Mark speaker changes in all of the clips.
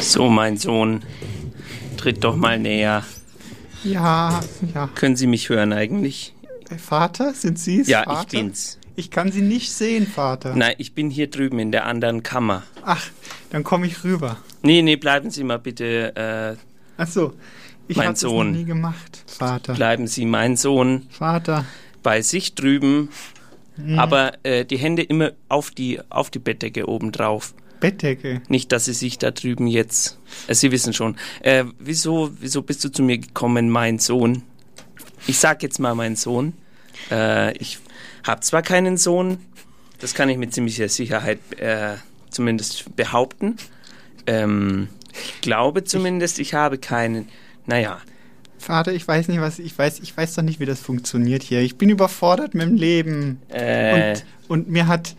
Speaker 1: So, mein Sohn, tritt doch mal näher.
Speaker 2: Ja, ja.
Speaker 1: Können Sie mich hören eigentlich?
Speaker 2: Äh, Vater, sind Sie es?
Speaker 1: Ja,
Speaker 2: Vater?
Speaker 1: ich bin's.
Speaker 2: Ich kann Sie nicht sehen, Vater.
Speaker 1: Nein, ich bin hier drüben in der anderen Kammer.
Speaker 2: Ach, dann komme ich rüber.
Speaker 1: Nee, nee, bleiben Sie mal bitte, äh,
Speaker 2: Ach so, ich
Speaker 1: Mein
Speaker 2: habe das noch
Speaker 1: Sohn.
Speaker 2: nie gemacht, Vater.
Speaker 1: bleiben Sie, mein Sohn,
Speaker 2: Vater,
Speaker 1: bei sich drüben. Aber äh, die Hände immer auf die, auf die Bettdecke oben drauf.
Speaker 2: Bettdecke.
Speaker 1: Nicht, dass Sie sich da drüben jetzt. Äh, Sie wissen schon. Äh, wieso, wieso bist du zu mir gekommen, mein Sohn? Ich sag jetzt mal, mein Sohn. Äh, ich habe zwar keinen Sohn, das kann ich mit ziemlicher Sicherheit äh, zumindest behaupten. Ähm, ich glaube zumindest, ich habe keinen. Naja,
Speaker 2: Vater, ich weiß nicht, was ich weiß, ich weiß doch nicht, wie das funktioniert hier. Ich bin überfordert mit dem Leben.
Speaker 1: Äh.
Speaker 2: Und, und mir hat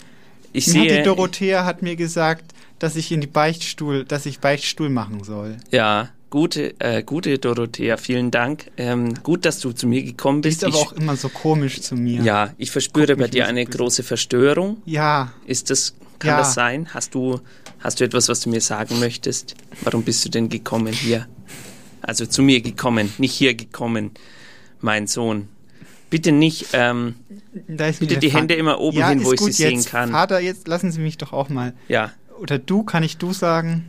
Speaker 1: ich
Speaker 2: mir hat die
Speaker 1: sehe.
Speaker 2: Dorothea hat mir gesagt, dass ich in die Beichtstuhl, dass ich Beichtstuhl machen soll.
Speaker 1: Ja, gute, äh, gute Dorothea, vielen Dank. Ähm, gut, dass du zu mir gekommen
Speaker 2: Die
Speaker 1: bist.
Speaker 2: ist aber
Speaker 1: ich,
Speaker 2: auch immer so komisch zu mir.
Speaker 1: ja, ich verspüre bei
Speaker 2: mich
Speaker 1: dir
Speaker 2: nicht
Speaker 1: eine
Speaker 2: böse.
Speaker 1: große Verstörung.
Speaker 2: Ja,
Speaker 1: Ist das, kann
Speaker 2: Ja.
Speaker 1: das sein? Hast du, hast du etwas, was du mir sagen möchtest? Warum bist du denn gekommen hier? Also zu mir gekommen, nicht hier gekommen, mein Sohn. Bitte nicht, ähm,
Speaker 2: da ist
Speaker 1: bitte
Speaker 2: mir der
Speaker 1: die
Speaker 2: Fa-
Speaker 1: Hände immer oben
Speaker 2: ja,
Speaker 1: hin,
Speaker 2: ist
Speaker 1: wo ich
Speaker 2: gut
Speaker 1: sie
Speaker 2: jetzt.
Speaker 1: sehen kann.
Speaker 2: Vater, jetzt lassen Sie mich doch auch mal.
Speaker 1: Ja,
Speaker 2: Oder du, kann ich du sagen?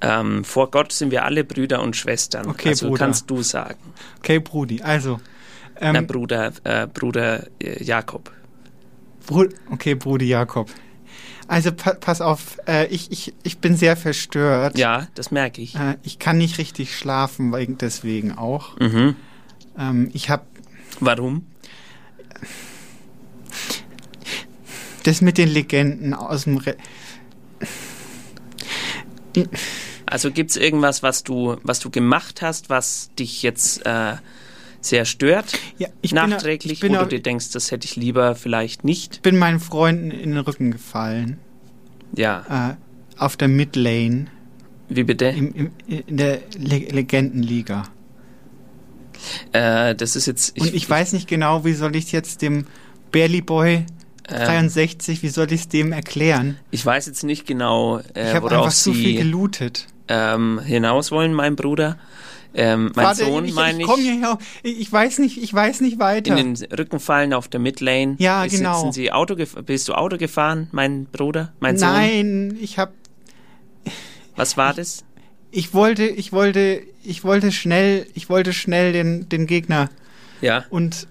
Speaker 1: ähm, vor Gott sind wir alle Brüder und Schwestern.
Speaker 2: Okay,
Speaker 1: also
Speaker 2: Bruder.
Speaker 1: kannst du sagen.
Speaker 2: Okay, Brudi, also.
Speaker 1: Na,
Speaker 2: Ähm,
Speaker 1: Bruder, äh, Bruder äh, Jakob.
Speaker 2: Bru okay, Brudi Jakob. Also pa pass auf, äh, ich, ich, ich bin sehr verstört.
Speaker 1: Ja, das merke ich.
Speaker 2: Äh, ich kann nicht richtig schlafen, wegen deswegen auch.
Speaker 1: Mhm.
Speaker 2: Ähm, ich habe
Speaker 1: Warum?
Speaker 2: das mit den Legenden aus dem... Re
Speaker 1: Also gibt es irgendwas, was du, was du gemacht hast, was dich jetzt äh, sehr stört?
Speaker 2: ja, ich
Speaker 1: Nachträglich,
Speaker 2: bin,
Speaker 1: wo
Speaker 2: au-
Speaker 1: du dir denkst, das hätte ich lieber vielleicht nicht.
Speaker 2: ich bin meinen Freunden in den Rücken gefallen.
Speaker 1: Ja,
Speaker 2: Äh, auf der Midlane.
Speaker 1: wie bitte?
Speaker 2: Im, im, in der Le Legendenliga.
Speaker 1: Äh, das ist jetzt.
Speaker 2: Und ich weiß nicht genau, wie soll ich jetzt dem Barely Boy
Speaker 1: Ähm.
Speaker 2: 63, wie soll ich es dem erklären?
Speaker 1: ich weiß jetzt nicht genau,
Speaker 2: Ich
Speaker 1: äh,
Speaker 2: habe einfach
Speaker 1: worauf
Speaker 2: zu viel
Speaker 1: Sie
Speaker 2: gelootet.
Speaker 1: ähm, hinaus wollen, mein Bruder. Ähm, mein
Speaker 2: Vater,
Speaker 1: Sohn,
Speaker 2: ich,
Speaker 1: meine
Speaker 2: ich
Speaker 1: ich,
Speaker 2: komm hierher. Ich, ich weiß nicht, ich weiß nicht
Speaker 1: in
Speaker 2: weiter.
Speaker 1: den Rücken fallen auf der Midlane.
Speaker 2: Ja,
Speaker 1: Besitzen
Speaker 2: genau.
Speaker 1: Sie Auto gef- bist du Auto gefahren, mein Bruder? Mein Sohn?
Speaker 2: Nein, ich habe
Speaker 1: Was war das?
Speaker 2: ich wollte, ich wollte, ich wollte schnell, ich wollte schnell den den Gegner
Speaker 1: Ja,
Speaker 2: und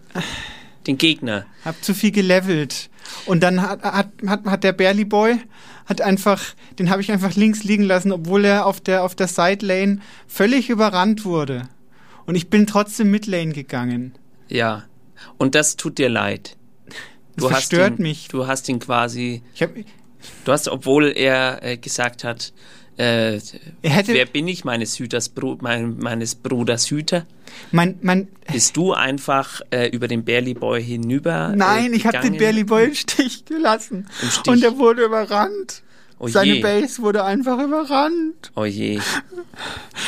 Speaker 1: den Gegner.
Speaker 2: habe zu viel gelevelt. Und dann hat hat hat, hat der Barely Boy hat einfach, den habe ich einfach links liegen lassen, obwohl er auf der auf der Sidelane völlig überrannt wurde. Und ich bin trotzdem Midlane gegangen.
Speaker 1: Ja. Und das tut dir leid.
Speaker 2: Das verstört
Speaker 1: ihn,
Speaker 2: mich.
Speaker 1: Du hast ihn quasi.
Speaker 2: Ich habe
Speaker 1: Du hast, obwohl er äh, gesagt hat, äh,
Speaker 2: er hätte
Speaker 1: wer bin ich, meines, Hüters, Bru mein, meines Bruders Hüter,
Speaker 2: mein mein
Speaker 1: bist du einfach äh, über den Barely Boy hinüber.
Speaker 2: Nein,
Speaker 1: äh,
Speaker 2: ich habe den
Speaker 1: gegangen?
Speaker 2: Barely Boy im Stich gelassen.
Speaker 1: Im Stich.
Speaker 2: Und er wurde überrannt.
Speaker 1: Oh
Speaker 2: Seine
Speaker 1: je.
Speaker 2: Base wurde einfach überrannt.
Speaker 1: Oh je.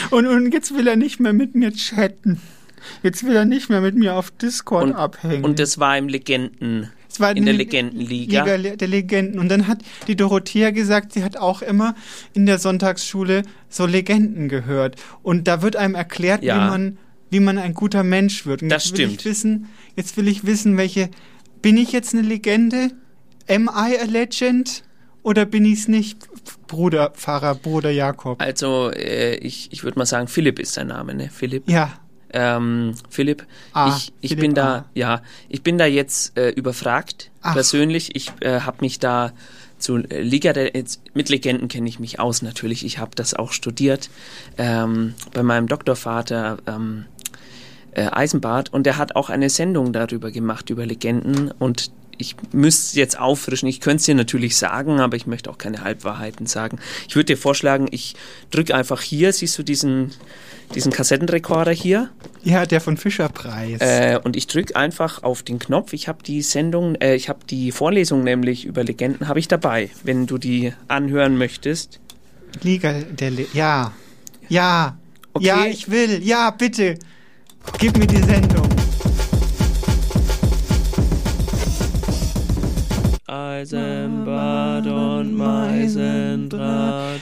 Speaker 2: Und, und jetzt will er nicht mehr mit mir chatten. Jetzt will er nicht mehr mit mir auf Discord
Speaker 1: Und,
Speaker 2: abhängen.
Speaker 1: und das war im Legenden.
Speaker 2: Es war
Speaker 1: in der
Speaker 2: eine
Speaker 1: Legendenliga.
Speaker 2: Liga der Legenden. Und dann hat die Dorothea gesagt, sie hat auch immer in der Sonntagsschule so Legenden gehört. Und da wird einem erklärt,
Speaker 1: Ja.
Speaker 2: wie man, wie man ein guter Mensch wird. Und
Speaker 1: Das
Speaker 2: jetzt Will
Speaker 1: stimmt.
Speaker 2: ich wissen, jetzt will ich wissen, welche, bin ich jetzt eine Legende? Am I a legend? Oder bin ich's nicht? Bruder, Pfarrer, Bruder Jakob.
Speaker 1: Also, äh, ich, ich würde mal sagen, Philipp ist sein Name, ne? Philipp.
Speaker 2: Ja.
Speaker 1: Ähm, Philipp,
Speaker 2: Ah,
Speaker 1: ich, ich
Speaker 2: Philipp
Speaker 1: bin da,
Speaker 2: A.
Speaker 1: ja, ich bin da jetzt äh, überfragt
Speaker 2: Ach.
Speaker 1: persönlich. Ich äh, habe mich da zu äh, Liga der jetzt, mit Legenden kenne ich mich aus natürlich. Ich habe das auch studiert ähm, bei meinem Doktorvater ähm, äh, Eisenbart und der hat auch eine Sendung darüber gemacht über Legenden und ich müsste es jetzt auffrischen. Ich könnte es dir natürlich sagen, aber ich möchte auch keine Halbwahrheiten sagen. Ich würde dir vorschlagen, ich drücke einfach hier, siehst du diesen, diesen Kassettenrekorder hier?
Speaker 2: Ja, der von Fischerpreis.
Speaker 1: Äh, und ich drücke einfach auf den Knopf. Ich habe die Sendung, äh, ich habe die Vorlesung nämlich über Legenden habe ich dabei, wenn du die anhören möchtest.
Speaker 2: Liga der Le Ja. Ja.
Speaker 1: Okay.
Speaker 2: Ja, ich will. Ja, bitte. Gib mir die Sendung.
Speaker 1: Eisenbad und Meisendraht.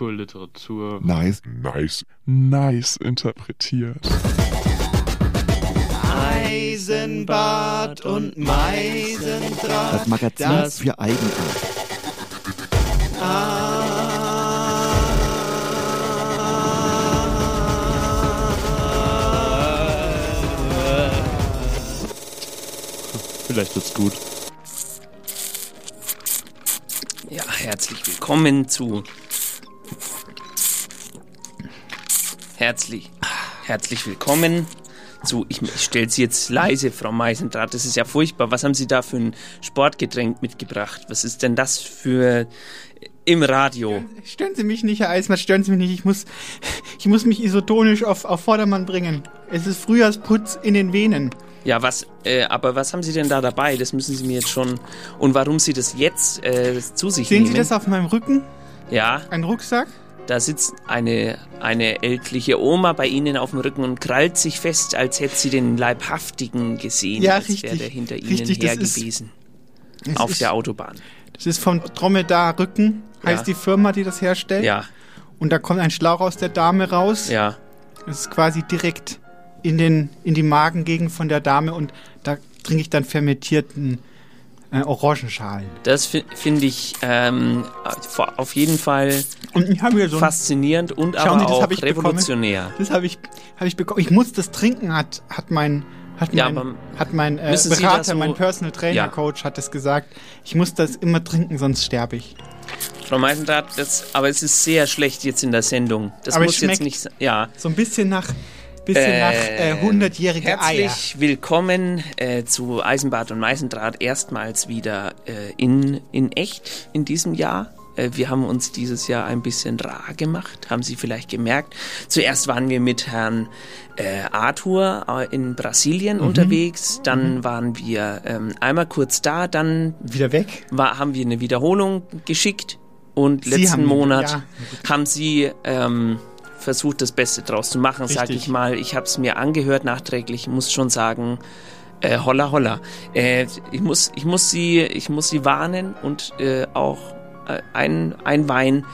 Speaker 3: Cool Literatur.
Speaker 4: Nice,
Speaker 5: Nice. Nice interpretiert.
Speaker 6: Eisenbart und Meisendraht.
Speaker 4: das Magazin
Speaker 6: Das-
Speaker 4: für Eigenart.
Speaker 3: Vielleicht wird's gut.
Speaker 1: Ja, herzlich willkommen zu. Herzlich, herzlich willkommen zu. Ich, ich stelle Sie jetzt leise, Frau Meisendraht. Das ist ja furchtbar. Was haben Sie da für ein Sportgetränk mitgebracht? Was ist denn das für äh, im Radio?
Speaker 2: Stören Sie mich nicht, Herr Eismann, stören Sie mich nicht. Ich muss, ich muss mich isotonisch auf, auf Vordermann bringen. Es ist Frühjahrsputz in den Venen.
Speaker 1: Ja, was? Äh, aber was haben Sie denn da dabei? Das müssen Sie mir jetzt schon. Und warum Sie das jetzt äh, zu sich
Speaker 2: Sehen
Speaker 1: nehmen?
Speaker 2: Sie das auf meinem Rücken?
Speaker 1: Ja,
Speaker 2: Ein Rucksack?
Speaker 1: da sitzt eine eine ältliche Oma bei Ihnen auf dem Rücken und krallt sich fest, als hätte sie den Leibhaftigen gesehen,
Speaker 2: Ja,
Speaker 1: als wäre
Speaker 2: richtig.
Speaker 1: der hinter Ihnen
Speaker 2: Richtig, das
Speaker 1: her
Speaker 2: ist-
Speaker 1: gewesen
Speaker 2: Das
Speaker 1: auf
Speaker 2: ist,
Speaker 1: der Autobahn.
Speaker 2: Das ist vom Dromedar Rücken, heißt
Speaker 1: Ja.
Speaker 2: die Firma, die das herstellt.
Speaker 1: Ja,
Speaker 2: Und da kommt ein Schlauch aus der Dame raus.
Speaker 1: ja.
Speaker 2: Es ist quasi direkt in, den, in die Magengegend von der Dame und da trinke ich dann fermentierten äh, Orangenschalen.
Speaker 1: Das fi- finde ich ähm, vor- auf jeden Fall
Speaker 2: Und ich habe hier so ein-
Speaker 1: faszinierend und
Speaker 2: Schauen
Speaker 1: aber
Speaker 2: Sie, das
Speaker 1: auch
Speaker 2: habe ich bekommen.
Speaker 1: revolutionär.
Speaker 2: Das habe ich, habe ich bekommen. Ich muss das trinken, hat, hat mein, hat
Speaker 1: Ja,
Speaker 2: mein,
Speaker 1: aber
Speaker 2: hat mein äh,
Speaker 1: müssen Sie
Speaker 2: Berater,
Speaker 1: das so-
Speaker 2: mein Personal Trainer
Speaker 1: Ja.
Speaker 2: Coach hat es gesagt. Ich muss das immer trinken, sonst sterbe ich.
Speaker 1: Frau Meisendrath, das, aber es ist sehr schlecht jetzt in der Sendung. Das
Speaker 2: Aber es
Speaker 1: muss jetzt
Speaker 2: schmeckt.
Speaker 1: nicht sein. Ja.
Speaker 2: So ein bisschen nach, bisschen nach äh,
Speaker 1: Ähm,
Speaker 2: 100-jährige Eier.
Speaker 1: Herzlich willkommen äh, zu Eisenbart und Meisendraht erstmals wieder äh, in, in echt in diesem Jahr. Äh, Wir haben uns dieses Jahr ein bisschen rar gemacht, haben Sie vielleicht gemerkt. Zuerst waren wir mit Herrn äh, Arthur äh, in Brasilien
Speaker 2: Mhm.
Speaker 1: unterwegs, dann waren wir ähm, einmal kurz da, dann
Speaker 2: Wieder weg?
Speaker 1: war, haben wir eine Wiederholung geschickt und
Speaker 2: Sie
Speaker 1: letzten
Speaker 2: haben-
Speaker 1: Monat
Speaker 2: ja.
Speaker 1: haben sie ähm, versucht, das Beste draus zu machen, sag
Speaker 2: Richtig.
Speaker 1: ich mal. Ich habe es mir angehört nachträglich, muss schon sagen, äh, holla holla. Äh, ich, muss, ich, muss sie, ich muss sie warnen und äh, auch äh, ein, einweihen.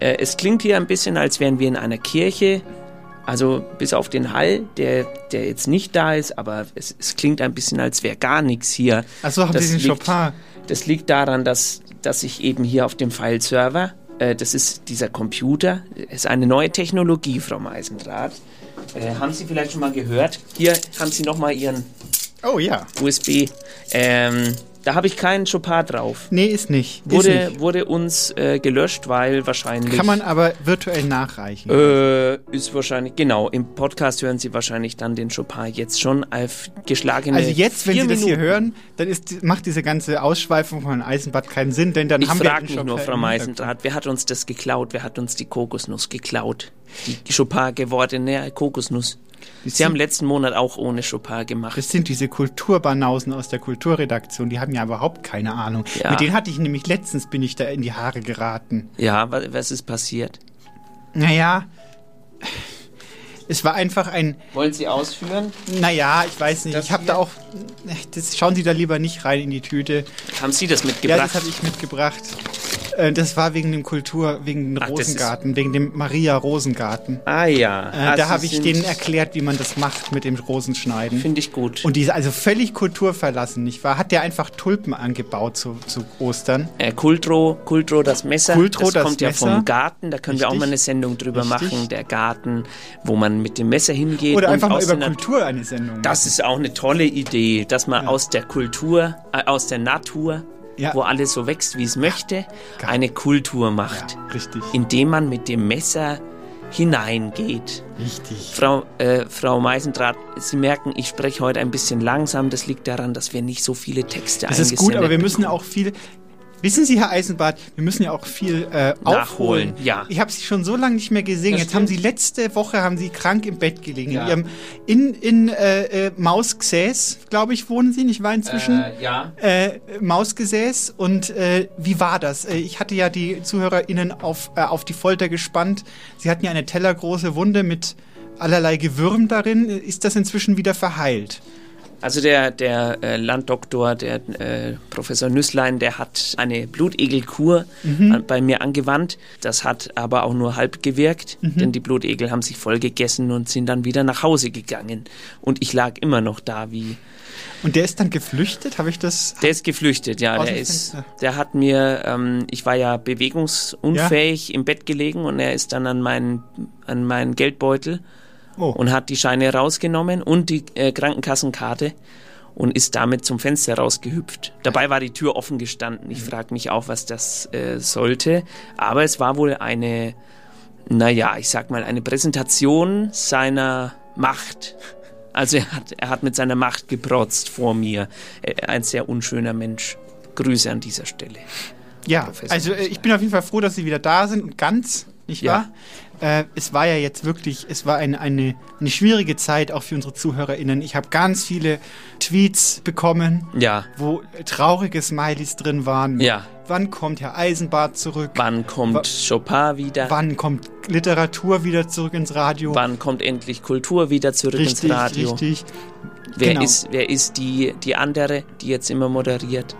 Speaker 1: Äh, es klingt hier ein bisschen, als wären wir in einer Kirche. Also bis auf den Hall, der, der jetzt nicht da ist, aber es, es klingt ein bisschen, als wäre gar nichts hier.
Speaker 2: Achso, haben
Speaker 1: Das
Speaker 2: Sie den
Speaker 1: liegt-
Speaker 2: Chopin?
Speaker 1: Das liegt daran, dass, dass ich eben hier auf dem File-Server, äh, das ist dieser Computer, ist eine neue Technologie, Frau Meisendraht. Äh, haben Sie vielleicht schon mal gehört? Hier haben Sie nochmal Ihren
Speaker 2: Oh ja.
Speaker 1: USB. Ähm, da habe ich keinen Chopin drauf.
Speaker 2: Nee, ist nicht. ist
Speaker 1: Wurde,
Speaker 2: nicht.
Speaker 1: wurde uns äh, gelöscht, weil wahrscheinlich.
Speaker 2: Kann man aber virtuell nachreichen.
Speaker 1: Äh, ist wahrscheinlich, genau, im Podcast hören Sie wahrscheinlich dann den Chopin jetzt schon auf geschlagene
Speaker 2: also jetzt, wenn
Speaker 1: vier
Speaker 2: Sie das hier
Speaker 1: Minuten.
Speaker 2: hören, dann ist, die- macht diese ganze Ausschweifung von Eisenbad keinen Sinn, denn dann
Speaker 1: Ich
Speaker 2: haben wir
Speaker 1: frage
Speaker 2: den
Speaker 1: mich
Speaker 2: Chopin
Speaker 1: nur, Frau
Speaker 2: im
Speaker 1: Meisendraht, wer hat uns das geklaut? Wer hat uns die Kokosnuss geklaut? Die Chopin gewordene Kokosnuss. Sie haben letzten Monat auch ohne Chopin gemacht.
Speaker 2: Das sind diese Kulturbanausen aus der Kulturredaktion, die haben ja überhaupt keine Ahnung.
Speaker 1: Ja.
Speaker 2: Mit denen hatte ich nämlich letztens, bin ich da in die Haare geraten.
Speaker 1: Ja, wa- was ist passiert?
Speaker 2: Naja, es war einfach ein,
Speaker 1: Wollen Sie ausführen?
Speaker 2: naja, ich weiß nicht,
Speaker 1: Das
Speaker 2: ich habe
Speaker 1: hier?
Speaker 2: da auch, das schauen Sie da lieber nicht rein in die Tüte.
Speaker 1: Haben Sie das
Speaker 2: Ja,
Speaker 1: mitgebracht?
Speaker 2: das habe ich mitgebracht. Äh, Das war wegen dem Kultur, wegen dem
Speaker 1: Ach, das ist-
Speaker 2: Rosengarten, wegen dem Maria Rosengarten.
Speaker 1: ah ja.
Speaker 2: Äh, da habe ich denen erklärt, wie man das macht mit dem Rosenschneiden.
Speaker 1: Finde ich gut.
Speaker 2: Und die ist also völlig kulturverlassen, nicht wahr? Hat der einfach Tulpen angebaut zu, zu Ostern?
Speaker 1: äh, Kultro, Kultro das Messer,
Speaker 2: Kultro,
Speaker 1: das,
Speaker 2: das
Speaker 1: kommt ja
Speaker 2: Messer.
Speaker 1: vom Garten, da können wir auch
Speaker 2: Richtig.
Speaker 1: mal eine Sendung drüber
Speaker 2: Richtig.
Speaker 1: machen, der Garten, wo man mit dem Messer hingeht
Speaker 2: Oder
Speaker 1: und
Speaker 2: einfach mal
Speaker 1: aus
Speaker 2: über
Speaker 1: der Nat-
Speaker 2: Kultur eine Sendung.
Speaker 1: Das ist auch eine tolle Idee, dass man aus der Kultur, äh, aus der Natur,
Speaker 2: Ja.
Speaker 1: wo alles so wächst, wie es möchte, eine Kultur macht,
Speaker 2: machen. richtig.
Speaker 1: indem man mit dem Messer hineingeht.
Speaker 2: richtig.
Speaker 1: Frau, äh, Frau Meisendraht, Sie merken, ich spreche heute ein bisschen langsam. Das liegt daran, dass wir nicht so viele Texte
Speaker 2: Das ist gut, aber wir
Speaker 1: eingesendet
Speaker 2: müssen auch viel. Wissen Sie, Herr Eisenbart, wir müssen ja auch viel äh, aufholen.
Speaker 1: Nachholen, ja.
Speaker 2: Ich habe Sie schon so lange nicht mehr gesehen.
Speaker 1: Das
Speaker 2: Jetzt haben Sie
Speaker 1: stimmt.
Speaker 2: letzte Woche haben Sie krank im Bett gelegen.
Speaker 1: Ja.
Speaker 2: In Ihrem in in äh, äh, Mausgesäß, glaube ich, wohnen Sie nicht wahr inzwischen?
Speaker 1: Äh, ja.
Speaker 2: Äh, Mausgesäß und äh, wie war das? Äh, ich hatte ja die ZuhörerInnen auf, äh, auf die Folter gespannt. Sie hatten ja eine tellergroße Wunde mit allerlei Gewürm darin. Ist das inzwischen wieder verheilt?
Speaker 1: Also der, der äh, Landdoktor, der äh, Professor Nüsslein, der hat eine Blutegelkur an, bei mir angewandt. Das hat aber auch nur halb gewirkt, denn die Blutegel haben sich voll gegessen und sind dann wieder nach Hause gegangen. Und ich lag immer noch da wie...
Speaker 2: Und der ist dann geflüchtet? Habe ich das?
Speaker 1: Der ist geflüchtet, ja.
Speaker 2: Aus
Speaker 1: Der,
Speaker 2: dem
Speaker 1: ist,
Speaker 2: Fenster.
Speaker 1: der hat mir, ähm, ich war ja bewegungsunfähig im Bett gelegen und er ist dann an meinen, an meinen Geldbeutel
Speaker 2: Oh.
Speaker 1: und hat die Scheine rausgenommen und die äh, Krankenkassenkarte und ist damit zum Fenster rausgehüpft. Dabei war die Tür offen gestanden.
Speaker 2: Mhm.
Speaker 1: Ich frage mich auch, was das äh, sollte. Aber es war wohl eine, naja, ich sag mal, eine Präsentation seiner Macht. Also er hat, er hat mit seiner Macht geprotzt vor mir. Äh, ein sehr unschöner Mensch. Grüße an dieser Stelle.
Speaker 2: Ja,
Speaker 1: Professor
Speaker 2: also äh, ich
Speaker 1: Nüsslein.
Speaker 2: bin auf jeden Fall froh, dass Sie wieder da sind und ganz, nicht
Speaker 1: Ja.
Speaker 2: wahr? Äh, es war ja jetzt wirklich, es war eine, eine, eine schwierige Zeit auch für unsere ZuhörerInnen. Ich habe ganz viele Tweets bekommen,
Speaker 1: Ja,
Speaker 2: wo äh, traurige Smileys drin waren.
Speaker 1: ja.
Speaker 2: Wann kommt Herr Eisenbart zurück?
Speaker 1: Wann kommt
Speaker 2: Wa-
Speaker 1: Chopin wieder?
Speaker 2: Wann kommt Literatur wieder zurück ins Radio?
Speaker 1: Äh. Wann kommt endlich Kultur wieder zurück
Speaker 2: richtig,
Speaker 1: ins Radio?
Speaker 2: richtig.
Speaker 1: Wer
Speaker 2: Genau.
Speaker 1: ist, wer ist die, die andere, die jetzt immer moderiert?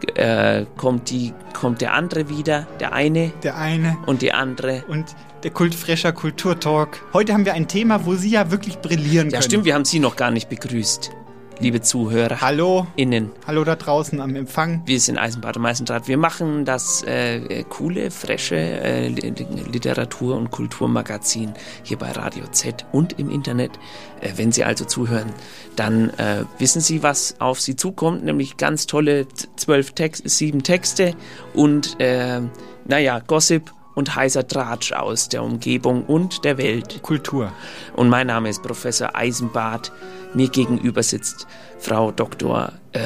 Speaker 1: G- Äh, kommt, die, kommt der andere wieder, der eine
Speaker 2: Der eine
Speaker 1: und die andere?
Speaker 2: und der kultfresher Kulturtalk. Heute haben wir ein Thema, wo Sie ja wirklich brillieren
Speaker 1: Ja,
Speaker 2: können.
Speaker 1: stimmt, wir haben sie noch gar nicht begrüßt, liebe Zuhörer.
Speaker 2: Hallo,
Speaker 1: Innen.
Speaker 2: hallo da draußen am Empfang.
Speaker 1: Wir sind Eisenbad und Meißendraht. Wir machen das äh, äh, coole, frische äh, Li- Literatur- und Kulturmagazin hier bei Radio Z und im Internet. Äh, wenn Sie also zuhören, dann äh, wissen Sie, was auf Sie zukommt, nämlich ganz tolle z- zwölf Text, sieben Texte und äh, naja, Gossip und heißer Tratsch aus der Umgebung und der Welt.
Speaker 2: Kultur.
Speaker 1: Und mein Name ist Professor Eisenbart. Mir gegenüber sitzt Frau Doktor, äh,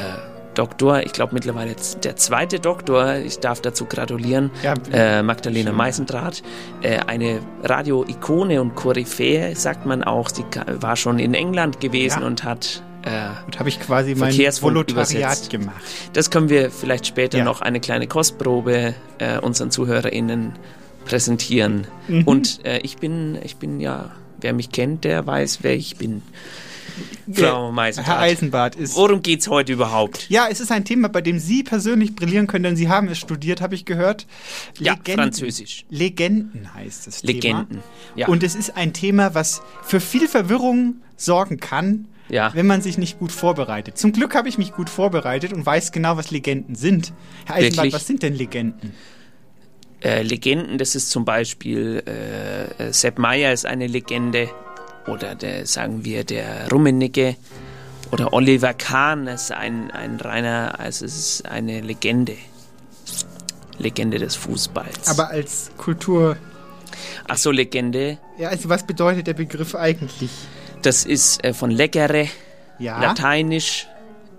Speaker 1: Doktor, ich glaube mittlerweile jetzt der zweite Doktor, ich darf dazu gratulieren,
Speaker 2: Ja,
Speaker 1: äh, Magdalena Meisendrath, äh, eine Radio-Ikone und Koryphäe, sagt man auch. Sie ka- war schon in England gewesen
Speaker 2: Ja.
Speaker 1: und hat, äh,
Speaker 2: Und habe ich quasi mein
Speaker 1: Verkehrsfunk
Speaker 2: Volontariat
Speaker 1: übersetzt.
Speaker 2: gemacht.
Speaker 1: das können wir vielleicht später
Speaker 2: Ja.
Speaker 1: noch eine kleine Kostprobe äh, unseren ZuhörerInnen präsentieren.
Speaker 2: Mhm.
Speaker 1: Und äh, ich bin, ich bin ja, wer mich kennt, der weiß, wer ich bin. Frau Meisendrath.
Speaker 2: Herr Eisenbart ist.
Speaker 1: Worum geht's heute überhaupt?
Speaker 2: Ja, es ist ein Thema, bei dem Sie persönlich brillieren können, denn Sie haben es studiert, habe ich gehört.
Speaker 1: Ja, Französisch.
Speaker 2: Legenden heißt es.
Speaker 1: Legenden.
Speaker 2: Thema.
Speaker 1: Ja.
Speaker 2: Und es ist ein Thema, was für viel Verwirrung sorgen kann,
Speaker 1: Ja.
Speaker 2: wenn man sich nicht gut vorbereitet. Zum Glück habe ich mich gut vorbereitet und weiß genau, was Legenden sind. Herr Eisenbart,
Speaker 1: Wirklich?
Speaker 2: was sind denn Legenden?
Speaker 1: Äh, Legenden, das ist zum Beispiel äh, äh, Sepp Meyer ist eine Legende oder der, sagen wir der Rummenigge oder Oliver Kahn ist ein, ein reiner, also es ist eine Legende. Legende des Fußballs.
Speaker 2: Aber als Kultur.
Speaker 1: Ach so, Legende,
Speaker 2: Ja, also was bedeutet der Begriff eigentlich?
Speaker 1: das ist äh, von leckere,
Speaker 2: Ja.
Speaker 1: lateinisch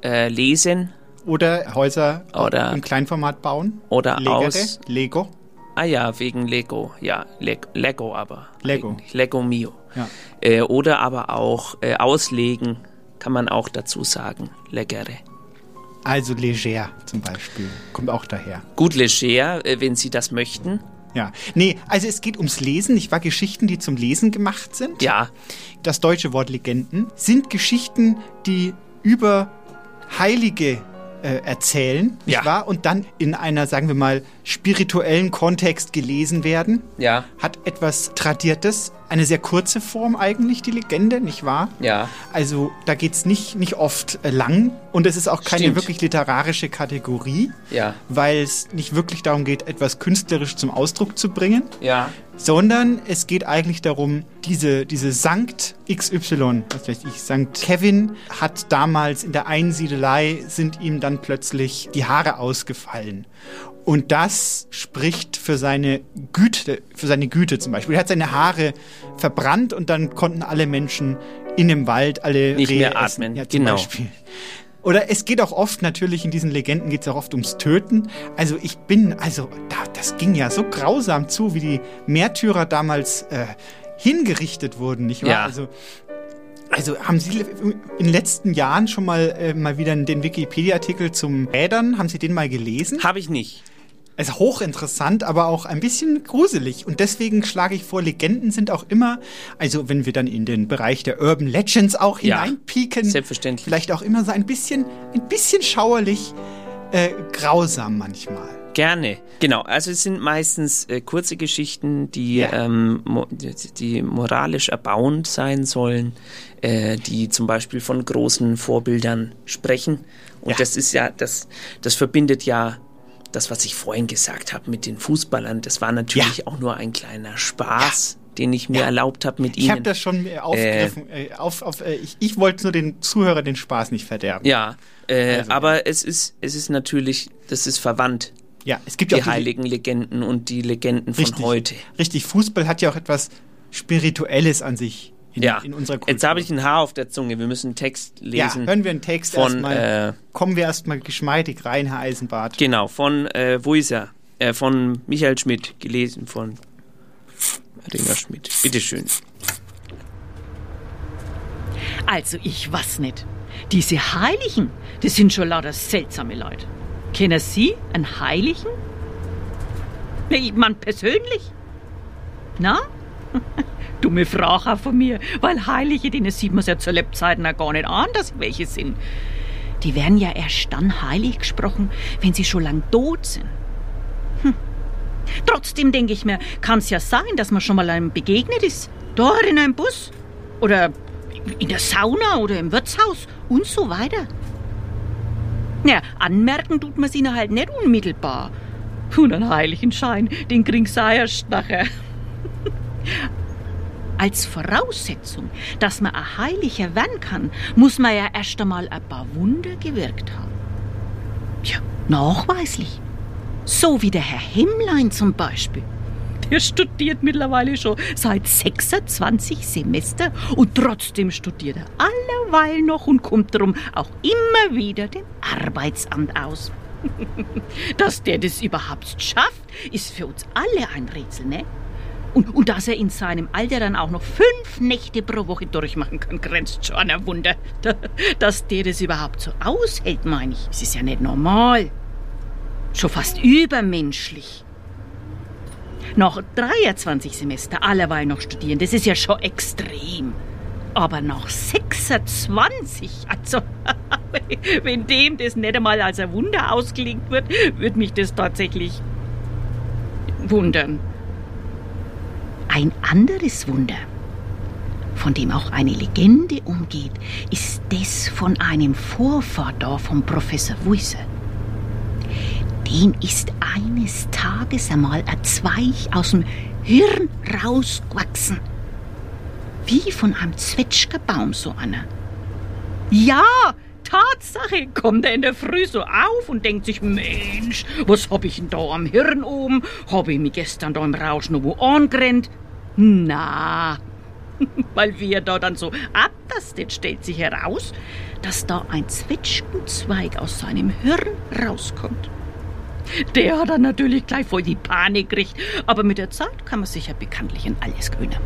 Speaker 1: äh, lesen
Speaker 2: Oder Häuser
Speaker 1: Oder-
Speaker 2: im Kleinformat bauen.
Speaker 1: oder
Speaker 2: Legere,
Speaker 1: aus.
Speaker 2: Lego.
Speaker 1: Ah ja, wegen Lego, ja, Leg Lego aber.
Speaker 2: Lego.
Speaker 1: Eigentlich. Lego mio.
Speaker 2: Ja.
Speaker 1: Äh, oder aber auch äh, auslegen, kann man auch dazu sagen. Leggere.
Speaker 2: Also leger zum Beispiel. Kommt auch daher.
Speaker 1: Gut leger, äh, wenn Sie das möchten.
Speaker 2: Ja. Nee, also es geht ums Lesen. Ich war Geschichten, die zum Lesen gemacht sind.
Speaker 1: Ja,
Speaker 2: Das deutsche Wort Legenden sind Geschichten, die über Heilige äh, erzählen, nicht
Speaker 1: Ja.
Speaker 2: wahr? Und dann in einer, sagen wir mal, spirituellen Kontext gelesen werden.
Speaker 1: ja,
Speaker 2: Hat etwas Tradiertes, eine sehr kurze Form eigentlich, die Legende, nicht wahr?
Speaker 1: ja.
Speaker 2: Also da geht's nicht, nicht oft äh, lang und es ist auch keine
Speaker 1: Stimmt.
Speaker 2: wirklich literarische Kategorie,
Speaker 1: Ja.
Speaker 2: weil es nicht wirklich darum geht, etwas künstlerisch zum Ausdruck zu bringen,
Speaker 1: Ja.
Speaker 2: sondern es geht eigentlich darum, diese, diese Sankt XY, was weiß ich, Sankt Kevin hat damals in der Einsiedelei, sind ihm dann plötzlich die Haare ausgefallen. Und das spricht für seine Güte, für seine Güte zum Beispiel. Er hat seine Haare verbrannt und dann konnten alle Menschen in dem Wald alle
Speaker 1: Nicht
Speaker 2: Rehe
Speaker 1: mehr
Speaker 2: essen.
Speaker 1: atmen,
Speaker 2: Ja, zum
Speaker 1: genau.
Speaker 2: Beispiel. Oder es geht auch oft, natürlich in diesen Legenden geht es auch oft ums Töten. Also ich bin, also da, das ging ja so grausam zu, wie die Märtyrer damals äh, hingerichtet wurden, nicht wahr?
Speaker 1: Ja.
Speaker 2: Also, also haben Sie in den letzten Jahren schon mal, äh, mal wieder den Wikipedia-Artikel zum Rädern, haben Sie den mal gelesen?
Speaker 1: Habe ich nicht.
Speaker 2: Also hochinteressant, aber auch ein bisschen gruselig. Und deswegen schlage ich vor, Legenden sind auch immer, also wenn wir dann in den Bereich der Urban Legends auch
Speaker 1: Ja,
Speaker 2: hineinpieken,
Speaker 1: selbstverständlich.
Speaker 2: vielleicht auch immer so ein bisschen, ein bisschen schauerlich, äh, grausam manchmal.
Speaker 1: Gerne. Genau, also es sind meistens äh, kurze Geschichten, die,
Speaker 2: Ja.
Speaker 1: ähm, mo die- die moralisch erbauend sein sollen, äh, die zum Beispiel von großen Vorbildern sprechen. Und
Speaker 2: Ja.
Speaker 1: das ist ja, das, das verbindet ja das, was ich vorhin gesagt habe mit den Fußballern. Das war natürlich auch nur ein kleiner Spaß, den ich mir
Speaker 2: Ja.
Speaker 1: erlaubt habe mit
Speaker 2: Ich habe
Speaker 1: ihnen.
Speaker 2: das schon äh, aufgegriffen. Äh, auf, auf, äh, ich ich wollte nur den Zuhörer den Spaß nicht verderben.
Speaker 1: ja, äh,
Speaker 2: Also,
Speaker 1: aber es ist, es ist natürlich, das ist verwandt,
Speaker 2: ja es gibt
Speaker 1: die,
Speaker 2: ja auch die,
Speaker 1: heiligen Legenden und die Legenden von
Speaker 2: Richtig.
Speaker 1: heute.
Speaker 2: Richtig, Fußball hat ja auch etwas Spirituelles an sich in,
Speaker 1: ja.
Speaker 2: in unserer Kultur.
Speaker 1: Jetzt habe ich ein Haar auf der Zunge. Wir müssen einen Text
Speaker 2: ja,
Speaker 1: lesen.
Speaker 2: hören wir einen Text
Speaker 1: von,
Speaker 2: erstmal.
Speaker 1: äh,
Speaker 2: Kommen wir erstmal geschmeidig rein, Herr Eisenbart.
Speaker 1: genau, von, äh, wo ist er? Äh, von Michael Schmidt, gelesen von Ringer Schmidt. Bitteschön.
Speaker 7: Also ich weiß nicht. Diese Heiligen, das sind schon lauter seltsame Leute. Kennen Sie einen Heiligen? Ich meine persönlich? Na? Dumme Frage auch von mir, weil Heilige, denen sieht man es ja zur Lebzeiten auch gar nicht an, dass sie welche sind. Die werden ja erst dann heilig gesprochen, wenn sie schon lang tot sind. Hm. Trotzdem denke ich mir, kann es ja sein, dass man schon mal einem begegnet ist. Da in einem Bus. Oder in der Sauna oder im Wirtshaus und so weiter. Ja, anmerken tut man es ihnen halt nicht unmittelbar. Und einen heiligen Schein, den kriegst du auch erst nachher. Als Voraussetzung, dass man ein Heiliger werden kann, muss man ja erst einmal ein paar Wunder gewirkt haben. Ja, nachweislich. So wie der Herr Himmlein zum Beispiel. Der studiert mittlerweile schon seit 26 Semester und trotzdem studiert er alleweil noch und kommt drum auch immer wieder dem Arbeitsamt aus. dass der das überhaupt schafft, ist für uns alle ein Rätsel, ne? Und, und dass er in seinem Alter dann auch noch fünf Nächte pro Woche durchmachen kann, grenzt schon an ein Wunder. Dass der das überhaupt so aushält, meine ich. Es ist ja nicht normal. Schon fast übermenschlich. Nach 23 Semester alleweil noch studieren, das ist ja schon extrem. Aber nach 26, also wenn dem das nicht einmal als ein Wunder ausgelegt wird, würde mich das tatsächlich wundern. Ein anderes Wunder, von dem auch eine Legende umgeht, ist das von einem Vorvater von Professor Wüse. Dem ist eines Tages einmal ein Zweig aus dem Hirn rausgewachsen. Wie von einem Zwetschgerbaum, so Anna. Ja, Tatsache, kommt er in der Früh so auf und denkt sich, Mensch, was hab ich denn da am Hirn oben? Hab ich mich gestern da im Rausch noch wo angerannt? Na, weil wie er da dann so abtastet, stellt sich heraus, dass da ein Zwetschgenzweig aus seinem Hirn rauskommt. Der hat dann natürlich gleich voll die Panik gekriegt. Aber mit der Zeit kann man sich ja bekanntlich an alles gewöhnen.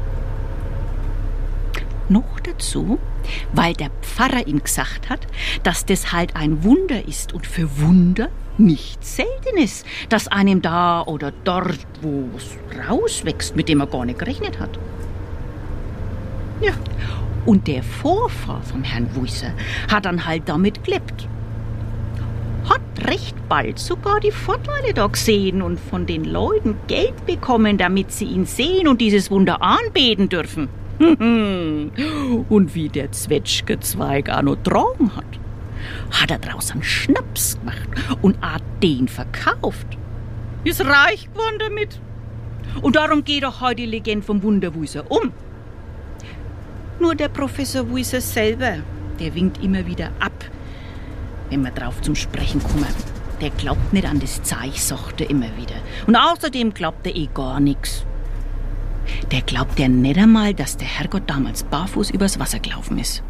Speaker 7: Noch dazu, weil der Pfarrer ihm gesagt hat, dass das halt ein Wunder ist und für Wunder nichts Seltenes, dass einem da oder dort wo was rauswächst, mit dem er gar nicht gerechnet hat. Ja. Und der Vorfahr vom Herrn Wusser hat dann halt damit gelebt hat recht bald sogar die Vorteile da gesehen und von den Leuten Geld bekommen, damit sie ihn sehen und dieses Wunder anbeten dürfen. und wie der Zwetschgezweig auch noch tragen hat, hat er draußen Schnaps gemacht und hat den verkauft. Ist reich geworden damit. Und darum geht auch heute die Legende vom Wunderwuser um. Nur der Professor Wieser selber, der winkt immer wieder ab, wenn wir drauf zum Sprechen kommen. Der glaubt nicht an das Zeich, sagt er immer wieder. Und außerdem glaubt er eh gar nichts. Der glaubt ja nicht einmal, dass der Herrgott damals barfuß übers Wasser gelaufen ist.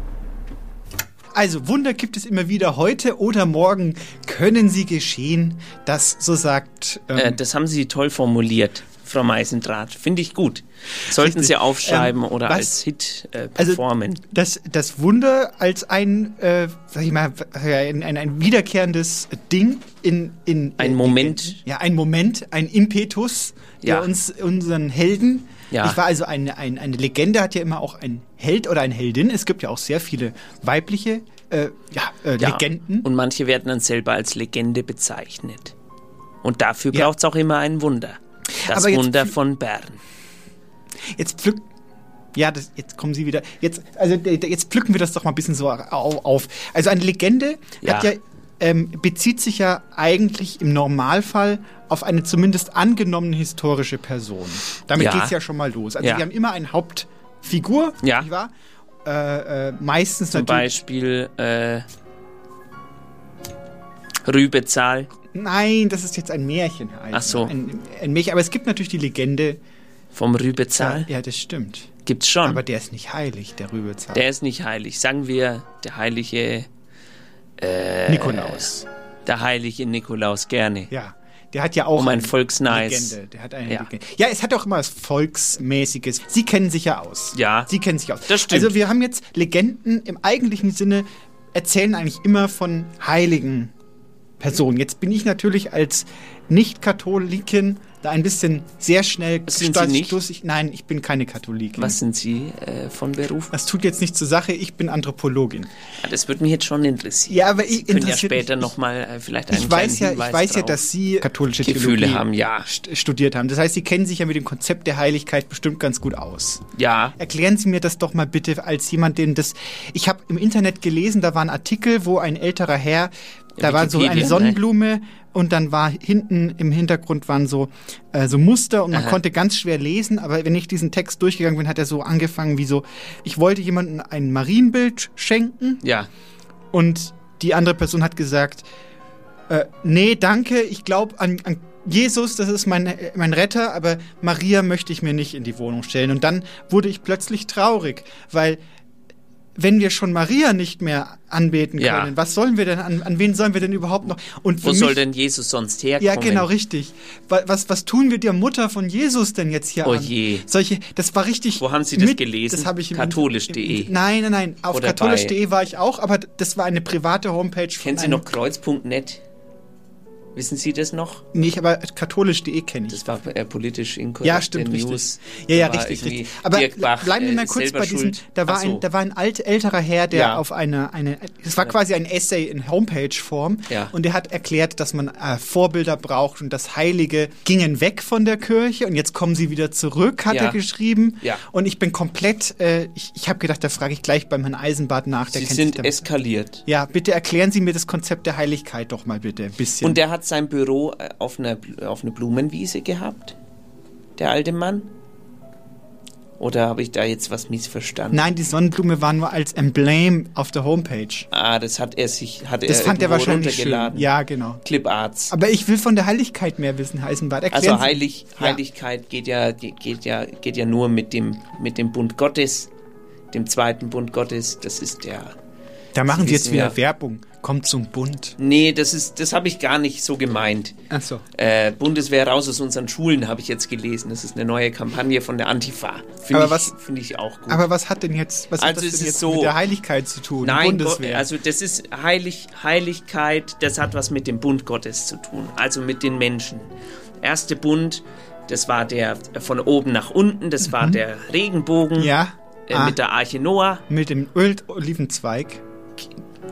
Speaker 2: Also, Wunder gibt es immer wieder. Heute oder morgen können sie geschehen. Das, so sagt. ähm,
Speaker 1: Äh, das haben Sie toll formuliert, Frau Meisendraht. Finde ich gut. Sollten Sie
Speaker 2: Richtig.
Speaker 1: aufschreiben
Speaker 2: Ähm,
Speaker 1: oder
Speaker 2: was-
Speaker 1: als Hit äh,
Speaker 2: Also-
Speaker 1: performen.
Speaker 2: das, das Wunder als ein, äh, sag ich mal, ein, ein, ein wiederkehrendes Ding in. in
Speaker 1: Ein
Speaker 2: äh,
Speaker 1: Moment.
Speaker 2: ja, ein Moment, ein Impetus, der
Speaker 1: Ja.
Speaker 2: uns, unseren Helden.
Speaker 1: Ja.
Speaker 2: Ich war also eine, ein, eine Legende, hat ja immer auch ein Held oder eine Heldin. Es gibt ja auch sehr viele weibliche äh, ja, äh,
Speaker 1: Ja.
Speaker 2: Legenden.
Speaker 1: Und manche werden dann selber als Legende bezeichnet. Und dafür
Speaker 2: Ja.
Speaker 1: braucht es auch immer ein Wunder. Das
Speaker 2: Aber jetzt
Speaker 1: Wunder
Speaker 2: fü-
Speaker 1: von Bern.
Speaker 2: Jetzt pflückt. Ja, das, jetzt kommen Sie wieder. Jetzt, also, d- d- jetzt pflücken wir das doch mal ein bisschen so au- auf. Also eine Legende hat
Speaker 1: Ja.
Speaker 2: ja, ähm, bezieht sich ja eigentlich im Normalfall auf eine zumindest angenommene historische Person. Damit
Speaker 1: Ja.
Speaker 2: geht's ja schon mal los. Also
Speaker 1: Ja.
Speaker 2: wir haben immer eine Hauptfigur,
Speaker 1: Ja.
Speaker 2: nicht wahr? Äh, äh, meistens
Speaker 1: Zum
Speaker 2: natürlich.
Speaker 1: Beispiel äh, Rübezahl.
Speaker 2: Nein, das ist jetzt ein Märchen. Herr Eisner.
Speaker 1: Ach so.
Speaker 2: Ein, ein Märchen. Aber es gibt natürlich die Legende.
Speaker 1: Vom Rübezahl
Speaker 2: Ja, das stimmt.
Speaker 1: gibt's schon.
Speaker 2: Aber der ist nicht heilig, der Rübezahn.
Speaker 1: der ist nicht heilig. Sagen wir, der heilige, äh,
Speaker 2: Nikolaus.
Speaker 1: der heilige Nikolaus gerne.
Speaker 2: Ja, der hat ja auch
Speaker 1: Um ein
Speaker 2: eine
Speaker 1: Volksneis.
Speaker 2: Legende. Der hat eine
Speaker 1: Ja.
Speaker 2: ja. Legende. Ja, es hat auch immer was Volksmäßiges. Sie kennen sich ja aus.
Speaker 1: Ja.
Speaker 2: Sie kennen sich aus.
Speaker 1: Das stimmt.
Speaker 2: Also wir haben jetzt Legenden im eigentlichen Sinne erzählen eigentlich immer von heiligen Personen. Jetzt bin ich natürlich als Nicht-Katholikin da ein bisschen sehr schnell
Speaker 1: Sind Sie nicht?
Speaker 2: stussig. Nein, ich bin keine Katholikin.
Speaker 1: Was sind Sie äh, von Beruf?
Speaker 2: Das tut jetzt nicht zur Sache, ich bin Anthropologin.
Speaker 1: Ja, Das würde mich jetzt schon interessieren.
Speaker 2: Ja, aber ich
Speaker 1: Sie können ja
Speaker 2: interessiert mich-
Speaker 1: später nochmal äh, vielleicht einen
Speaker 2: Ich
Speaker 1: kleinen
Speaker 2: weiß, ja, ich
Speaker 1: Hinweis
Speaker 2: weiß ja,
Speaker 1: drauf.
Speaker 2: dass Sie katholische
Speaker 1: Gefühle
Speaker 2: Theologie
Speaker 1: haben, ja.
Speaker 2: st- studiert haben. Das heißt, Sie kennen sich ja mit dem Konzept der Heiligkeit bestimmt ganz gut aus.
Speaker 1: Ja,
Speaker 2: Erklären Sie mir das doch mal bitte als jemand, dem das. Ich habe im Internet gelesen, da war ein Artikel, wo ein älterer Herr, da war so
Speaker 1: Wikipedia,
Speaker 2: eine
Speaker 1: ne?
Speaker 2: Sonnenblume und dann war hinten im Hintergrund waren so, äh, so Muster und man konnte ganz schwer lesen, aber wenn ich diesen Text durchgegangen bin, hat er so angefangen wie so, ich wollte jemandem ein Marienbild schenken
Speaker 1: ja.
Speaker 2: und die andere Person hat gesagt, äh, nee, danke, ich glaube an, an Jesus, das ist mein, äh, mein Retter, aber Maria möchte ich mir nicht in die Wohnung stellen. Und dann wurde ich plötzlich traurig, weil wenn wir schon Maria nicht mehr anbeten
Speaker 1: Ja.
Speaker 2: können, was sollen wir denn, an, an wen sollen wir denn überhaupt noch? Und
Speaker 1: Wo
Speaker 2: für
Speaker 1: soll
Speaker 2: mich-
Speaker 1: denn Jesus sonst herkommen?
Speaker 2: ja, genau, richtig. Wa- Was, was tun wir der Mutter von Jesus denn jetzt hier
Speaker 1: Oh
Speaker 2: an?
Speaker 1: je.
Speaker 2: Solche, das war richtig.
Speaker 1: Wo haben Sie das gelesen?
Speaker 2: Das habe ich im
Speaker 1: Katholisch.de?
Speaker 2: im- Nein, nein, nein. Auf
Speaker 1: Oder bei-
Speaker 2: katholisch.de war ich auch, aber das war eine private Homepage. von
Speaker 1: Kennen Sie
Speaker 2: einem-
Speaker 1: noch kreuz.net? Wissen Sie das noch?
Speaker 2: Nicht, aber katholisch.de kenne ich.
Speaker 1: Das war äh, politisch inkorrekt.
Speaker 2: ja, stimmt,
Speaker 1: der
Speaker 2: richtig.
Speaker 1: News.
Speaker 2: Ja, ja,
Speaker 1: Da war
Speaker 2: richtig,
Speaker 1: irgendwie
Speaker 2: richtig. Aber
Speaker 1: Dirk Bach,
Speaker 2: bleiben wir
Speaker 1: äh,
Speaker 2: mal kurz
Speaker 1: selber
Speaker 2: bei diesem.
Speaker 1: schuld.
Speaker 2: Da war,
Speaker 1: Ach so.
Speaker 2: ein, da war ein alt, älterer Herr, der
Speaker 1: Ja.
Speaker 2: auf eine, eine, es war quasi ein Essay in Homepage-Form.
Speaker 1: Ja.
Speaker 2: Und der hat erklärt, dass man äh, Vorbilder braucht und das Heilige gingen weg von der Kirche und jetzt kommen sie wieder zurück, hat
Speaker 1: Ja.
Speaker 2: er geschrieben.
Speaker 1: Ja.
Speaker 2: Und ich bin komplett, äh, ich, ich habe gedacht, da frage ich gleich beim Herrn Eisenbart nach. Der
Speaker 1: Sie
Speaker 2: kennt sich
Speaker 1: sind
Speaker 2: damit.
Speaker 1: eskaliert.
Speaker 2: Ja, bitte erklären Sie mir das Konzept der Heiligkeit doch mal bitte ein bisschen.
Speaker 1: Und der hat sein Büro äh, auf einer, Bl- auf einer Blumenwiese gehabt? Der alte Mann? Oder habe ich da jetzt was missverstanden?
Speaker 2: Nein, die Sonnenblume war nur als Emblem auf der Homepage.
Speaker 1: Ah, das hat er sich, hat
Speaker 2: Das
Speaker 1: er
Speaker 2: fand er
Speaker 1: irgendwo
Speaker 2: wahrscheinlich schön.
Speaker 1: runtergeladen.
Speaker 2: Ja, genau.
Speaker 1: Clip Arts.
Speaker 2: Aber ich will von der Heiligkeit mehr wissen, Heisenbart. Erklären
Speaker 1: Also
Speaker 2: Sie-
Speaker 1: heilig,
Speaker 2: Ja.
Speaker 1: Heiligkeit geht ja geht, geht ja geht ja nur mit dem mit dem Bund Gottes, dem zweiten Bund Gottes. Das ist der.
Speaker 2: Da machen
Speaker 1: Sie
Speaker 2: Sie jetzt
Speaker 1: wissen
Speaker 2: wieder
Speaker 1: ja.
Speaker 2: Werbung. Kommt zum Bund.
Speaker 1: Nee, das ist das habe ich gar nicht so gemeint.
Speaker 2: Achso.
Speaker 1: Äh, Bundeswehr raus aus unseren Schulen habe ich jetzt gelesen. Das ist eine neue Kampagne von der Antifa. Finde
Speaker 2: Aber
Speaker 1: ich,
Speaker 2: was-
Speaker 1: finde ich auch gut.
Speaker 2: Aber was hat denn jetzt, was
Speaker 1: Also
Speaker 2: hat das
Speaker 1: es
Speaker 2: denn
Speaker 1: ist
Speaker 2: jetzt
Speaker 1: so-
Speaker 2: mit der Heiligkeit zu tun?
Speaker 1: Nein,
Speaker 2: Bundeswehr.
Speaker 1: Go- also das ist heilig, Heiligkeit, das hat was mit dem Bund Gottes zu tun, also mit den Menschen. Erste Bund, das war der von oben nach unten, das war der Regenbogen
Speaker 2: Mhm. ja.
Speaker 1: äh,
Speaker 2: ah,
Speaker 1: mit der Arche Noah,
Speaker 2: mit dem Öl Olivenzweig.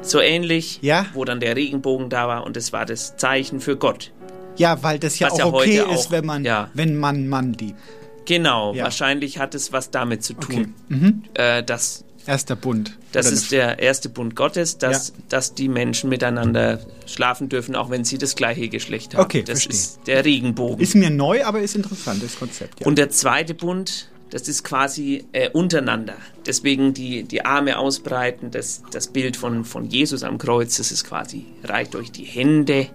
Speaker 1: so ähnlich,
Speaker 2: Ja.
Speaker 1: wo dann der Regenbogen da war und das war das Zeichen für Gott.
Speaker 2: Ja, weil das ja
Speaker 1: Was
Speaker 2: auch
Speaker 1: ja
Speaker 2: okay
Speaker 1: heute
Speaker 2: ist,
Speaker 1: auch-
Speaker 2: wenn man,
Speaker 1: ja.
Speaker 2: wenn man Mann liebt.
Speaker 1: Genau,
Speaker 2: Ja.
Speaker 1: wahrscheinlich hat es was damit zu
Speaker 2: Okay.
Speaker 1: tun. Äh, dass,
Speaker 2: Erster Bund.
Speaker 1: das
Speaker 2: Oder
Speaker 1: ist
Speaker 2: eine-
Speaker 1: der erste Bund Gottes, dass, dass die Menschen miteinander schlafen dürfen, auch wenn sie das gleiche Geschlecht haben.
Speaker 2: Okay,
Speaker 1: das
Speaker 2: verstehe.
Speaker 1: ist der Regenbogen.
Speaker 2: ist mir neu, aber ist interessant, das Konzept. Ja.
Speaker 1: Und der zweite Bund, das ist quasi äh, untereinander. Deswegen die, die Arme ausbreiten, das, das Bild von, von Jesus am Kreuz, das ist quasi, reicht euch die Hände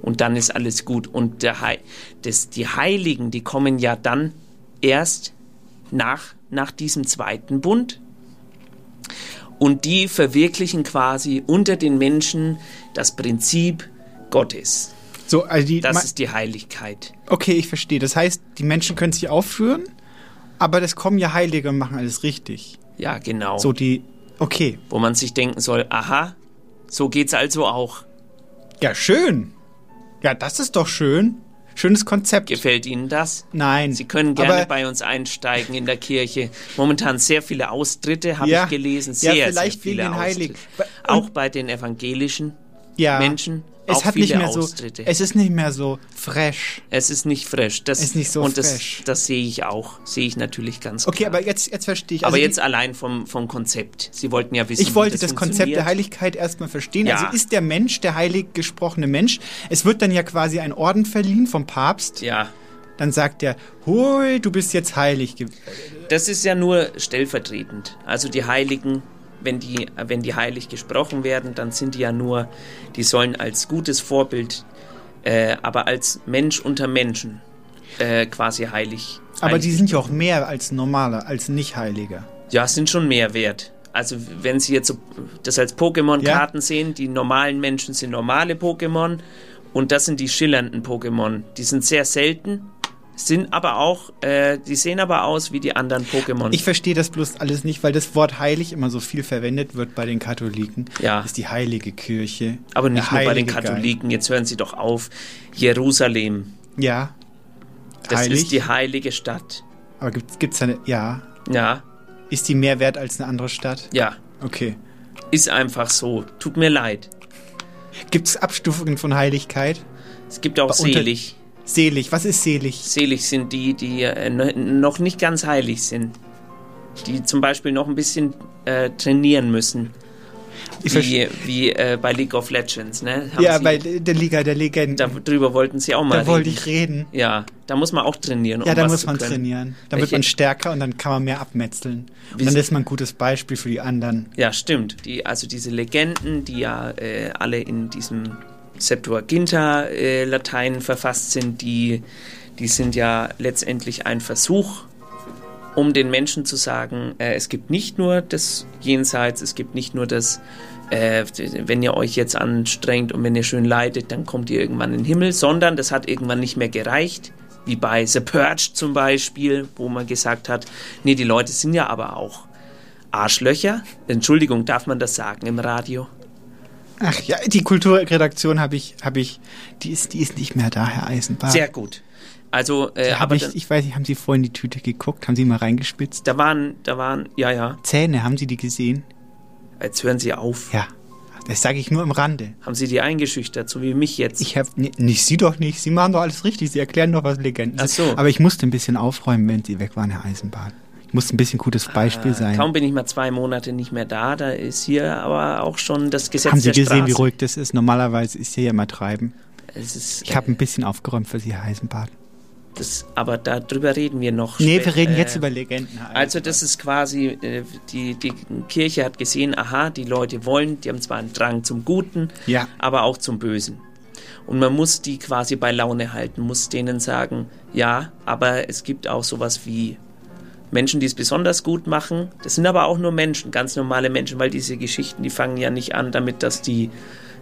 Speaker 1: und dann ist alles gut. Und der Hei das, die Heiligen, die kommen ja dann erst nach, nach diesem zweiten Bund. Und die verwirklichen quasi unter den Menschen das Prinzip Gottes.
Speaker 2: So, also die, ma-
Speaker 1: Das ist die Heiligkeit.
Speaker 2: okay, ich verstehe. Das heißt, die Menschen können sich aufführen, aber das kommen ja Heilige und machen alles richtig.
Speaker 1: Ja, genau.
Speaker 2: So die, okay,
Speaker 1: Wo man sich denken soll, aha, so geht's also auch.
Speaker 2: ja schön. Ja, das ist doch schön. Schönes Konzept.
Speaker 1: Gefällt Ihnen das?
Speaker 2: Nein.
Speaker 1: Sie können gerne
Speaker 2: aber,
Speaker 1: bei uns einsteigen in der Kirche. Momentan sehr viele Austritte, habe
Speaker 2: Ja.
Speaker 1: ich gelesen.
Speaker 2: Ja,
Speaker 1: Sehr,
Speaker 2: vielleicht
Speaker 1: sehr
Speaker 2: wegen
Speaker 1: viele
Speaker 2: den Heiligen.
Speaker 1: Austritte.
Speaker 2: Und-
Speaker 1: Auch bei den evangelischen
Speaker 2: ja,
Speaker 1: Menschen. auch
Speaker 2: Es hat
Speaker 1: viele
Speaker 2: nicht mehr so,
Speaker 1: Austritte.
Speaker 2: es ist nicht mehr so fresh.
Speaker 1: Es ist nicht fresh. Das,
Speaker 2: Es ist nicht so
Speaker 1: und
Speaker 2: fresh.
Speaker 1: Das, das sehe ich auch. Sehe ich natürlich ganz
Speaker 2: Okay,
Speaker 1: klar.
Speaker 2: aber jetzt, jetzt verstehe ich.
Speaker 1: aber
Speaker 2: Also
Speaker 1: jetzt
Speaker 2: die,
Speaker 1: allein vom, vom Konzept. Sie wollten ja wissen,
Speaker 2: ich wollte
Speaker 1: wie
Speaker 2: das,
Speaker 1: das,
Speaker 2: Konzept der
Speaker 1: funktioniert.
Speaker 2: Heiligkeit erstmal verstehen.
Speaker 1: Ja.
Speaker 2: Also ist der Mensch der heilig gesprochene Mensch? Es wird dann ja quasi ein Orden verliehen vom Papst.
Speaker 1: Ja,
Speaker 2: Dann sagt er, hui, du bist jetzt heilig. ge-
Speaker 1: das ist ja nur stellvertretend. Also die Heiligen, wenn die, wenn die heilig gesprochen werden, dann sind die ja nur, die sollen als gutes Vorbild, äh, aber als Mensch unter Menschen äh, quasi heilig.
Speaker 2: Aber
Speaker 1: heilig
Speaker 2: die sind ja auch mehr als normale, als nicht heilige.
Speaker 1: Ja, es sind schon mehr wert. Also wenn Sie jetzt so, das als Pokémon-Karten sehen, die normalen Menschen sind normale Pokémon und das sind die schillernden Pokémon. Die sind sehr selten, sind aber auch, äh, die sehen aber aus wie die anderen Pokémon.
Speaker 2: Ich verstehe das bloß alles nicht, weil das Wort heilig immer so viel verwendet wird bei den Katholiken.
Speaker 1: Ja.
Speaker 2: Das ist die heilige Kirche.
Speaker 1: aber
Speaker 2: der
Speaker 1: nicht nur bei den
Speaker 2: heilige Geist.
Speaker 1: Katholiken. Jetzt hören Sie doch auf. Jerusalem,
Speaker 2: Ja.
Speaker 1: das
Speaker 2: heilig.
Speaker 1: ist die heilige Stadt.
Speaker 2: aber gibt, gibt's eine, ja.
Speaker 1: Ja,
Speaker 2: Ist die mehr wert als eine andere Stadt?
Speaker 1: ja,
Speaker 2: Okay.
Speaker 1: ist einfach so. Tut mir leid.
Speaker 2: Gibt es Abstufungen von Heiligkeit?
Speaker 1: Es gibt auch
Speaker 2: Aber unter-
Speaker 1: selig.
Speaker 2: Selig, was ist selig?
Speaker 1: Selig sind die, die äh, ne- noch nicht ganz heilig sind. Die zum Beispiel noch ein bisschen äh, trainieren müssen.
Speaker 2: Ich
Speaker 1: wie wie äh, bei League of Legends, ne? Haben
Speaker 2: Ja,
Speaker 1: sie,
Speaker 2: bei der Liga der Legenden. Da,
Speaker 1: darüber wollten sie auch mal
Speaker 2: wollte
Speaker 1: reden.
Speaker 2: ich reden.
Speaker 1: Ja, da muss man auch trainieren.
Speaker 2: Ja,
Speaker 1: um
Speaker 2: da
Speaker 1: was
Speaker 2: muss
Speaker 1: zu
Speaker 2: man
Speaker 1: können.
Speaker 2: trainieren. Da wird
Speaker 1: Welche-
Speaker 2: man stärker und dann kann man mehr abmetzeln. Und
Speaker 1: Wie-
Speaker 2: dann ist man ein gutes Beispiel für die anderen.
Speaker 1: Ja, stimmt. Die, also diese Legenden, die ja äh, alle in diesem Septuaginta-Latein verfasst sind, die, die sind ja letztendlich ein Versuch, um den Menschen zu sagen, äh, es gibt nicht nur das Jenseits, es gibt nicht nur das, äh, wenn ihr euch jetzt anstrengt und wenn ihr schön leidet, dann kommt ihr irgendwann in den Himmel, sondern das hat irgendwann nicht mehr gereicht. Wie bei The Purge zum Beispiel, wo man gesagt hat, nee, die Leute sind ja aber auch Arschlöcher? Entschuldigung, darf man das sagen im Radio?
Speaker 2: Ach ja, die Kulturredaktion habe ich, habe ich, die ist, die ist nicht mehr da, Herr Eisenbach.
Speaker 1: Sehr gut. Also, äh,
Speaker 2: Ah. Da hab
Speaker 1: aber
Speaker 2: ich,
Speaker 1: da,
Speaker 2: ich weiß nicht, haben Sie vorhin die Tüte geguckt? Haben Sie mal reingespitzt?
Speaker 1: da waren, da waren, ja, ja,
Speaker 2: Zähne, haben Sie die gesehen?
Speaker 1: jetzt hören Sie auf.
Speaker 2: Ja. Das sage ich nur am Rande.
Speaker 1: Haben Sie die eingeschüchtert, so wie mich jetzt?
Speaker 2: Ich habe nicht Sie doch nicht. Sie machen doch alles richtig. Sie erklären doch was Legenden.
Speaker 1: Ach so.
Speaker 2: Aber ich musste ein bisschen aufräumen, wenn Sie weg waren, Herr Eisenbahn. Ich musste ein bisschen gutes Beispiel sein.
Speaker 1: Ah, Kaum bin ich mal zwei Monate nicht mehr da, da ist hier aber auch schon das Gesetz
Speaker 2: Haben Sie
Speaker 1: der
Speaker 2: gesehen, wie
Speaker 1: Straße.
Speaker 2: ruhig das ist? Normalerweise ist hier ja immer treiben.
Speaker 1: Es ist,
Speaker 2: Ich habe ein bisschen aufgeräumt für Sie, Herr Eisenbahn.
Speaker 1: das, aber darüber reden wir noch.
Speaker 2: Nee,
Speaker 1: spä-
Speaker 2: wir reden jetzt
Speaker 1: äh,
Speaker 2: über Legenden. Herr
Speaker 1: Also
Speaker 2: Eisenbahn.
Speaker 1: das ist quasi, äh, die, die Kirche hat gesehen, aha, die Leute wollen, die haben zwar einen Drang zum Guten,
Speaker 2: Ja.
Speaker 1: aber auch zum Bösen. Und man muss die quasi bei Laune halten, muss denen sagen, ja, aber es gibt auch sowas wie Menschen, die es besonders gut machen. Das sind aber auch nur Menschen, ganz normale Menschen, weil diese Geschichten, die fangen ja nicht an damit, dass die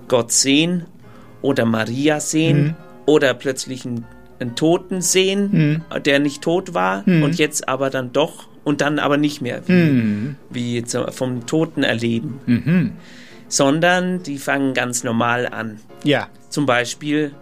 Speaker 1: Gott sehen oder Maria sehen
Speaker 2: Mhm.
Speaker 1: oder plötzlich einen, einen Toten sehen,
Speaker 2: Mhm.
Speaker 1: der nicht tot war und jetzt aber dann doch und dann aber nicht mehr, wie,
Speaker 2: Hm.
Speaker 1: wie zu, vom Toten erleben,
Speaker 2: Mhm.
Speaker 1: sondern die fangen ganz normal an.
Speaker 2: Ja,
Speaker 1: Zum Beispiel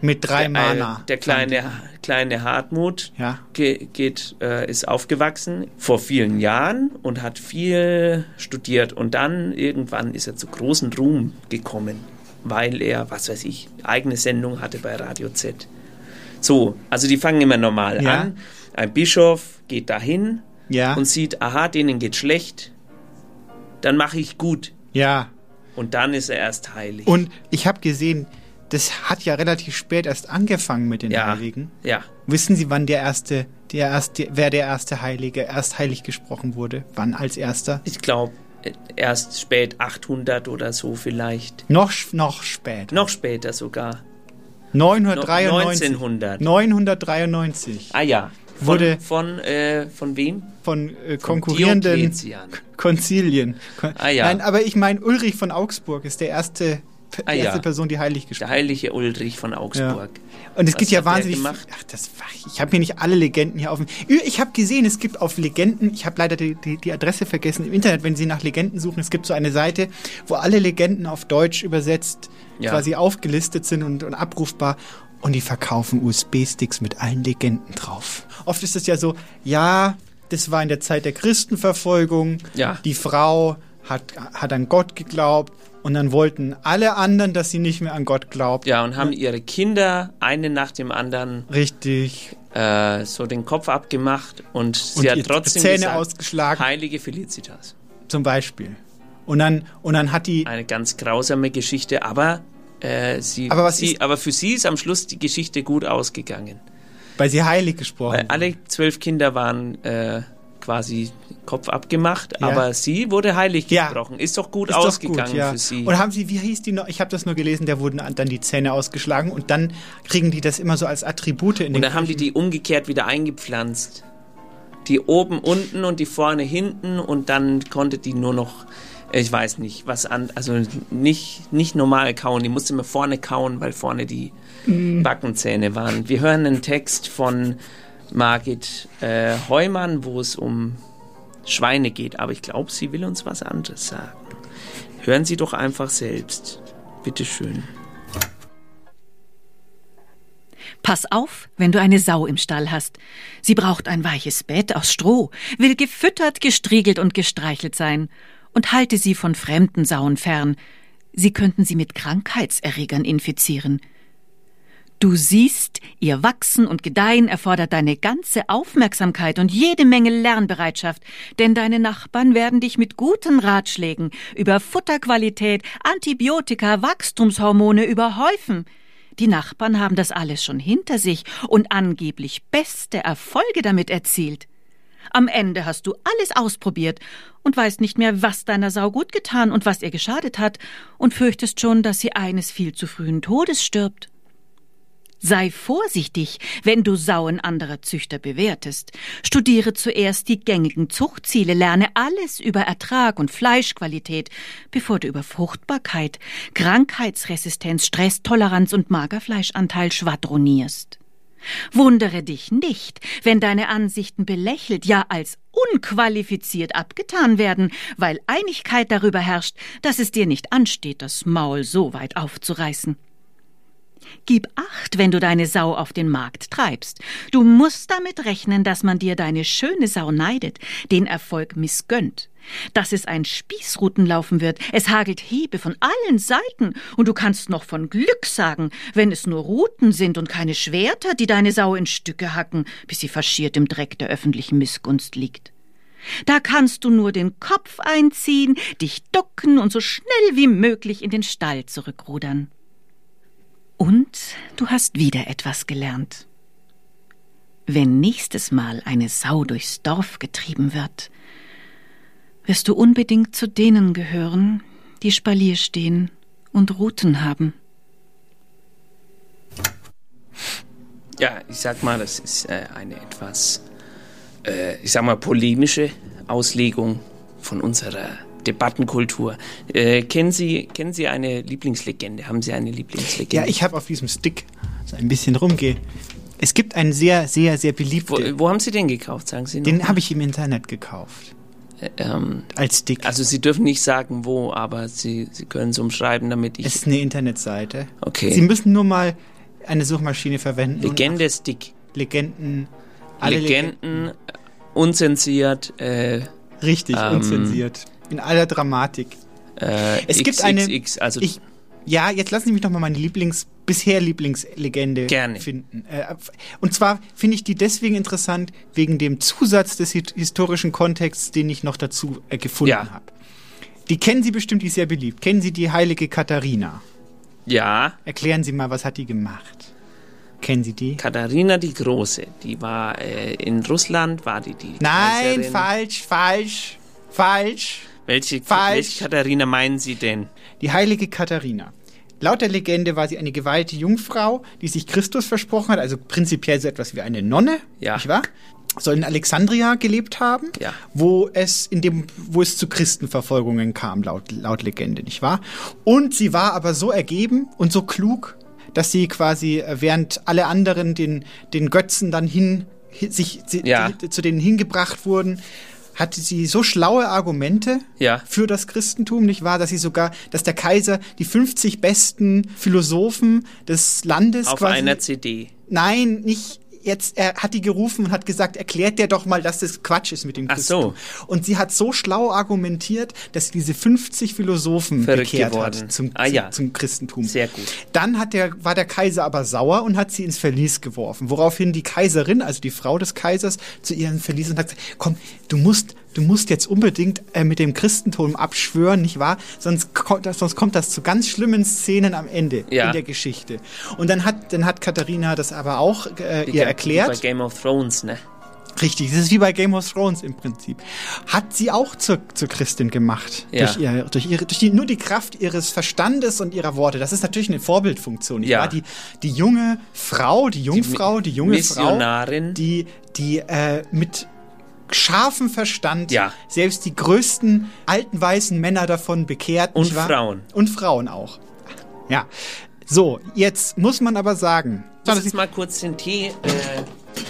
Speaker 2: mit drei
Speaker 1: der, äh,
Speaker 2: Mana.
Speaker 1: der kleine, kleine Hartmut
Speaker 2: Ja.
Speaker 1: ge geht, äh, ist aufgewachsen vor vielen Jahren und hat viel studiert und dann irgendwann ist er zu großen Ruhm gekommen, weil er, was weiß ich, eigene Sendung hatte bei Radio Z. So, also die fangen immer normal
Speaker 2: Ja.
Speaker 1: an. Ein Bischof geht dahin
Speaker 2: Ja,
Speaker 1: und sieht, aha, denen geht schlecht, dann mache ich gut
Speaker 2: ja.
Speaker 1: und dann ist er erst heilig.
Speaker 2: Und ich habe gesehen, das hat ja relativ spät erst angefangen mit den
Speaker 1: ja,
Speaker 2: Heiligen.
Speaker 1: ja.
Speaker 2: Wissen Sie, wann der erste, der erste, wer der erste Heilige erst heilig gesprochen wurde? Wann als erster?
Speaker 1: Ich glaube, erst spät 800 oder so vielleicht.
Speaker 2: Noch, sch- noch später.
Speaker 1: Noch später sogar. No-
Speaker 2: 993.
Speaker 1: 1900.
Speaker 2: 993.
Speaker 1: Ah ja,
Speaker 2: wurde
Speaker 1: von, äh, von wem?
Speaker 2: von äh, konkurrierenden
Speaker 1: Diokletian.
Speaker 2: Konzilien. Kon-
Speaker 1: Ah, ja.
Speaker 2: Nein, aber ich meine, Ulrich von Augsburg ist der erste, p-
Speaker 1: Ah,
Speaker 2: erste
Speaker 1: ja.
Speaker 2: Person, die heilig gesprochen
Speaker 1: Der heilige Ulrich von Augsburg.
Speaker 2: Und es
Speaker 1: Was
Speaker 2: gibt ja
Speaker 1: hat der
Speaker 2: wahnsinnig.
Speaker 1: gemacht?
Speaker 2: Ach, das war, ich habe mir nicht alle Legenden hier auf. Ü, Ich habe gesehen, es gibt auf Legenden, ich habe leider die, die, die Adresse vergessen im Internet, wenn Sie nach Legenden suchen, es gibt so eine Seite, wo alle Legenden auf Deutsch übersetzt
Speaker 1: Ja.
Speaker 2: quasi aufgelistet sind und, und abrufbar. Und die verkaufen USB-Sticks mit allen Legenden drauf. Oft ist es ja so, ja, das war in der Zeit der Christenverfolgung.
Speaker 1: Ja.
Speaker 2: Die Frau hat, hat an Gott geglaubt. Und dann wollten alle anderen, dass sie nicht mehr an Gott glaubt.
Speaker 1: Ja, und haben ihre Kinder einen nach dem anderen
Speaker 2: Richtig.
Speaker 1: äh, so den Kopf abgemacht und sie
Speaker 2: Und
Speaker 1: hat
Speaker 2: ihr
Speaker 1: trotzdem
Speaker 2: Zähne
Speaker 1: gesagt,
Speaker 2: ausgeschlagen.
Speaker 1: heilige Felicitas.
Speaker 2: zum Beispiel. Und dann, und dann hat die.
Speaker 1: Eine ganz grausame Geschichte, aber äh, sie,
Speaker 2: Aber was
Speaker 1: sie
Speaker 2: ist-
Speaker 1: aber für sie ist am Schluss die Geschichte gut ausgegangen.
Speaker 2: Weil sie heilig gesprochen
Speaker 1: Weil alle zwölf Kinder waren äh, quasi Kopf abgemacht,
Speaker 2: Ja.
Speaker 1: aber sie wurde heilig
Speaker 2: Ja.
Speaker 1: gesprochen. Ist doch gut
Speaker 2: Ist doch
Speaker 1: ausgegangen
Speaker 2: ja.
Speaker 1: für sie.
Speaker 2: Und haben sie, wie hieß die noch? Ich habe das nur gelesen, da wurden dann die Zähne ausgeschlagen und dann kriegen die das immer so als Attribute in
Speaker 1: Und
Speaker 2: den
Speaker 1: dann haben die die umgekehrt wieder eingepflanzt. Die oben unten und die vorne hinten und dann konnte die nur noch, äh, ich weiß nicht, was an, also nicht, nicht normal kauen. Die musste immer vorne kauen, weil vorne die
Speaker 2: Mhm.
Speaker 1: Backenzähne waren. Wir hören einen Text von Margit äh, Heumann, wo es um Schweine geht, aber ich glaube, sie will uns was anderes sagen. Hören Sie doch einfach selbst. Bitteschön.
Speaker 7: Pass auf, wenn du eine Sau im Stall hast. Sie braucht ein weiches Bett aus Stroh, will gefüttert, gestriegelt und gestreichelt sein. Und halte sie von fremden Sauen fern. Sie könnten sie mit Krankheitserregern infizieren. Du siehst, ihr Wachsen und Gedeihen erfordert deine ganze Aufmerksamkeit und jede Menge Lernbereitschaft, denn deine Nachbarn werden dich mit guten Ratschlägen über Futterqualität, Antibiotika, Wachstumshormone überhäufen. Die Nachbarn haben das alles schon hinter sich und angeblich beste Erfolge damit erzielt. Am Ende hast du alles ausprobiert und weißt nicht mehr, was deiner Sau gut getan und was ihr geschadet hat und fürchtest schon, dass sie eines viel zu frühen Todes stirbt. Sei vorsichtig, wenn du Sauen anderer Züchter bewertest. Studiere zuerst die gängigen Zuchtziele, lerne alles über Ertrag und Fleischqualität, bevor du über Fruchtbarkeit, Krankheitsresistenz, Stresstoleranz und Magerfleischanteil schwadronierst. Wundere dich nicht, wenn deine Ansichten belächelt, ja als unqualifiziert abgetan werden, weil Einigkeit darüber herrscht, dass es dir nicht ansteht, das Maul so weit aufzureißen. Gib acht, wenn du deine Sau auf den Markt treibst. Du musst damit rechnen, dass man dir deine schöne Sau neidet, den Erfolg missgönnt. Dass es ein Spießrutenlaufen wird, es hagelt Hiebe von allen Seiten, und du kannst noch von Glück sagen, wenn es nur Ruten sind und keine Schwerter, die deine Sau in Stücke hacken, bis sie faschiert im Dreck der öffentlichen Missgunst liegt. Da kannst du nur den Kopf einziehen, dich ducken und so schnell wie möglich in den Stall zurückrudern. Und du hast wieder etwas gelernt. Wenn nächstes Mal eine Sau durchs Dorf getrieben wird, wirst du unbedingt zu denen gehören, die Spalier stehen und Ruten haben.
Speaker 1: Ja, ich sag mal, das ist äh, eine etwas, äh, ich sag mal, polemische Auslegung von unserer Debattenkultur. Äh, kennen, Sie, kennen Sie eine Lieblingslegende? Haben Sie eine
Speaker 2: ja,
Speaker 1: Lieblingslegende?
Speaker 2: ich habe auf diesem Stick so ein bisschen rumgehe. Es gibt einen sehr, sehr, sehr
Speaker 1: Wo,
Speaker 2: beliebten.
Speaker 1: wo haben Sie den gekauft, sagen Sie noch?
Speaker 2: Den habe ich im Internet gekauft.
Speaker 1: ähm,
Speaker 2: Als Stick.
Speaker 1: also Sie dürfen nicht sagen, wo, aber Sie, Sie können es umschreiben, damit ich...
Speaker 2: es ist eine Internetseite.
Speaker 1: Okay.
Speaker 2: Sie müssen nur mal eine Suchmaschine verwenden. und
Speaker 1: Legende Stick.
Speaker 2: nach Legenden. alle
Speaker 1: Legenden, äh, unzensiert, äh,
Speaker 2: Richtig,
Speaker 1: Ähm,
Speaker 2: unzensiert. In aller Dramatik.
Speaker 1: äh,
Speaker 2: Es gibt eine-
Speaker 1: XXX, also
Speaker 2: ich, ja, jetzt lassen Sie mich doch mal meine Lieblings, bisher Lieblingslegende
Speaker 1: Gerne.
Speaker 2: finden. Äh, Und zwar finde ich die deswegen interessant, wegen dem Zusatz des hi- historischen Kontexts, den ich noch dazu äh, gefunden
Speaker 1: Ja.
Speaker 2: habe. Die kennen Sie bestimmt, die ist sehr beliebt. Kennen Sie die heilige Katharina?
Speaker 1: ja,
Speaker 2: Erklären Sie mal, was hat die gemacht? Kennen Sie die?
Speaker 1: Katharina die Große, die war äh, in Russland, war die die
Speaker 2: Nein,
Speaker 1: Kaiserin.
Speaker 2: falsch, falsch, falsch.
Speaker 1: Welche,
Speaker 2: Falsch.
Speaker 1: welche Katharina meinen Sie denn?
Speaker 2: Die heilige Katharina Laut der Legende war sie eine geweihte Jungfrau, die sich Christus versprochen hat, also prinzipiell so etwas wie eine Nonne,
Speaker 1: Ja.
Speaker 2: nicht wahr? Soll in Alexandria gelebt haben,
Speaker 1: Ja.
Speaker 2: wo es in dem, wo es zu Christenverfolgungen kam, laut, laut Legende, nicht wahr? Und sie war aber so ergeben und so klug, dass sie quasi, äh, während alle anderen den, den Götzen dann hin, hi- sich, sie,
Speaker 1: Ja.
Speaker 2: die- zu denen hingebracht wurden, hatte sie so schlaue Argumente,
Speaker 1: Ja.
Speaker 2: für das Christentum, nicht wahr? Dass sie sogar, dass der Kaiser die 50 besten Philosophen des Landes
Speaker 1: Auf
Speaker 2: quasi.
Speaker 1: einer CD.
Speaker 2: nein, nicht. Jetzt er hat die gerufen und hat gesagt, erklärt der doch mal, dass das Quatsch ist mit dem
Speaker 1: Ach
Speaker 2: Christentum. Und sie hat so schlau argumentiert, dass sie diese 50 Philosophen
Speaker 1: Verrückt
Speaker 2: bekehrt
Speaker 1: geworden.
Speaker 2: hat zum,
Speaker 1: Ah, ja.
Speaker 2: zum, zum Christentum.
Speaker 1: Sehr gut.
Speaker 2: Dann hat der, war der Kaiser aber sauer und hat sie ins Verlies geworfen, woraufhin die Kaiserin, also die Frau des Kaisers, zu ihren Verlies und hat gesagt, komm, du musst, du musst jetzt unbedingt äh, mit dem Christentum abschwören, nicht wahr? Sonst kommt, das, sonst kommt das zu ganz schlimmen Szenen am Ende
Speaker 1: Ja.
Speaker 2: in der Geschichte. Und dann hat, dann hat Katharina das aber auch äh,
Speaker 1: Wie
Speaker 2: ihr
Speaker 1: Ga- Wie
Speaker 2: erklärt.
Speaker 1: bei Game of Thrones, ne?
Speaker 2: Richtig, das ist wie bei Game of Thrones im Prinzip. Hat sie auch zur, zur Christin gemacht.
Speaker 1: Ja.
Speaker 2: Durch, ihr, durch, ihre, durch die, nur die Kraft ihres Verstandes und ihrer Worte. Das ist natürlich eine Vorbildfunktion. nicht
Speaker 1: Ja.
Speaker 2: wahr? Die, die junge Frau, die Jungfrau, die junge
Speaker 1: Missionarin.
Speaker 2: Frau, die, die äh, mit scharfem Verstand
Speaker 1: Ja.
Speaker 2: selbst die größten alten weißen Männer davon bekehrt.
Speaker 1: Und
Speaker 2: nicht wahr?
Speaker 1: Frauen.
Speaker 2: Und Frauen auch. Ja. So, jetzt muss man aber sagen.
Speaker 1: Ich muss jetzt mal kurz den Tee, äh,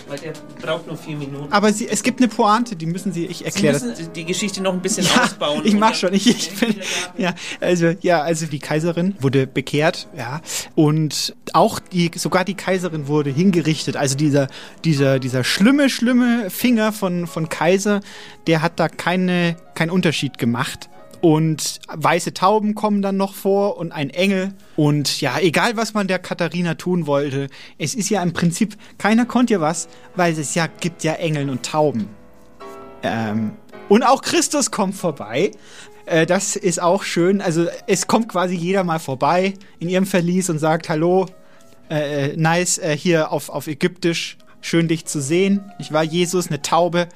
Speaker 1: weil der braucht nur vier Minuten.
Speaker 2: Aber sie, es gibt eine Pointe, die müssen Sie, ich
Speaker 1: Sie
Speaker 2: erkläre das.
Speaker 1: müssen die Geschichte noch ein bisschen ausbauen.
Speaker 2: Ich mach
Speaker 1: oder?
Speaker 2: schon. Ich, ich bin, ja, also, ja, also die Kaiserin wurde bekehrt, ja. Und auch die, sogar die Kaiserin wurde hingerichtet. Also dieser, dieser, dieser schlimme, schlimme Finger von, von Kaiser, der hat da keine, keinen Unterschied gemacht. Und weiße Tauben kommen dann noch vor und ein Engel. Und ja, egal was man der Katharina tun wollte, es ist ja im Prinzip, keiner konnte ihr was, weil es ja gibt ja Engeln und Tauben. Ähm, und auch Christus kommt vorbei. Äh, das ist auch schön. Also es kommt quasi jeder mal vorbei in ihrem Verlies und sagt Hallo, äh, äh, nice, äh, hier auf, auf Ägyptisch, schön dich zu sehen. Ich war Jesus, eine Taube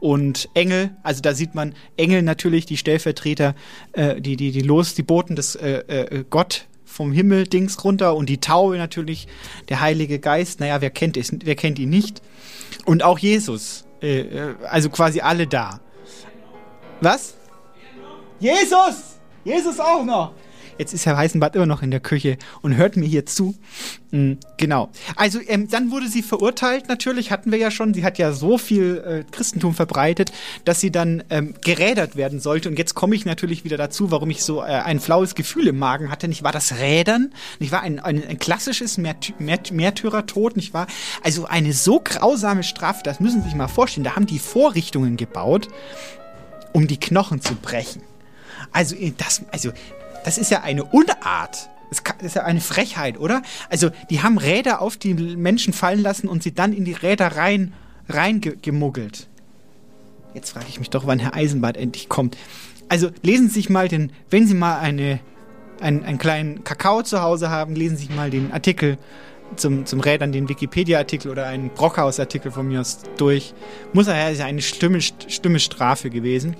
Speaker 2: und Engel. Also da sieht man Engel natürlich, die Stellvertreter, äh, die, die, die Los, die Boten des äh, äh, Gott vom Himmel Dings runter und die Taube natürlich, der Heilige Geist. Naja, wer kennt, es, wer kennt ihn nicht? Und auch Jesus. Äh, äh, also quasi alle da. Was? Jesus! Jesus auch noch! Jetzt ist Herr Weißenbart immer noch in der Küche und hört mir hier zu. Mhm, genau. Also ähm, dann wurde sie verurteilt, natürlich, hatten wir ja schon. Sie hat ja so viel äh, Christentum verbreitet, dass sie dann ähm, gerädert werden sollte. Und jetzt komme ich natürlich wieder dazu, warum ich so äh, ein flaues Gefühl im Magen hatte. Nicht war das Rädern, nicht war ein, ein, ein klassisches Märty Märt Märtyrertod, nicht wahr? Also eine so grausame Strafe, das müssen Sie sich mal vorstellen. Da haben die Vorrichtungen gebaut, um die Knochen zu brechen. Also eh, das, also das ist ja eine Unart. Das ka- das ist ja eine Frechheit, oder? Also die haben Räder auf die Menschen fallen lassen und sie dann in die Räder rein reingemuggelt. Jetzt frage ich mich doch, wann Herr Eisenbart endlich kommt. Also lesen Sie sich mal den, wenn Sie mal eine, einen, einen kleinen Kakao zu Hause haben, lesen Sie sich mal den Artikel zum, zum Rädern, den Wikipedia-Artikel oder einen Brockhaus-Artikel von mir aus durch. Muss er ja ist ja eine schlimme, schlimme Strafe gewesen.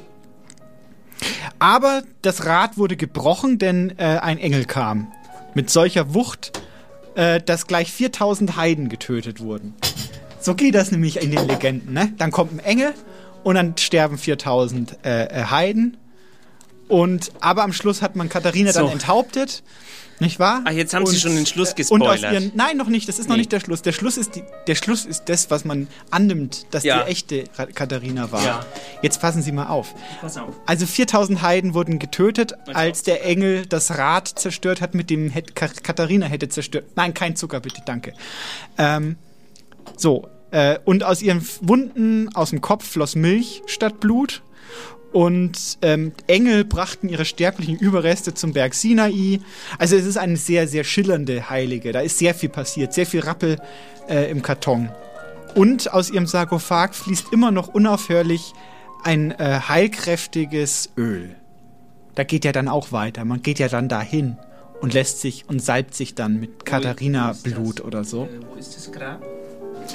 Speaker 2: Aber das Rad wurde gebrochen, denn äh, ein Engel kam. Mit solcher Wucht, äh, dass gleich 4000 Heiden getötet wurden. So geht das nämlich in den Legenden, ne? Dann kommt ein Engel und dann sterben 4000 äh, äh, Heiden. Und, aber am Schluss hat man Katharina
Speaker 1: So.
Speaker 2: dann enthauptet, nicht wahr?
Speaker 1: Ah, jetzt haben Sie schon den Schluss
Speaker 2: äh, Und aus
Speaker 1: gespoilert.
Speaker 2: ihren, nein, noch nicht, das ist noch
Speaker 1: Nee.
Speaker 2: nicht der Schluss. Der Schluss ist, die, der Schluss ist das, was man annimmt, dass
Speaker 1: Ja.
Speaker 2: die echte Ra- Katharina war.
Speaker 1: Ja.
Speaker 2: Jetzt passen Sie mal auf.
Speaker 1: Pass auf.
Speaker 2: Also 4000 Heiden wurden getötet, als der Engel das Rad zerstört hat, mit dem het Ka- Katharina hätte zerstört. Nein, kein Zucker bitte, danke. Ähm, so, äh, und aus ihren F- Wunden aus dem Kopf floss Milch statt Blut. Und ähm, Engel brachten ihre sterblichen Überreste zum Berg Sinai. Also es ist eine sehr, sehr schillernde Heilige. Da ist sehr viel passiert, sehr viel Rappel äh, im Karton. Und aus ihrem Sarkophag fließt immer noch unaufhörlich ein äh, heilkräftiges Öl. Da geht ja dann auch weiter. Man geht ja dann dahin und lässt sich und salbt sich dann mit Katharina-Blut oder so.
Speaker 1: Äh, Wo ist das Grab?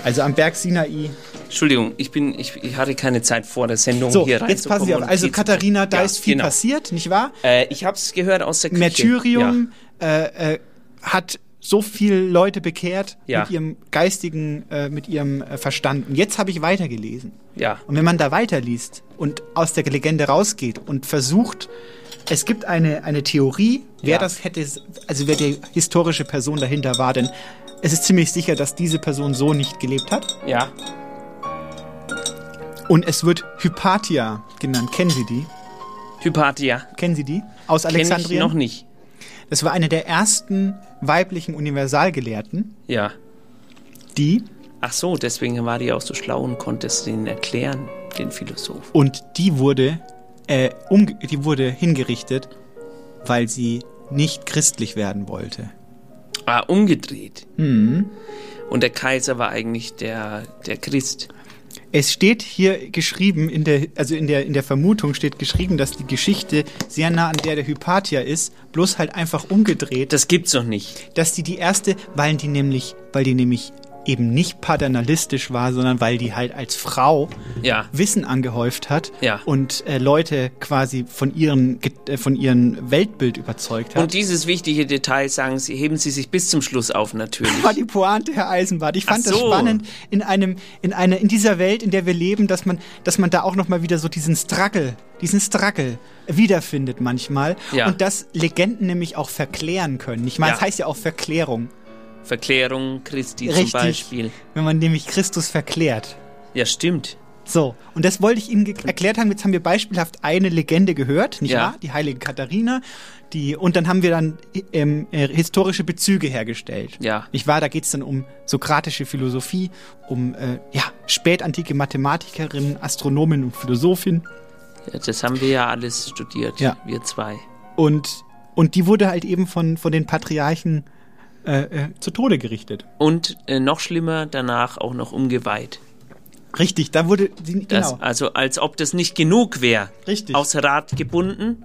Speaker 2: Also am Berg Sinai.
Speaker 1: Entschuldigung, ich bin, ich, ich hatte keine Zeit vor der Sendung
Speaker 2: So,
Speaker 1: um hier
Speaker 2: jetzt passen
Speaker 1: reinzukommen
Speaker 2: Sie auf.
Speaker 1: und
Speaker 2: Also
Speaker 1: Tee zu
Speaker 2: Katharina, da
Speaker 1: Ja,
Speaker 2: ist viel
Speaker 1: genau.
Speaker 2: passiert, nicht wahr?
Speaker 1: Äh, ich hab's gehört aus der Küche.
Speaker 2: Märtyrium, äh, äh, hat so viele Leute bekehrt
Speaker 1: Ja.
Speaker 2: mit ihrem geistigen, äh, mit ihrem äh, Verstand. Und jetzt habe ich weitergelesen.
Speaker 1: Ja.
Speaker 2: Und wenn man da weiterliest und aus der Legende rausgeht und versucht, es gibt eine, eine Theorie, wer
Speaker 1: Ja.
Speaker 2: das hätte, also wer die historische Person dahinter war, denn es ist ziemlich sicher, dass diese Person so nicht gelebt hat.
Speaker 1: Ja.
Speaker 2: Und es wird Hypatia genannt. Kennen Sie die?
Speaker 1: Hypatia.
Speaker 2: Kennen Sie die? Aus
Speaker 1: Kenne ich
Speaker 2: Alexandria?
Speaker 1: noch nicht.
Speaker 2: Das war eine der ersten weiblichen Universalgelehrten,
Speaker 1: Ja.
Speaker 2: die
Speaker 1: Ach so, deswegen war die auch so schlau und konnte es denen erklären, den Philosophen.
Speaker 2: Und die wurde, äh, umge- die wurde hingerichtet, weil sie nicht christlich werden wollte.
Speaker 1: Ah, umgedreht.
Speaker 2: Hm.
Speaker 1: Und der Kaiser war eigentlich der, der Christ.
Speaker 2: Es steht hier geschrieben, in der, also in der, in der Vermutung steht geschrieben, dass die Geschichte sehr nah an der der Hypatia ist, bloß halt einfach umgedreht,
Speaker 1: Das gibt's noch nicht.
Speaker 2: dass die die erste, weil die nämlich, weil die nämlich eben nicht paternalistisch war, sondern weil die halt als Frau
Speaker 1: Ja.
Speaker 2: Wissen angehäuft hat
Speaker 1: Ja.
Speaker 2: und äh, Leute quasi von ihrem, Ge- äh, von ihrem Weltbild überzeugt hat.
Speaker 1: Und dieses wichtige Detail sagen sie, heben sie sich bis zum Schluss auf, natürlich.
Speaker 2: war die Pointe, Herr Eisenbart. Ich fand
Speaker 1: Ach
Speaker 2: das
Speaker 1: so.
Speaker 2: spannend in einem, in einer, in dieser Welt, in der wir leben, dass man, dass man da auch noch mal wieder so diesen Struggle, diesen Struggle wiederfindet manchmal
Speaker 1: Ja.
Speaker 2: und dass Legenden nämlich auch verklären können. Ich meine,
Speaker 1: Ja.
Speaker 2: es heißt ja auch Verklärung,
Speaker 1: Verklärung Christi
Speaker 2: Richtig.
Speaker 1: zum Beispiel.
Speaker 2: wenn man nämlich Christus verklärt.
Speaker 1: Ja, stimmt.
Speaker 2: So, und das wollte ich Ihnen ge- erklärt haben. Jetzt haben wir beispielhaft eine Legende gehört, nicht
Speaker 1: Ja.
Speaker 2: wahr? Die heilige Katharina. Die, und dann haben wir dann ähm, äh, historische Bezüge hergestellt.
Speaker 1: Ja.
Speaker 2: Nicht wahr? Da geht's dann um sokratische Philosophie, um äh, ja, spätantike Mathematikerinnen, Astronomen und Philosophin.
Speaker 1: Ja, Das haben wir ja alles studiert,
Speaker 2: Ja.
Speaker 1: wir zwei.
Speaker 2: Und, und die wurde halt eben von, von den Patriarchen äh, äh, zu Tode gerichtet.
Speaker 1: Und äh, noch schlimmer, danach auch noch umgeweiht.
Speaker 2: Richtig, da wurde sie,
Speaker 1: Das,
Speaker 2: genau.
Speaker 1: Also als ob das nicht genug wäre.
Speaker 2: Richtig.
Speaker 1: Aufs Rad gebunden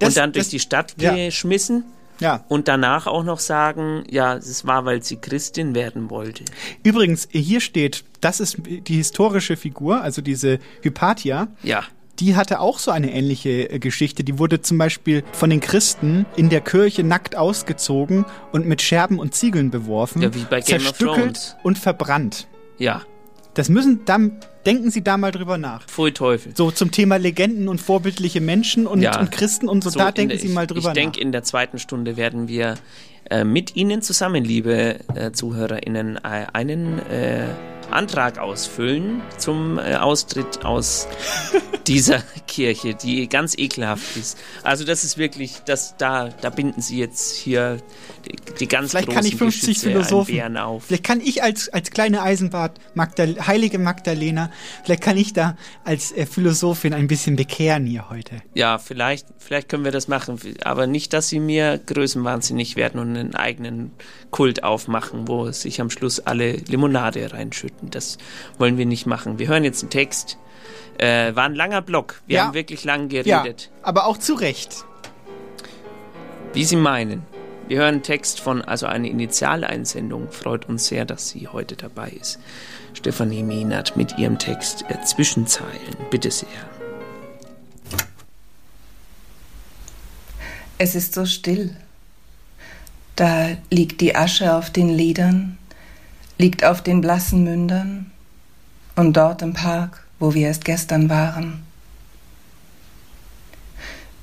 Speaker 2: Das-
Speaker 1: und dann durch
Speaker 2: das-
Speaker 1: die Stadt
Speaker 2: ja.
Speaker 1: geschmissen
Speaker 2: ja.
Speaker 1: und danach auch noch sagen, ja, es war, weil sie Christin werden wollte.
Speaker 2: Übrigens, hier steht, das ist die historische Figur, also diese Hypatia.
Speaker 1: Ja.
Speaker 2: Die hatte auch so eine ähnliche äh, Geschichte. Die wurde zum Beispiel von den Christen in der Kirche nackt ausgezogen und mit Scherben und Ziegeln beworfen,
Speaker 1: Ja, wie bei Game of
Speaker 2: zerstückelt
Speaker 1: Thrones.
Speaker 2: und verbrannt.
Speaker 1: Ja.
Speaker 2: Das müssen, dann denken Sie da mal drüber nach.
Speaker 1: Pfui Teufel.
Speaker 2: So zum Thema Legenden und vorbildliche Menschen und,
Speaker 1: Ja.
Speaker 2: und Christen und so, da
Speaker 1: in
Speaker 2: denken
Speaker 1: der,
Speaker 2: Sie mal
Speaker 1: Ich,
Speaker 2: drüber
Speaker 1: ich denke, in der zweiten Stunde werden wir äh, mit Ihnen zusammen, liebe äh, ZuhörerInnen, äh, einen äh, Antrag ausfüllen zum äh, Austritt aus dieser Kirche, die ganz ekelhaft ist. Also das ist wirklich, das, da, da binden Sie jetzt hier die, die ganz
Speaker 2: Vielleicht
Speaker 1: großen
Speaker 2: kann ich 50
Speaker 1: Geschütze an
Speaker 2: Philosophen.
Speaker 1: Bären auf.
Speaker 2: Vielleicht kann ich als, als kleine Eisenbart, Magdal heilige Magdalena, vielleicht kann ich da als äh, Philosophin ein bisschen bekehren hier heute.
Speaker 1: Ja, vielleicht, vielleicht können wir das machen, aber nicht, dass sie mir größenwahnsinnig werden und einen eigenen Kult aufmachen, wo sich am Schluss alle Limonade reinschütten. Das wollen wir nicht machen. Wir hören jetzt einen Text. Äh, war ein langer Block. Wir
Speaker 2: Ja.
Speaker 1: haben wirklich lang
Speaker 2: Ja,
Speaker 1: geredet.
Speaker 2: aber auch zu Recht.
Speaker 1: Wie Sie meinen. Wir hören einen Text von, also eine Initialeinsendung. Freut uns sehr, dass sie heute dabei ist. Stefanie Mehnert mit ihrem Text äh, Zwischenzeilen. Bitte sehr.
Speaker 8: Es ist so still. Da liegt die Asche auf den Lidern, liegt auf den blassen Mündern und dort im Park, wo wir erst gestern waren.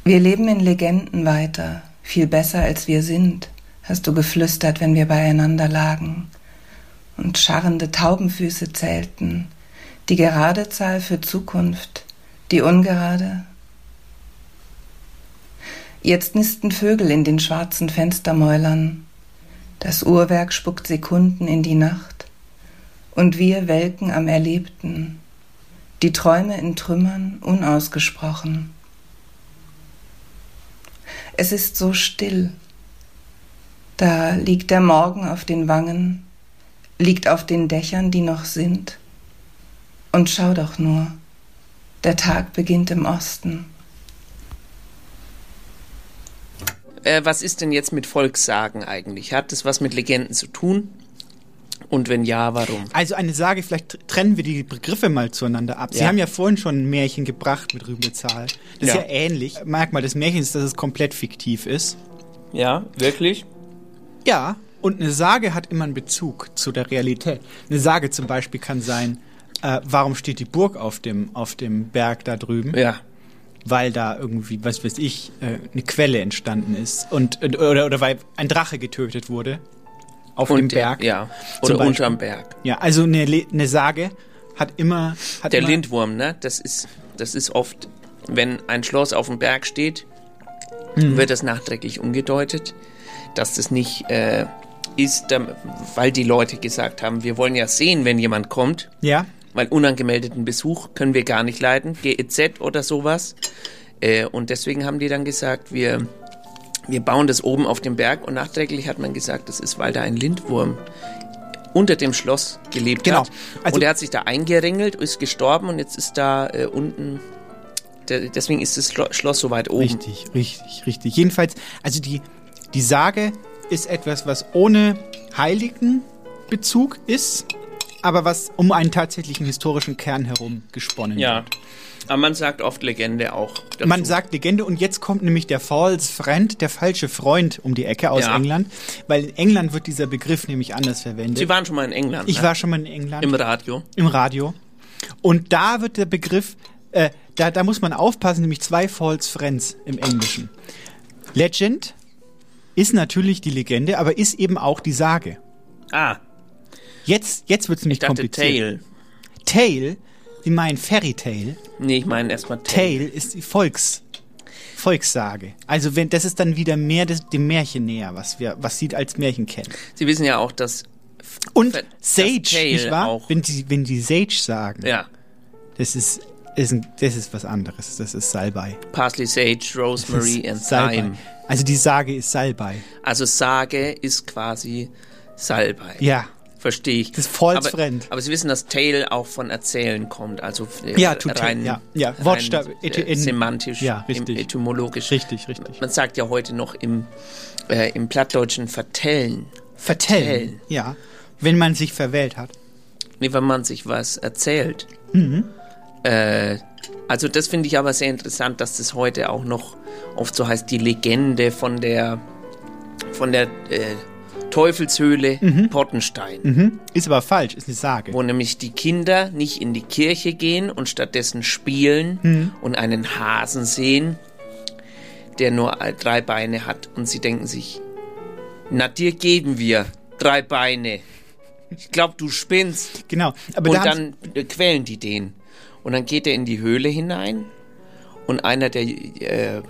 Speaker 8: Wir leben in Legenden weiter, viel besser als wir sind, hast du geflüstert, wenn wir beieinander lagen und scharrende Taubenfüße zählten, die gerade Zahl für Zukunft, die ungerade Jetzt nisten Vögel in den schwarzen Fenstermäulern. Das Uhrwerk spuckt Sekunden in die Nacht. Und wir welken am Erlebten. Die Träume in Trümmern unausgesprochen. Es ist so still. Da liegt der Morgen auf den Wangen, liegt auf den Dächern, die noch sind. Und schau doch nur, der Tag beginnt im Osten.
Speaker 1: Äh, was ist denn jetzt mit Volkssagen eigentlich? Hat das was mit Legenden zu tun? Und wenn ja, warum?
Speaker 2: Also eine Sage, vielleicht trennen wir die Begriffe mal zueinander ab. Sie
Speaker 1: Ja.
Speaker 2: haben ja vorhin schon ein Märchen gebracht mit Rübezahl. Das ist
Speaker 1: Ja.
Speaker 2: ja ähnlich. Merkmal des Märchens ist, dass es komplett fiktiv ist.
Speaker 1: Ja, wirklich?
Speaker 2: Ja, und eine Sage hat immer einen Bezug zu der Realität. Eine Sage zum Beispiel kann sein, äh, warum steht die Burg auf dem, auf dem Berg da drüben?
Speaker 1: Ja.
Speaker 2: Weil da irgendwie, was weiß ich, äh, eine Quelle entstanden ist und und- oder, oder weil ein Drache getötet wurde auf
Speaker 1: Und
Speaker 2: dem
Speaker 1: der-
Speaker 2: Berg.
Speaker 1: ja.
Speaker 2: Zum
Speaker 1: Oder
Speaker 2: Beispiel.
Speaker 1: unterm Berg.
Speaker 2: Ja, also eine, Le- eine Sage hat immer. Hat
Speaker 1: Der
Speaker 2: immer,
Speaker 1: Lindwurm, ne? Das ist, das ist oft, wenn ein Schloss auf dem Berg steht,
Speaker 2: Mhm.
Speaker 1: wird das nachträglich umgedeutet, dass das nicht äh, ist, dam- weil die Leute gesagt haben, wir wollen ja sehen, wenn jemand kommt,
Speaker 2: Ja.
Speaker 1: weil unangemeldeten Besuch können wir gar nicht leiten, GEZ oder sowas. Äh, und deswegen haben die dann gesagt, wir, wir bauen das oben auf dem Berg und nachträglich hat man gesagt, das ist, weil da ein Lindwurm unter dem Schloss gelebt
Speaker 2: Genau.
Speaker 1: hat. und er hat sich da eingeringelt, ist gestorben und jetzt ist da äh, unten, de- deswegen ist das Schlo- Schloss so weit oben.
Speaker 2: Richtig, richtig, richtig. Jedenfalls, also die, die Sage ist etwas, was ohne Heiligenbezug ist, aber was um einen tatsächlichen historischen Kern herum gesponnen
Speaker 1: Ja. Aber man sagt oft Legende auch. dazu.
Speaker 2: Man sagt Legende und jetzt kommt nämlich der False Friend, der falsche Freund um die Ecke aus
Speaker 1: Ja.
Speaker 2: England, weil in England wird dieser Begriff nämlich anders verwendet.
Speaker 1: Sie waren schon mal in England.
Speaker 2: Ich
Speaker 1: ne?
Speaker 2: war schon mal in England.
Speaker 1: Im Radio.
Speaker 2: Im Radio. Und da wird der Begriff, äh, da, da muss man aufpassen, nämlich zwei False Friends im Englischen. Legend ist natürlich die Legende, aber ist eben auch die Sage.
Speaker 1: Ah,
Speaker 2: Jetzt, jetzt wird es nämlich
Speaker 1: ich dachte
Speaker 2: kompliziert.
Speaker 1: Tale.
Speaker 2: Tale, Sie meinen Fairy Tale.
Speaker 1: Nee, ich meine erstmal Tale.
Speaker 2: Tale ist die Volks, Volkssage. Also wenn, das ist dann wieder mehr des, dem Märchen näher, was wir, was Sie als Märchen kennen.
Speaker 1: Sie wissen ja auch, dass.
Speaker 2: Und
Speaker 1: Ver-
Speaker 2: Sage,
Speaker 1: das Tale
Speaker 2: nicht wahr?
Speaker 1: Auch.
Speaker 2: Wenn die, wenn die Sage sagen,
Speaker 1: Ja,
Speaker 2: das ist, ist ein, das ist was anderes. Das ist Salbei.
Speaker 1: Parsley, Sage, Rosemary and
Speaker 2: Salbei.
Speaker 1: Thyme.
Speaker 2: Also die Sage ist Salbei.
Speaker 1: Also Sage ist quasi Salbei.
Speaker 2: Ja.
Speaker 1: Verstehe ich. Das ist
Speaker 2: false
Speaker 1: aber,
Speaker 2: friend.
Speaker 1: Aber Sie wissen, dass Tale auch von Erzählen kommt. Also äh,
Speaker 2: Ja, to tell,
Speaker 1: rein,
Speaker 2: ja. Ja,
Speaker 1: rein
Speaker 2: Wortsta- et-
Speaker 1: äh,
Speaker 2: in-
Speaker 1: semantisch,
Speaker 2: Ja, richtig.
Speaker 1: Im, etymologisch.
Speaker 2: Richtig, richtig.
Speaker 1: Man sagt ja heute noch im, äh, im Plattdeutschen vertellen.
Speaker 2: Vertellen. Ja. Wenn man sich verwählt hat.
Speaker 1: Nee, wenn man sich was erzählt.
Speaker 2: Mhm.
Speaker 1: Äh, also das finde ich aber sehr interessant, dass das heute auch noch oft so heißt, die Legende von der von der äh, Teufelshöhle Pottenstein,
Speaker 2: Mhm. Ist aber falsch, ist eine Sage.
Speaker 1: wo nämlich die Kinder nicht in die Kirche gehen und stattdessen spielen
Speaker 2: Mhm.
Speaker 1: und einen Hasen sehen, der nur äh, drei Beine hat und sie denken sich, na dir geben wir drei Beine. Ich glaube, du spinnst
Speaker 2: Genau. Aber da
Speaker 1: und
Speaker 2: haben
Speaker 1: dann äh, quälen die den. Und dann geht er in die Höhle hinein und einer der äh,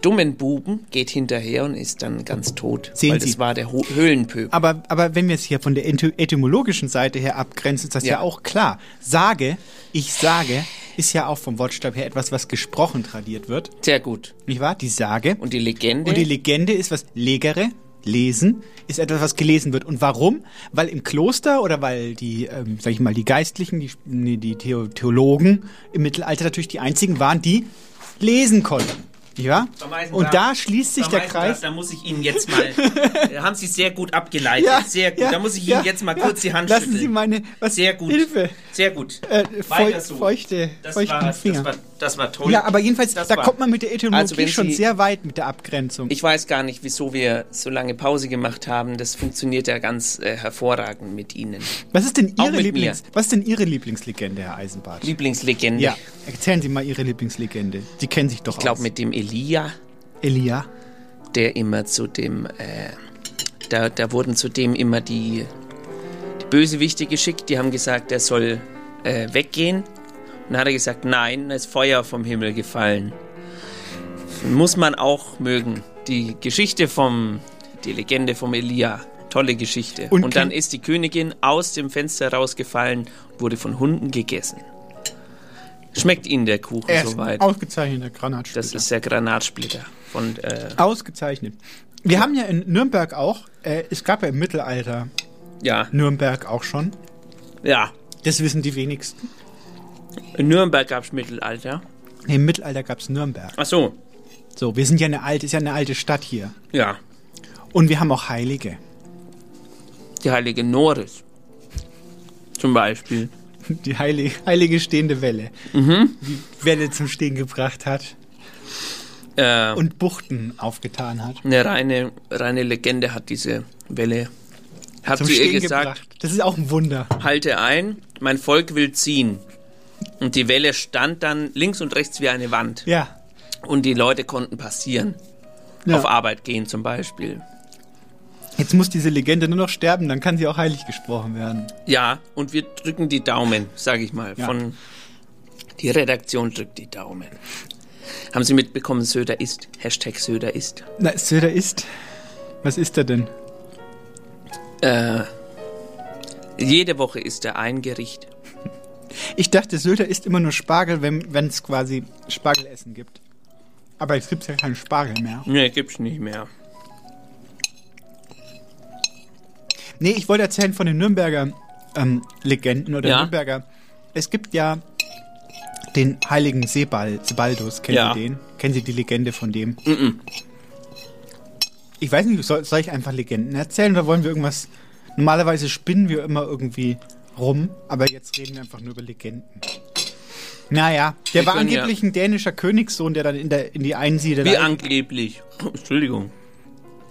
Speaker 1: dummen Buben geht hinterher und ist dann ganz tot.
Speaker 2: Sehen
Speaker 1: weil
Speaker 2: Sie. Ah.
Speaker 1: das war der Ho Höhlenpöbel.
Speaker 2: Aber, aber wenn wir es hier von der ento- etymologischen Seite her abgrenzen, ist das ja,
Speaker 1: Ja.
Speaker 2: auch klar. Sage, ich sage, ist ja auch vom Wortstamm her etwas, was gesprochen tradiert wird.
Speaker 1: Sehr gut.
Speaker 2: Nicht wahr? Die Sage.
Speaker 1: Und die Legende?
Speaker 2: Und die Legende ist was legere, lesen, ist etwas, was gelesen wird. Und warum? Weil im Kloster oder weil die, ähm, sag ich mal, die Geistlichen, die, nee, die Theo Theologen im Mittelalter natürlich die einzigen waren, die lesen konnten. Ja? Und da schließt sich der Kreis.
Speaker 1: Da muss ich Ihnen jetzt mal. haben Sie sehr gut abgeleitet.
Speaker 2: Ja,
Speaker 1: sehr gut.
Speaker 2: ja,
Speaker 1: da muss ich
Speaker 2: ja,
Speaker 1: Ihnen jetzt mal
Speaker 2: ja.
Speaker 1: kurz die Hand
Speaker 2: Lassen
Speaker 1: schütteln.
Speaker 2: Sie meine was,
Speaker 1: sehr gut.
Speaker 2: Hilfe.
Speaker 1: Sehr gut.
Speaker 2: Äh, feu
Speaker 1: Weiter so.
Speaker 2: feuchte,
Speaker 1: Das
Speaker 2: feuchten
Speaker 1: war,
Speaker 2: Finger.
Speaker 1: Das war, das war toll.
Speaker 2: ja, aber jedenfalls,
Speaker 1: Das
Speaker 2: da
Speaker 1: war-
Speaker 2: kommt man mit der
Speaker 1: Also,
Speaker 2: Etymologie
Speaker 1: wenn
Speaker 2: schon
Speaker 1: Sie-
Speaker 2: sehr weit mit der Abgrenzung.
Speaker 1: Ich weiß gar nicht, wieso wir so lange Pause gemacht haben. Das funktioniert ja ganz äh, hervorragend mit Ihnen.
Speaker 2: was ist denn
Speaker 1: Auch
Speaker 2: Ihre
Speaker 1: mit
Speaker 2: Lieblings,
Speaker 1: mir.
Speaker 2: was ist denn Ihre Lieblingslegende, Herr Eisenbart?
Speaker 1: Lieblingslegende.
Speaker 2: ja, erzählen Sie mal Ihre Lieblingslegende. Die kennen sich doch
Speaker 1: Ich glaube
Speaker 2: aus.
Speaker 1: mit dem Elia,
Speaker 2: Elia.
Speaker 1: der immer zu dem, äh, da, da wurden zu dem immer die, die Bösewichte geschickt. Die haben gesagt, er soll äh, weggehen. Und dann hat er gesagt, nein, da ist Feuer vom Himmel gefallen. Muss man auch mögen. Die Geschichte vom, die Legende vom Elia. Tolle Geschichte.
Speaker 2: Und
Speaker 1: Und, dann
Speaker 2: kann-
Speaker 1: ist die Königin aus dem Fenster rausgefallen und wurde von Hunden gegessen. Schmeckt Ihnen der Kuchen
Speaker 2: Er ist
Speaker 1: soweit?
Speaker 2: ein ausgezeichneter Granatsplitter.
Speaker 1: Das ist der Granatsplitter. Von, äh,
Speaker 2: ausgezeichnet. Wir haben ja in Nürnberg auch, äh, es gab ja im Mittelalter
Speaker 1: ja,
Speaker 2: Nürnberg auch schon.
Speaker 1: ja.
Speaker 2: Das wissen die wenigsten.
Speaker 1: In Nürnberg gab es Mittelalter.
Speaker 2: Nee, Im Mittelalter gab es Nürnberg.
Speaker 1: Ach so,
Speaker 2: So, wir sind ja eine alte, ist ja eine alte Stadt hier.
Speaker 1: ja.
Speaker 2: Und wir haben auch Heilige.
Speaker 1: Die heilige Noris. Zum Beispiel.
Speaker 2: Die
Speaker 1: Mhm.
Speaker 2: heilige, heilige stehende Welle. Die Welle zum Stehen gebracht hat.
Speaker 1: Äh,
Speaker 2: und Buchten aufgetan hat.
Speaker 1: Eine reine, reine Legende hat diese Welle. Hat
Speaker 2: Zum
Speaker 1: sie
Speaker 2: Stehen
Speaker 1: ihr gesagt,
Speaker 2: gebracht. Das ist auch ein Wunder.
Speaker 1: halte ein, mein Volk will ziehen. Und die Welle stand dann links und rechts wie eine Wand.
Speaker 2: Ja.
Speaker 1: Und die Leute konnten passieren.
Speaker 2: Ja.
Speaker 1: Auf Arbeit gehen zum Beispiel.
Speaker 2: Jetzt muss diese Legende nur noch sterben, dann kann sie auch heilig gesprochen werden.
Speaker 1: Ja, und wir drücken die Daumen, sage ich mal.
Speaker 2: Ja.
Speaker 1: Von die Redaktion drückt die Daumen. Haben Sie mitbekommen, Söder ist? Hashtag Söder ist.
Speaker 2: Na, Söder ist. Was ist er denn?
Speaker 1: Äh, jede Woche ist er ein Gericht.
Speaker 2: Ich dachte, Söder isst immer nur Spargel, wenn es quasi Spargelessen gibt. Aber jetzt gibt es ja keinen Spargel mehr.
Speaker 1: Nee, gibt's nicht mehr.
Speaker 2: Nee, ich wollte erzählen von den Nürnberger ähm, Legenden oder
Speaker 1: Ja.
Speaker 2: Nürnberger. Es gibt ja den heiligen Sebal, Sebaldus, kennen
Speaker 1: Ja.
Speaker 2: Sie den? Kennen Sie die Legende von dem?
Speaker 1: Mhm.
Speaker 2: Ich weiß nicht, soll, soll ich einfach Legenden erzählen oder wollen wir irgendwas... Normalerweise spinnen wir immer irgendwie rum, aber jetzt reden wir einfach nur über Legenden. Naja, der
Speaker 1: Wir
Speaker 2: war
Speaker 1: können ja-
Speaker 2: angeblich ein dänischer Königssohn, der dann in, der, in die Einsiedel...
Speaker 1: Wie angeblich. Entschuldigung.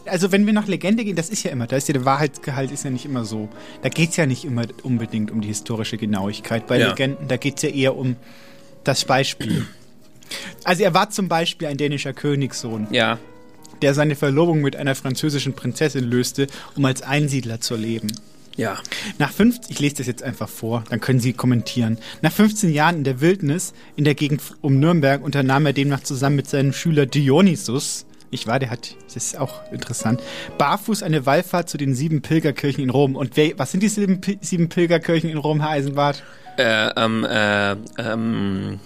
Speaker 2: Also wenn wir nach Legende gehen, das ist ja immer, da ist ja der Wahrheitsgehalt ist ja nicht immer so. Da geht es ja nicht immer unbedingt um die historische Genauigkeit bei
Speaker 1: Ja.
Speaker 2: Legenden, da geht es ja eher um das Beispiel. Also er war zum Beispiel ein dänischer Königssohn,
Speaker 1: Ja.
Speaker 2: der seine Verlobung mit einer französischen Prinzessin löste, um als Einsiedler zu leben.
Speaker 1: Ja.
Speaker 2: Nach 15, ich lese das jetzt einfach vor, dann können Sie kommentieren. Nach 15 Jahren in der Wildnis in der Gegend um Nürnberg unternahm er demnach zusammen mit seinem Schüler Dionysus, ich war, der hat, das ist auch interessant, barfuß eine Wallfahrt zu den sieben Pilgerkirchen in Rom. Und wer, was sind die sieben, Pi- sieben Pilgerkirchen in Rom, Herr Eisenbart?
Speaker 1: Äh, ähm, äh, ähm.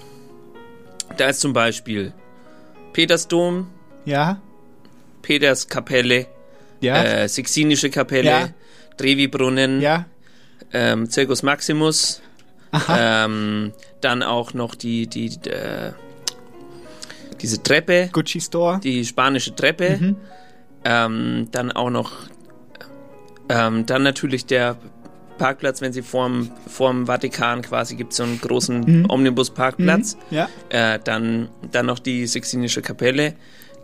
Speaker 1: Da ist zum Beispiel Petersdom,
Speaker 2: Ja?
Speaker 1: Peterskapelle,
Speaker 2: Ja?
Speaker 1: äh, Sixtinische Kapelle,
Speaker 2: Ja.
Speaker 1: Trevi-Brunnen,
Speaker 2: ja?
Speaker 1: ähm, Circus Maximus,
Speaker 2: Aha.
Speaker 1: ähm, dann auch noch die, die, die, äh, diese Treppe,
Speaker 2: Gucci Store?
Speaker 1: die spanische Treppe,
Speaker 2: Mhm.
Speaker 1: ähm, dann auch noch, ähm, dann natürlich der Parkplatz, wenn sie vorm, vorm Vatikan quasi gibt, so einen großen
Speaker 2: Mhm.
Speaker 1: Omnibus-Parkplatz,
Speaker 2: Mhm. Ja?
Speaker 1: äh, dann, dann noch die Sixtinische Kapelle,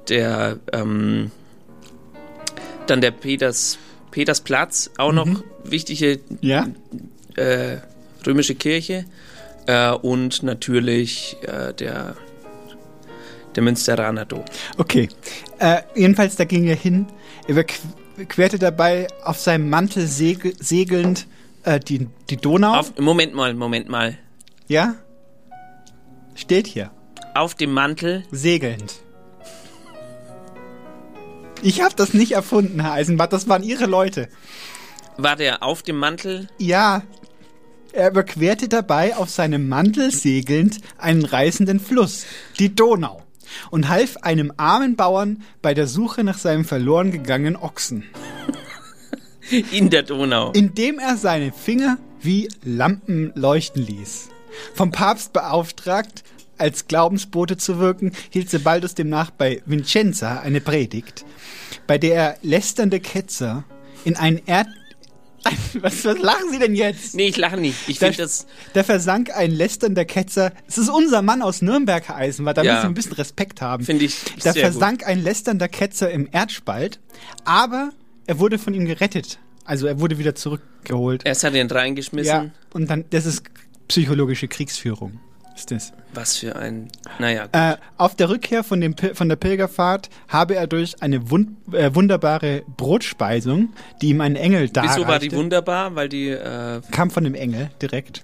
Speaker 1: der, ähm, dann der Peters, Petersplatz, auch
Speaker 2: Mhm.
Speaker 1: noch wichtige
Speaker 2: Ja?
Speaker 1: äh, römische Kirche äh, und natürlich äh, der, der Münsteraner Dom.
Speaker 2: Okay. Äh, jedenfalls, da ging er hin. Er überquerte dabei auf seinem Mantel segel segelnd äh, die, die Donau.
Speaker 1: Auf, Moment mal, Moment mal.
Speaker 2: Ja? Steht hier.
Speaker 1: Auf dem Mantel,
Speaker 2: Segelnd. Ich habe das nicht erfunden, Herr Eisenbart. Das waren Ihre Leute.
Speaker 1: war der auf dem Mantel?
Speaker 2: Ja. Er überquerte dabei auf seinem Mantel segelnd einen reißenden Fluss, die Donau, und half einem armen Bauern bei der Suche nach seinem verloren gegangenen Ochsen,
Speaker 1: In der Donau.
Speaker 2: indem er seine Finger wie Lampen leuchten ließ. Vom Papst beauftragt, als Glaubensbote zu wirken, hielt Sebaldus demnach bei Vincenza eine Predigt, bei der er lästernde Ketzer in einen Erd... Was, was lachen Sie denn jetzt?
Speaker 1: nee, ich lache nicht. Ich
Speaker 2: Da,
Speaker 1: finde das.
Speaker 2: da versank ein lästernder Ketzer. Es ist unser Mann aus Nürnberg, Herr Eisenbart. Da
Speaker 1: Ja.
Speaker 2: müssen wir ein bisschen Respekt haben.
Speaker 1: Finde ich
Speaker 2: Da
Speaker 1: sehr gut.
Speaker 2: versank ein lästernder Ketzer im Erdspalt, aber er wurde von ihm gerettet. Also er wurde wieder zurückgeholt.
Speaker 1: Erst hat er ihn reingeschmissen.
Speaker 2: ja. Und dann, das ist psychologische Kriegsführung. Ist das.
Speaker 1: Was für ein. Naja,
Speaker 2: Äh, auf der Rückkehr von, dem, Pil- von der Pilgerfahrt habe er durch eine wund, äh, wunderbare Brotspeisung, die ihm ein Engel darreichte.
Speaker 1: wieso war die wunderbar? Weil die. Äh,
Speaker 2: kam von dem Engel direkt.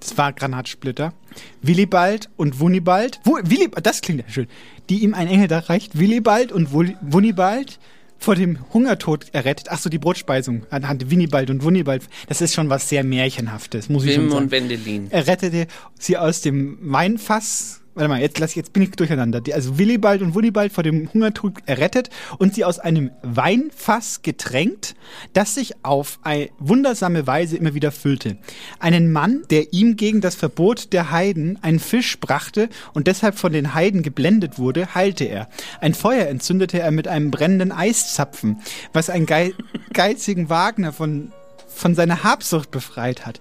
Speaker 2: Das war Granatsplitter. Willibald und Wunibald. Wo, Willibald, das klingt ja schön. Die ihm ein Engel da reicht. Willibald und Wul- Wunibald vor dem Hungertod errettet. Ach so, die Brotspeisung. Hat, hat Winnibald und Wunibald. Das ist schon was sehr Märchenhaftes, muss ich schon
Speaker 1: Wim
Speaker 2: sagen.
Speaker 1: und Wendelin.
Speaker 2: Er rettete sie aus dem Weinfass. Warte mal, jetzt, lass, jetzt bin ich durcheinander. Die, also Willibald und Wunibald vor dem Hungertod errettet und sie aus einem Weinfass getränkt, das sich auf ei- wundersame Weise immer wieder füllte. Einen Mann, der ihm gegen das Verbot der Heiden einen Fisch brachte und deshalb von den Heiden geblendet wurde, heilte er. Ein Feuer entzündete er mit einem brennenden Eiszapfen, was einen gei geizigen Wagner von, von seiner Habsucht befreit hat.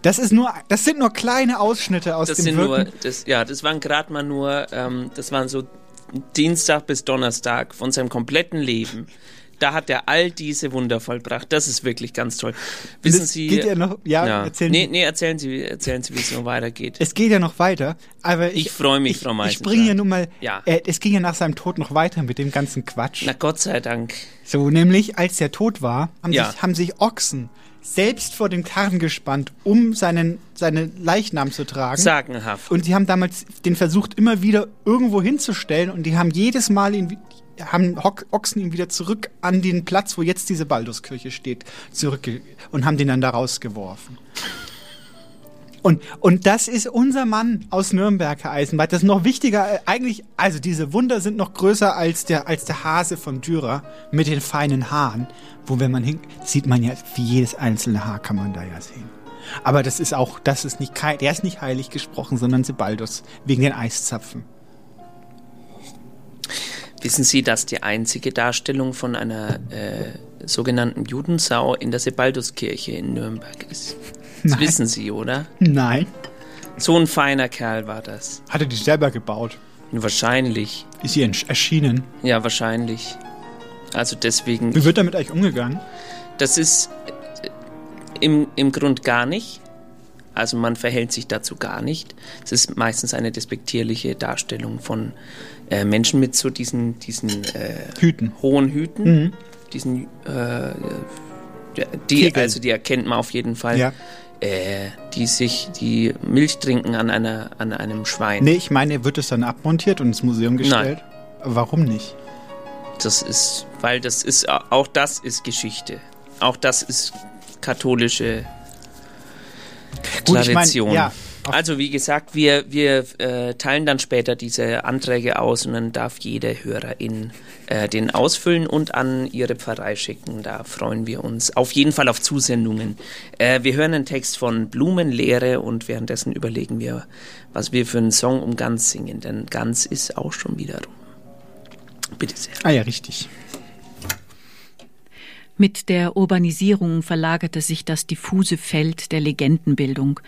Speaker 2: Das ist nur, das sind nur kleine Ausschnitte aus
Speaker 1: Das
Speaker 2: dem
Speaker 1: sind nur.
Speaker 2: Wirken.
Speaker 1: Das, ja, das waren gerade mal nur. Ähm, das waren so Dienstag bis Donnerstag von seinem kompletten Leben. Da hat er all diese Wunder vollbracht. Das ist wirklich ganz toll. Wissen
Speaker 2: Das
Speaker 1: Sie.
Speaker 2: geht ja noch- ja, erzählen
Speaker 1: nee,
Speaker 2: Sie.
Speaker 1: nee, erzählen Sie, erzählen Sie, wie es noch weitergeht.
Speaker 2: Es geht ja noch weiter, aber ich,
Speaker 1: Ich freue mich, Frau
Speaker 2: ich
Speaker 1: Meisendrath.
Speaker 2: bringe ja nun mal,
Speaker 1: Ja.
Speaker 2: äh, es ging ja nach seinem Tod noch weiter mit dem ganzen Quatsch.
Speaker 1: Na Gott sei Dank.
Speaker 2: So, nämlich als der tot war, haben,
Speaker 1: Ja.
Speaker 2: sich, haben sich Ochsen selbst vor den Karren gespannt, um seinen, seinen Leichnam zu tragen.
Speaker 1: Sagenhaft.
Speaker 2: Und die haben damals den versucht, immer wieder irgendwo hinzustellen und die haben jedes Mal ihn, wi- haben Hock- Ochsen ihn wieder zurück an den Platz, wo jetzt diese Balduskirche steht, zurückge und haben den dann da rausgeworfen. Und, und das ist unser Mann aus Nürnberg, Herr Eisenbart. Das ist noch wichtiger, äh, eigentlich, also diese Wunder sind noch größer als der, als der Hase von Dürer mit den feinen Haaren. Wo, wenn man hin, sieht man ja, wie jedes einzelne Haar kann man da ja sehen. Aber das ist auch, das ist nicht, kei- der ist nicht heilig gesprochen, sondern Sebaldus, wegen den Eiszapfen.
Speaker 1: Wissen Sie, dass die einzige Darstellung von einer äh, sogenannten Judensau in der Sebalduskirche in Nürnberg ist? Das
Speaker 2: Nein.
Speaker 1: wissen Sie, oder?
Speaker 2: Nein.
Speaker 1: So ein feiner Kerl war das.
Speaker 2: Hat er die selber gebaut?
Speaker 1: Wahrscheinlich.
Speaker 2: Ist hier entsch- erschienen.
Speaker 1: Ja, wahrscheinlich. Also deswegen.
Speaker 2: Wie wird damit eigentlich umgegangen?
Speaker 1: Das ist äh, im, im Grund gar nicht. Also man verhält sich dazu gar nicht. Es ist meistens eine despektierliche Darstellung von äh, Menschen mit so diesen, diesen äh,
Speaker 2: Hüten.
Speaker 1: hohen Hüten.
Speaker 2: Mhm.
Speaker 1: Diesen, äh, die,
Speaker 2: Kegeln.
Speaker 1: also die erkennt man auf jeden Fall.
Speaker 2: Ja.
Speaker 1: Äh, die sich die Milch trinken an, einer, an einem Schwein.
Speaker 2: Nee, ich meine, wird es dann abmontiert und ins Museum gestellt? Warum nicht?
Speaker 1: Das ist, weil das ist, auch das ist Geschichte. Auch das ist katholische
Speaker 2: Gut, ich mein,
Speaker 1: Tradition.
Speaker 2: ja,
Speaker 1: also wie gesagt, wir, wir äh, teilen dann später diese Anträge aus und dann darf jede Hörerin äh, den ausfüllen und an ihre Pfarrei schicken. Da freuen wir uns auf jeden Fall auf Zusendungen. Äh, wir hören einen Text von Blumenlehre und währenddessen überlegen wir, was wir für einen Song um Ganz singen, denn Ganz ist auch schon wieder rum. Bitte sehr.
Speaker 2: Ah ja, richtig.
Speaker 7: Mit der Urbanisierung verlagerte sich das diffuse Feld der Legendenbildung,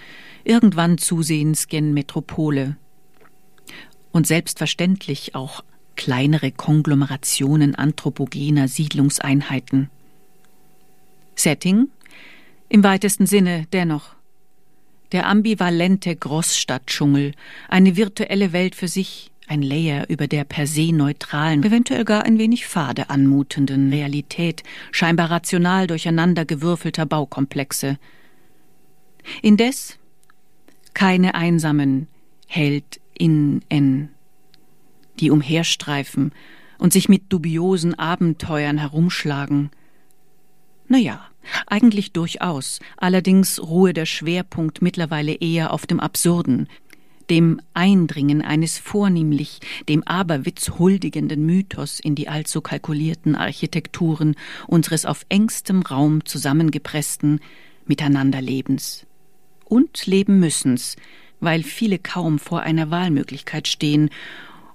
Speaker 7: irgendwann zusehends gen Metropole. Und selbstverständlich auch kleinere Konglomerationen anthropogener Siedlungseinheiten. Setting? Im weitesten Sinne dennoch. Der ambivalente Großstadtdschungel, eine virtuelle Welt für sich, ein Layer über der per se neutralen, eventuell gar ein wenig fade anmutenden Realität, scheinbar rational durcheinandergewürfelter Baukomplexe. Indes keine einsamen Held in N, die umherstreifen und sich mit dubiosen Abenteuern herumschlagen, naja, eigentlich durchaus. Allerdings ruhe der Schwerpunkt mittlerweile eher auf dem Absurden, dem Eindringen eines vornehmlich dem Aberwitz huldigenden Mythos in die allzu kalkulierten Architekturen unseres auf engstem Raum zusammengepressten Miteinanderlebens. Und leben müssens, weil viele kaum vor einer Wahlmöglichkeit stehen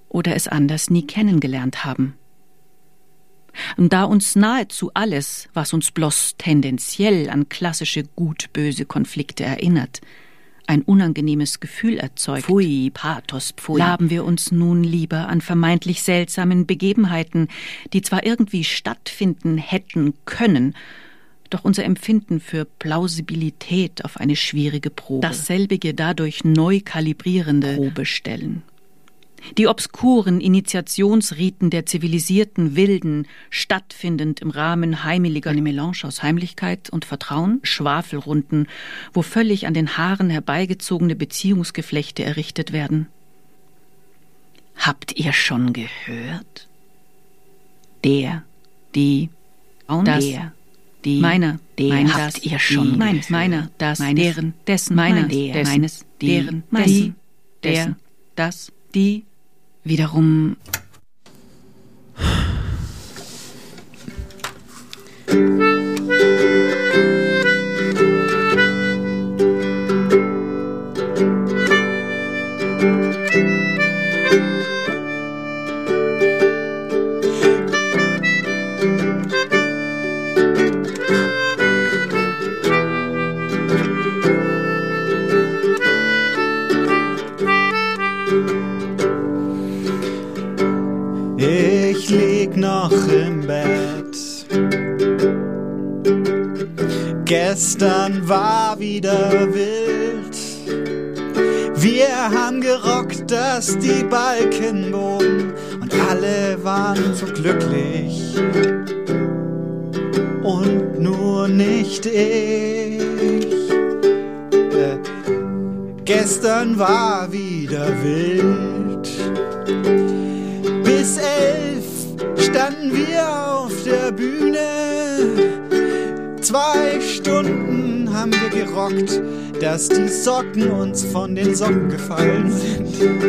Speaker 7: oder es anders nie kennengelernt haben. Und da uns nahezu alles, was uns bloß tendenziell an klassische gut-böse Konflikte erinnert, ein unangenehmes Gefühl erzeugt. Pfui, Pathos, pfui. Laben wir uns nun lieber an vermeintlich seltsamen Begebenheiten, die zwar irgendwie stattfinden hätten können, doch unser Empfinden für Plausibilität auf eine schwierige Probe. Dasselbige dadurch neu kalibrierende Probe stellen. Die obskuren Initiationsriten der zivilisierten Wilden, stattfindend im Rahmen heimeliger eine Melange aus Heimlichkeit und Vertrauen, Schwafelrunden, wo völlig an den Haaren herbeigezogene Beziehungsgeflechte errichtet werden. Habt ihr schon gehört? Der, die, das,
Speaker 9: der,
Speaker 7: die, meiner,
Speaker 9: der,
Speaker 7: meiner,
Speaker 9: das,
Speaker 7: habt ihr schon
Speaker 9: die,
Speaker 7: meines,
Speaker 9: meiner,
Speaker 7: meiner, das,
Speaker 9: meines,
Speaker 7: deren, dessen,
Speaker 9: meiner,
Speaker 7: meiner,
Speaker 9: der,
Speaker 7: dessen,
Speaker 9: meines, die,
Speaker 7: deren,
Speaker 9: meines,
Speaker 7: dessen,
Speaker 9: der,
Speaker 7: dessen, das, die, wiederum
Speaker 6: Gestern war wieder wild. Wir haben gerockt, dass die Balken bogen und alle waren so glücklich. Und nur nicht ich. Äh, gestern war wieder wild. Bis elf standen wir auf der Bühne. Zwei Stunden haben wir gerockt, dass die Socken uns von den Socken gefallen sind.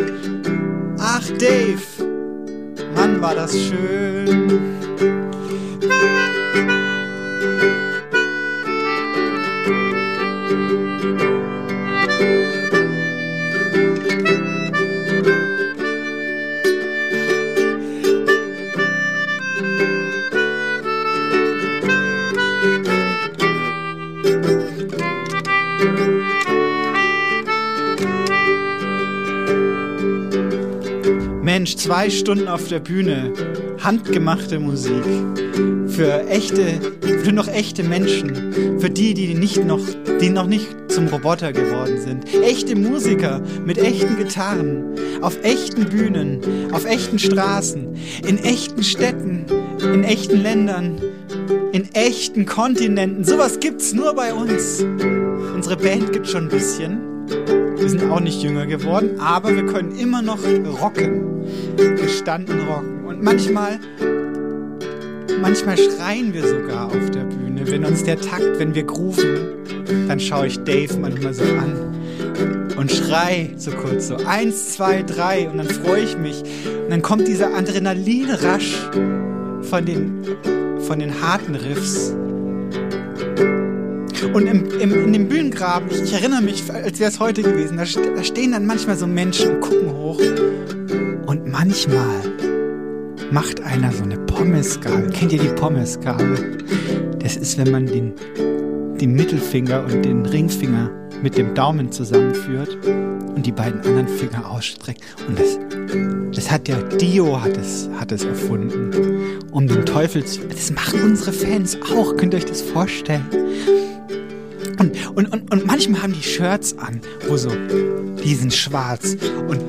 Speaker 6: Ach Dave, Mann war das schön.
Speaker 2: Mensch, zwei Stunden auf der Bühne, handgemachte Musik für echte, für noch echte Menschen, für die, die nicht noch, die noch nicht zum Roboter geworden sind, echte Musiker mit echten Gitarren, auf echten Bühnen, auf echten Straßen, in echten Städten, in echten Ländern, in echten Kontinenten. Sowas gibt's nur bei uns. Unsere Band gibt schon ein bisschen. Wir sind auch nicht jünger geworden, aber wir können immer noch rocken. Gestanden rocken. Und manchmal, manchmal schreien wir sogar auf der Bühne. Wenn uns der Takt, wenn wir grooven, dann schaue ich Dave manchmal so an und schrei so kurz so. Eins, zwei, drei und dann freue ich mich. Und dann kommt dieser Adrenalinrasch von den, von den harten Riffs. Und im, im, in dem Bühnengraben, ich, ich erinnere mich, als wäre es heute gewesen, da, st- da stehen dann manchmal so Menschen und gucken hoch. Und manchmal macht einer so eine Pommesgabel. Kennt ihr die Pommesgabel? Das ist, wenn man den, den Mittelfinger und den Ringfinger mit dem Daumen zusammenführt und die beiden anderen Finger ausstreckt. Und das, das hat der Dio hat es, hat es erfunden. Um den Teufel zu. Das machen unsere Fans auch. Könnt ihr euch das vorstellen? Und, und, und, und manchmal haben die Shirts an, wo so, die sind schwarz. Und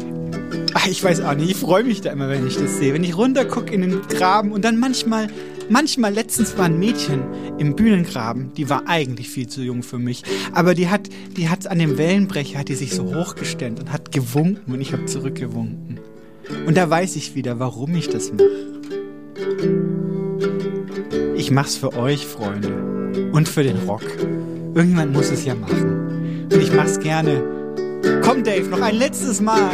Speaker 2: ach, ich weiß auch nicht, ich freue mich da immer, wenn ich das sehe. Wenn ich runtergucke in den Graben und dann manchmal, manchmal, letztens war ein Mädchen im Bühnengraben, die war eigentlich viel zu jung für mich. Aber die hat, die hat an dem Wellenbrecher, hat die sich so hochgestemmt und hat gewunken und ich habe zurückgewunken. Und da weiß ich wieder, warum ich das mache. Ich mach's für euch, Freunde. Und für den Rock. Irgendjemand muss es ja machen. Und ich mach's gerne. Komm, Dave, noch ein letztes Mal.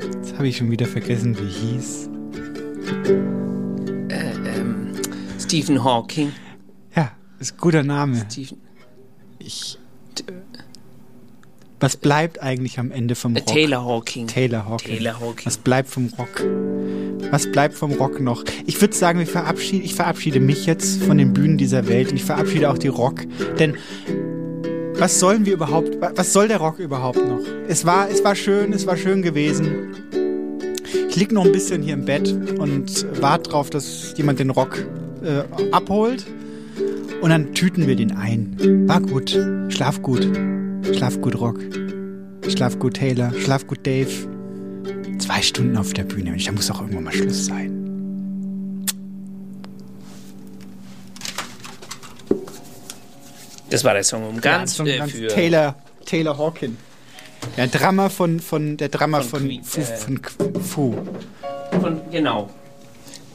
Speaker 2: Jetzt habe ich schon wieder vergessen, wie ich hieß.
Speaker 1: Äh, ähm, Stephen Hawking.
Speaker 2: Ja, ist ein guter Name.
Speaker 1: Stephen, äh,
Speaker 2: Ich. Was bleibt eigentlich am Ende vom
Speaker 1: äh,
Speaker 2: Rock?
Speaker 1: Taylor Hawking.
Speaker 2: Taylor Hawking.
Speaker 1: Taylor Hawking.
Speaker 2: Was bleibt vom Rock? Was bleibt vom Rock noch? Ich würde sagen, wir verabschieden, ich verabschiede mich jetzt von den Bühnen dieser Welt und ich verabschiede auch die Rock. Denn was sollen wir überhaupt, wa- was soll der Rock überhaupt noch? Es war, es war schön, es war schön gewesen. Ich lieg noch ein bisschen hier im Bett und warte drauf, dass jemand den Rock äh, abholt. Und dann tüten wir den ein. War gut. Schlaf gut. Schlaf gut, Rock. Schlaf gut, Taylor. Schlaf gut, Dave. Zwei Stunden auf der Bühne. Mensch, Da muss auch irgendwann mal Schluss sein.
Speaker 1: Das war der Song um ganz,
Speaker 2: Ja,
Speaker 1: äh,
Speaker 2: ganz
Speaker 1: für
Speaker 2: Taylor, Taylor Hawkin. Der Drummer von, von der Drummer
Speaker 1: Von
Speaker 2: von,
Speaker 1: Queen,
Speaker 2: Fu,
Speaker 1: äh,
Speaker 2: von Qu- Fu.
Speaker 1: Von, genau.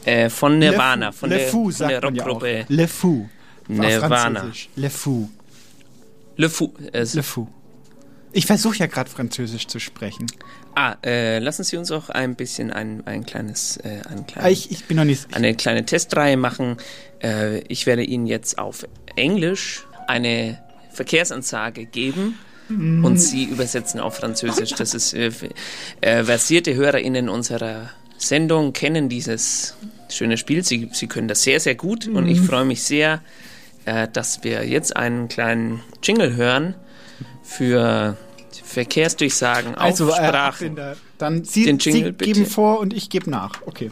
Speaker 1: Äh, von Nirvana.
Speaker 2: Le Fu-
Speaker 1: Von
Speaker 2: Le
Speaker 1: der,
Speaker 2: Fou
Speaker 1: von
Speaker 2: sagt
Speaker 1: der
Speaker 2: man ja auch.
Speaker 1: Rockgruppe
Speaker 2: Le Fou. Auf
Speaker 1: Nirvana.
Speaker 2: Französisch. Le Fou.
Speaker 1: Le Fou. Äh,
Speaker 2: Le Fou. Ich versuche ja gerade Französisch zu sprechen.
Speaker 1: ah, äh, lassen Sie uns auch ein bisschen ein, ein kleines, äh, ein
Speaker 2: Aber
Speaker 1: kleines
Speaker 2: Ah, Ich, ich bin noch nicht.
Speaker 1: eine kleine Testreihe machen. Äh, ich werde Ihnen jetzt auf Englisch eine Verkehrsansage geben Mhm. Und sie übersetzen auf Französisch. Das ist äh, äh, versierte HörerInnen unserer Sendung kennen dieses schöne Spiel. Sie, sie können das sehr, sehr gut mhm. und ich freue mich sehr, äh, dass wir jetzt einen kleinen Jingle hören für Verkehrsdurchsagen
Speaker 2: Also,
Speaker 1: auf
Speaker 2: äh,
Speaker 1: Sprache.
Speaker 2: ab in der- dann Sie,
Speaker 1: Den Jingle
Speaker 2: Sie geben
Speaker 1: bitte.
Speaker 2: vor und ich gebe nach. Okay.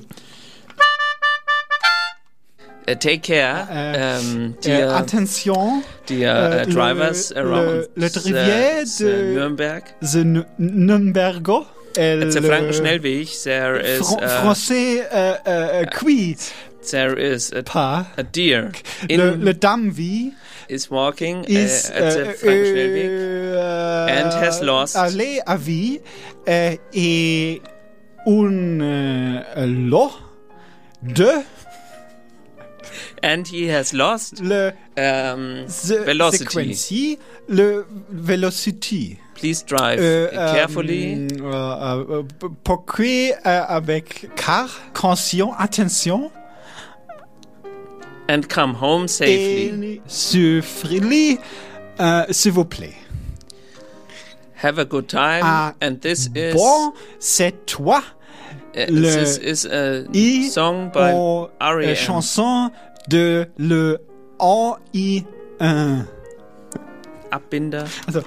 Speaker 1: Äh, take care, ähm,
Speaker 2: Äh,
Speaker 1: dear,
Speaker 2: attention.
Speaker 1: dear äh,
Speaker 2: le-
Speaker 1: drivers around
Speaker 2: Le, le
Speaker 1: the-
Speaker 2: Trivier
Speaker 1: the
Speaker 2: de
Speaker 1: äh, Nürnberg.
Speaker 2: the Nü- Nürnberger. äh,
Speaker 1: At the
Speaker 2: le-
Speaker 1: Frankenschnellweg, there is uh,
Speaker 2: Fran
Speaker 1: a,
Speaker 2: Français äh, äh, äh, qui
Speaker 1: there is a,
Speaker 2: pas
Speaker 1: a deer in,
Speaker 2: le, le dame wie
Speaker 1: is walking uh,
Speaker 2: is
Speaker 1: at the
Speaker 2: äh,
Speaker 1: Frankenschnellweg
Speaker 2: äh,
Speaker 1: and has lost-
Speaker 2: allez à vie äh, et un äh, lot de
Speaker 1: and he has lost
Speaker 2: le
Speaker 1: um,
Speaker 2: se-
Speaker 1: velocity.
Speaker 2: sequency le velocity
Speaker 1: Please drive äh,
Speaker 2: Euh,
Speaker 1: Uh, carefully.
Speaker 2: euh, euh, euh, pourquoi euh, avec car conscient attention
Speaker 1: and come home safely.
Speaker 2: et souffrez euh, s'il vous plaît
Speaker 1: Have a good time.
Speaker 2: Ah,
Speaker 1: and this is
Speaker 2: bon c'est toi
Speaker 1: uh,
Speaker 2: le-
Speaker 1: this is a
Speaker 2: I
Speaker 1: song by
Speaker 2: en, euh,
Speaker 1: R.E.M.
Speaker 2: chanson de le AI1
Speaker 1: Abbinder.
Speaker 2: also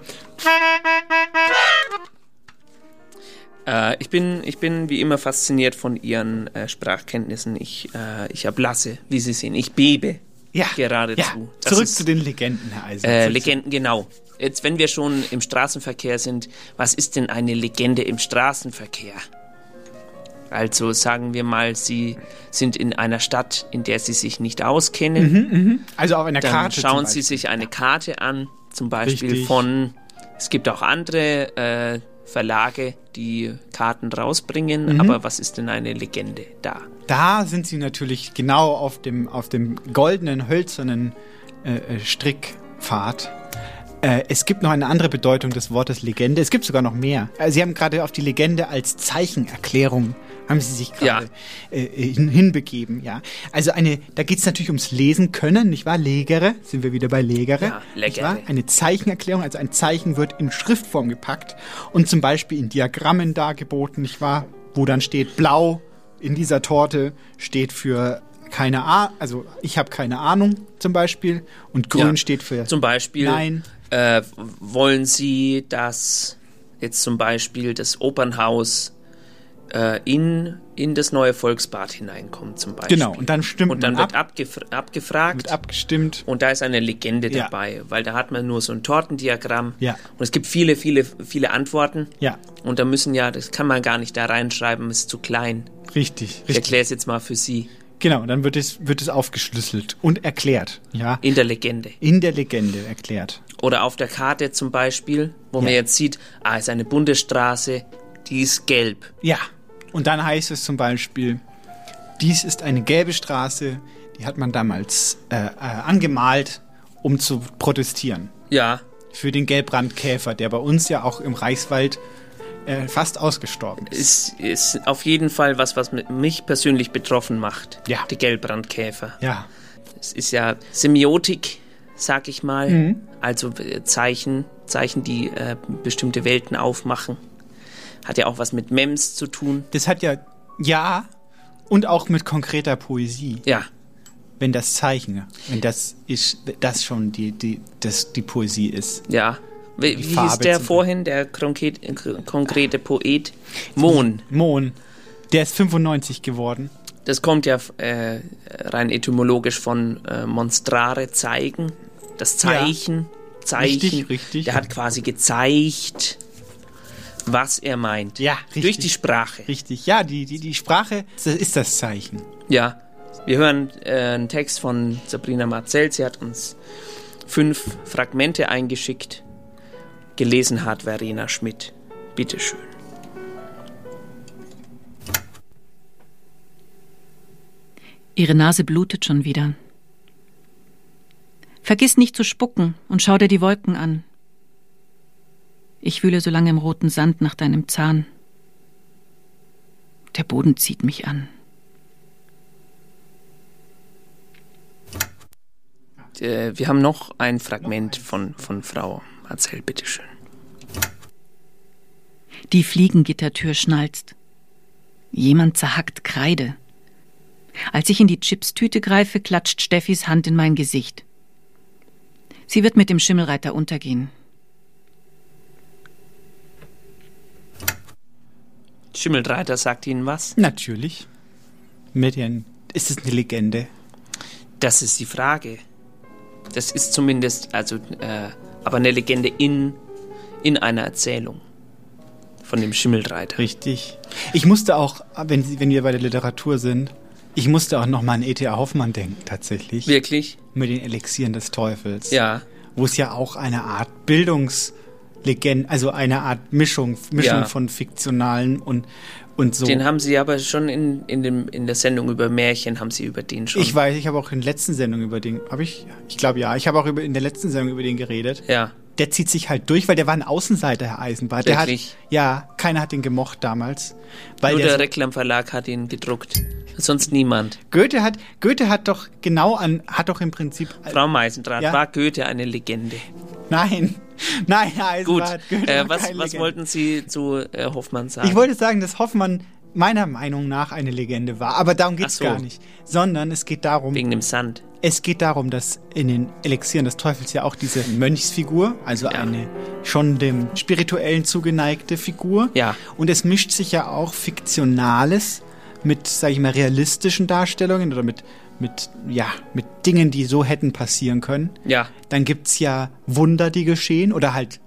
Speaker 1: Äh, ich, bin, ich bin wie immer fasziniert von ihren äh, Sprachkenntnissen. Ich, äh, ich ablasse, wie sie sehen. Ich bebe Äh,
Speaker 2: ja,
Speaker 1: geradezu.
Speaker 2: ja.
Speaker 1: Das
Speaker 2: zurück
Speaker 1: ist-
Speaker 2: zu den Legenden Herr Eisen
Speaker 1: Äh,
Speaker 2: Zurück zu-
Speaker 1: Legenden, genau. Jetzt, wenn wir schon im Straßenverkehr sind, was ist denn eine Legende im Straßenverkehr? Also sagen wir mal, Sie sind in einer Stadt, in der Sie sich nicht auskennen.
Speaker 2: also auf einer
Speaker 1: Dann
Speaker 2: Karte zum
Speaker 1: schauen Sie
Speaker 2: Beispiel.
Speaker 1: sich eine Karte an, zum Beispiel
Speaker 2: Richtig.
Speaker 1: von. Es gibt auch andere äh, Verlage, die Karten rausbringen.
Speaker 2: Mhm.
Speaker 1: Aber was ist denn eine Legende da?
Speaker 2: Da sind sie natürlich genau auf dem, auf dem goldenen, hölzernen äh, äh, Strickpfad. Äh, es gibt noch eine andere Bedeutung des Wortes Legende. Es gibt sogar noch mehr. Äh, Sie haben gerade auf die Legende als Zeichenerklärung haben Sie sich gerade äh, äh, hin, hinbegeben, ja. Also eine, da geht es natürlich ums Lesen können, nicht wahr? Legere, sind wir wieder bei Legere.
Speaker 1: Ja,
Speaker 2: nicht
Speaker 1: Legere.
Speaker 2: wahr? Eine Zeichenerklärung, also ein Zeichen wird in Schriftform gepackt und zum Beispiel in Diagrammen dargeboten, nicht wahr? Wo dann steht blau in dieser Torte steht für keine Ahnung, also ich habe keine Ahnung zum Beispiel und grün
Speaker 1: Ja.
Speaker 2: steht für
Speaker 1: Zum Beispiel.
Speaker 2: nein.
Speaker 1: Äh, wollen Sie, dass jetzt zum Beispiel das Opernhaus äh, in, in das neue Volksbad hineinkommt, zum Beispiel?
Speaker 2: Genau, und dann stimmt
Speaker 1: Und dann
Speaker 2: man
Speaker 1: wird abgefra abgefragt.
Speaker 2: wird abgestimmt.
Speaker 1: und da ist eine Legende
Speaker 2: Ja.
Speaker 1: dabei, weil da hat man nur so ein Tortendiagramm.
Speaker 2: Ja.
Speaker 1: Und es gibt viele, viele, viele Antworten.
Speaker 2: Ja,
Speaker 1: Und da müssen ja, das kann man gar nicht da reinschreiben, ist zu klein.
Speaker 2: richtig,
Speaker 1: Ich
Speaker 2: richtig.
Speaker 1: erkläre es jetzt mal für Sie
Speaker 2: Genau, dann wird es wird es aufgeschlüsselt und erklärt, ja,
Speaker 1: in der Legende.
Speaker 2: in der Legende erklärt.
Speaker 1: Oder auf der Karte zum Beispiel, wo man
Speaker 2: Ja.
Speaker 1: jetzt sieht, ah, ist eine Bundesstraße, die ist gelb.
Speaker 2: Ja, und dann heißt es zum Beispiel, dies ist eine gelbe Straße, die hat man damals äh, äh, angemalt, um zu protestieren.
Speaker 1: Ja,
Speaker 2: für den Gelbrandkäfer, der bei uns ja auch im Reichswald äh, fast ausgestorben ist.
Speaker 1: ist, ist auf jeden Fall was, was mit mich persönlich betroffen macht.
Speaker 2: Ja.
Speaker 1: Die Gelbrandkäfer.
Speaker 2: Ja,
Speaker 1: Es ist ja Semiotik, sag ich mal.
Speaker 2: Mhm.
Speaker 1: Also äh, Zeichen, Zeichen, die äh, bestimmte Welten aufmachen. Hat ja auch was mit Mems zu tun.
Speaker 2: das hat ja ja und auch mit konkreter Poesie,
Speaker 1: Ja,
Speaker 2: wenn das Zeichen, wenn das ist, das schon die die das die Poesie ist.
Speaker 1: ja. Wie, wie
Speaker 2: Farbe
Speaker 1: hieß der
Speaker 2: zum
Speaker 1: vorhin, der konkret, äh, konkrete Poet? Mohn.
Speaker 2: Mohn, der ist 95 geworden.
Speaker 1: Das kommt ja äh, rein etymologisch von äh, monstrare zeigen, das Zeichen, Zeichen.
Speaker 2: Richtig, richtig.
Speaker 1: Der hat quasi gezeigt, was er meint.
Speaker 2: Ja, richtig.
Speaker 1: Durch die Sprache.
Speaker 2: Richtig. Ja, die die die Sprache das ist das Zeichen.
Speaker 1: Ja. Wir hören äh, einen Text von Sabrina Marcel. Sie hat uns fünf Fragmente eingeschickt. Gelesen hat Verena Schmidt. Bitteschön.
Speaker 7: Ihre Nase blutet schon wieder. Vergiss nicht zu spucken und schau dir die Wolken an. Ich wühle so lange im roten Sand nach deinem Zahn. Der Boden zieht mich an.
Speaker 1: Äh, wir haben noch ein Fragment von, von Frau Marcel. Bitteschön.
Speaker 7: die Fliegengittertür schnalzt. Jemand zerhackt Kreide. Als ich in die Chipstüte greife, klatscht Steffis Hand in mein Gesicht. Sie wird mit dem Schimmelreiter untergehen.
Speaker 1: Schimmelreiter sagt Ihnen was?
Speaker 2: Natürlich. Median, ist es eine Legende?
Speaker 1: Das ist die Frage. Das ist zumindest, also, äh, aber eine Legende in, in einer Erzählung von dem Schimmelreiter.
Speaker 2: Richtig. Ich musste auch, wenn, Sie- wenn wir bei der Literatur sind, ich musste auch nochmal an E.T.A. Hoffmann denken, tatsächlich.
Speaker 1: Wirklich?
Speaker 2: Mit den Elixieren des Teufels.
Speaker 1: Ja.
Speaker 2: Wo es ja auch eine Art Bildungslegende, also eine Art Mischung, Mischung
Speaker 1: Ja.
Speaker 2: von fiktionalen und, und so.
Speaker 1: Den haben Sie aber schon in, in, dem, in der Sendung über Märchen, haben Sie über den schon.
Speaker 2: ich weiß, ich habe auch in der letzten Sendung über den, habe ich, ich glaube ja, ich habe auch über, in der letzten Sendung über den geredet.
Speaker 1: Ja.
Speaker 2: Der zieht sich halt durch, weil der war ein Außenseiter, Herr Eisenbart. Der
Speaker 1: Wirklich?
Speaker 2: hat, ja, keiner hat ihn gemocht damals. Weil
Speaker 1: Nur
Speaker 2: der so-
Speaker 1: der Reklam Verlag hat ihn gedruckt. Sonst niemand.
Speaker 2: Goethe hat, Goethe hat doch genau an, hat doch im Prinzip.
Speaker 1: Frau Meisendrath,
Speaker 2: Ja.
Speaker 1: war Goethe eine Legende?
Speaker 2: Nein, nein, Herr
Speaker 1: Gut,
Speaker 2: Eisenbart, Goethe
Speaker 1: äh,
Speaker 2: war
Speaker 1: was,
Speaker 2: keine
Speaker 1: was
Speaker 2: Legende.
Speaker 1: wollten Sie zu äh, Hoffmann sagen?
Speaker 2: Ich wollte sagen, dass Hoffmann meiner Meinung nach eine Legende war, aber darum geht's
Speaker 1: Ach so.
Speaker 2: gar nicht. Sondern es geht darum.
Speaker 1: Wegen dem Sand.
Speaker 2: Es geht darum, dass in den Elixieren des Teufels ja auch diese Mönchsfigur, also eine schon dem spirituellen zugeneigte Figur.
Speaker 1: Ja.
Speaker 2: Und es mischt sich ja auch Fiktionales mit, sage ich mal, realistischen Darstellungen oder mit, mit, ja, mit Dingen, die so hätten passieren können.
Speaker 1: Ja.
Speaker 2: Dann gibt's ja Wunder, die geschehen oder halt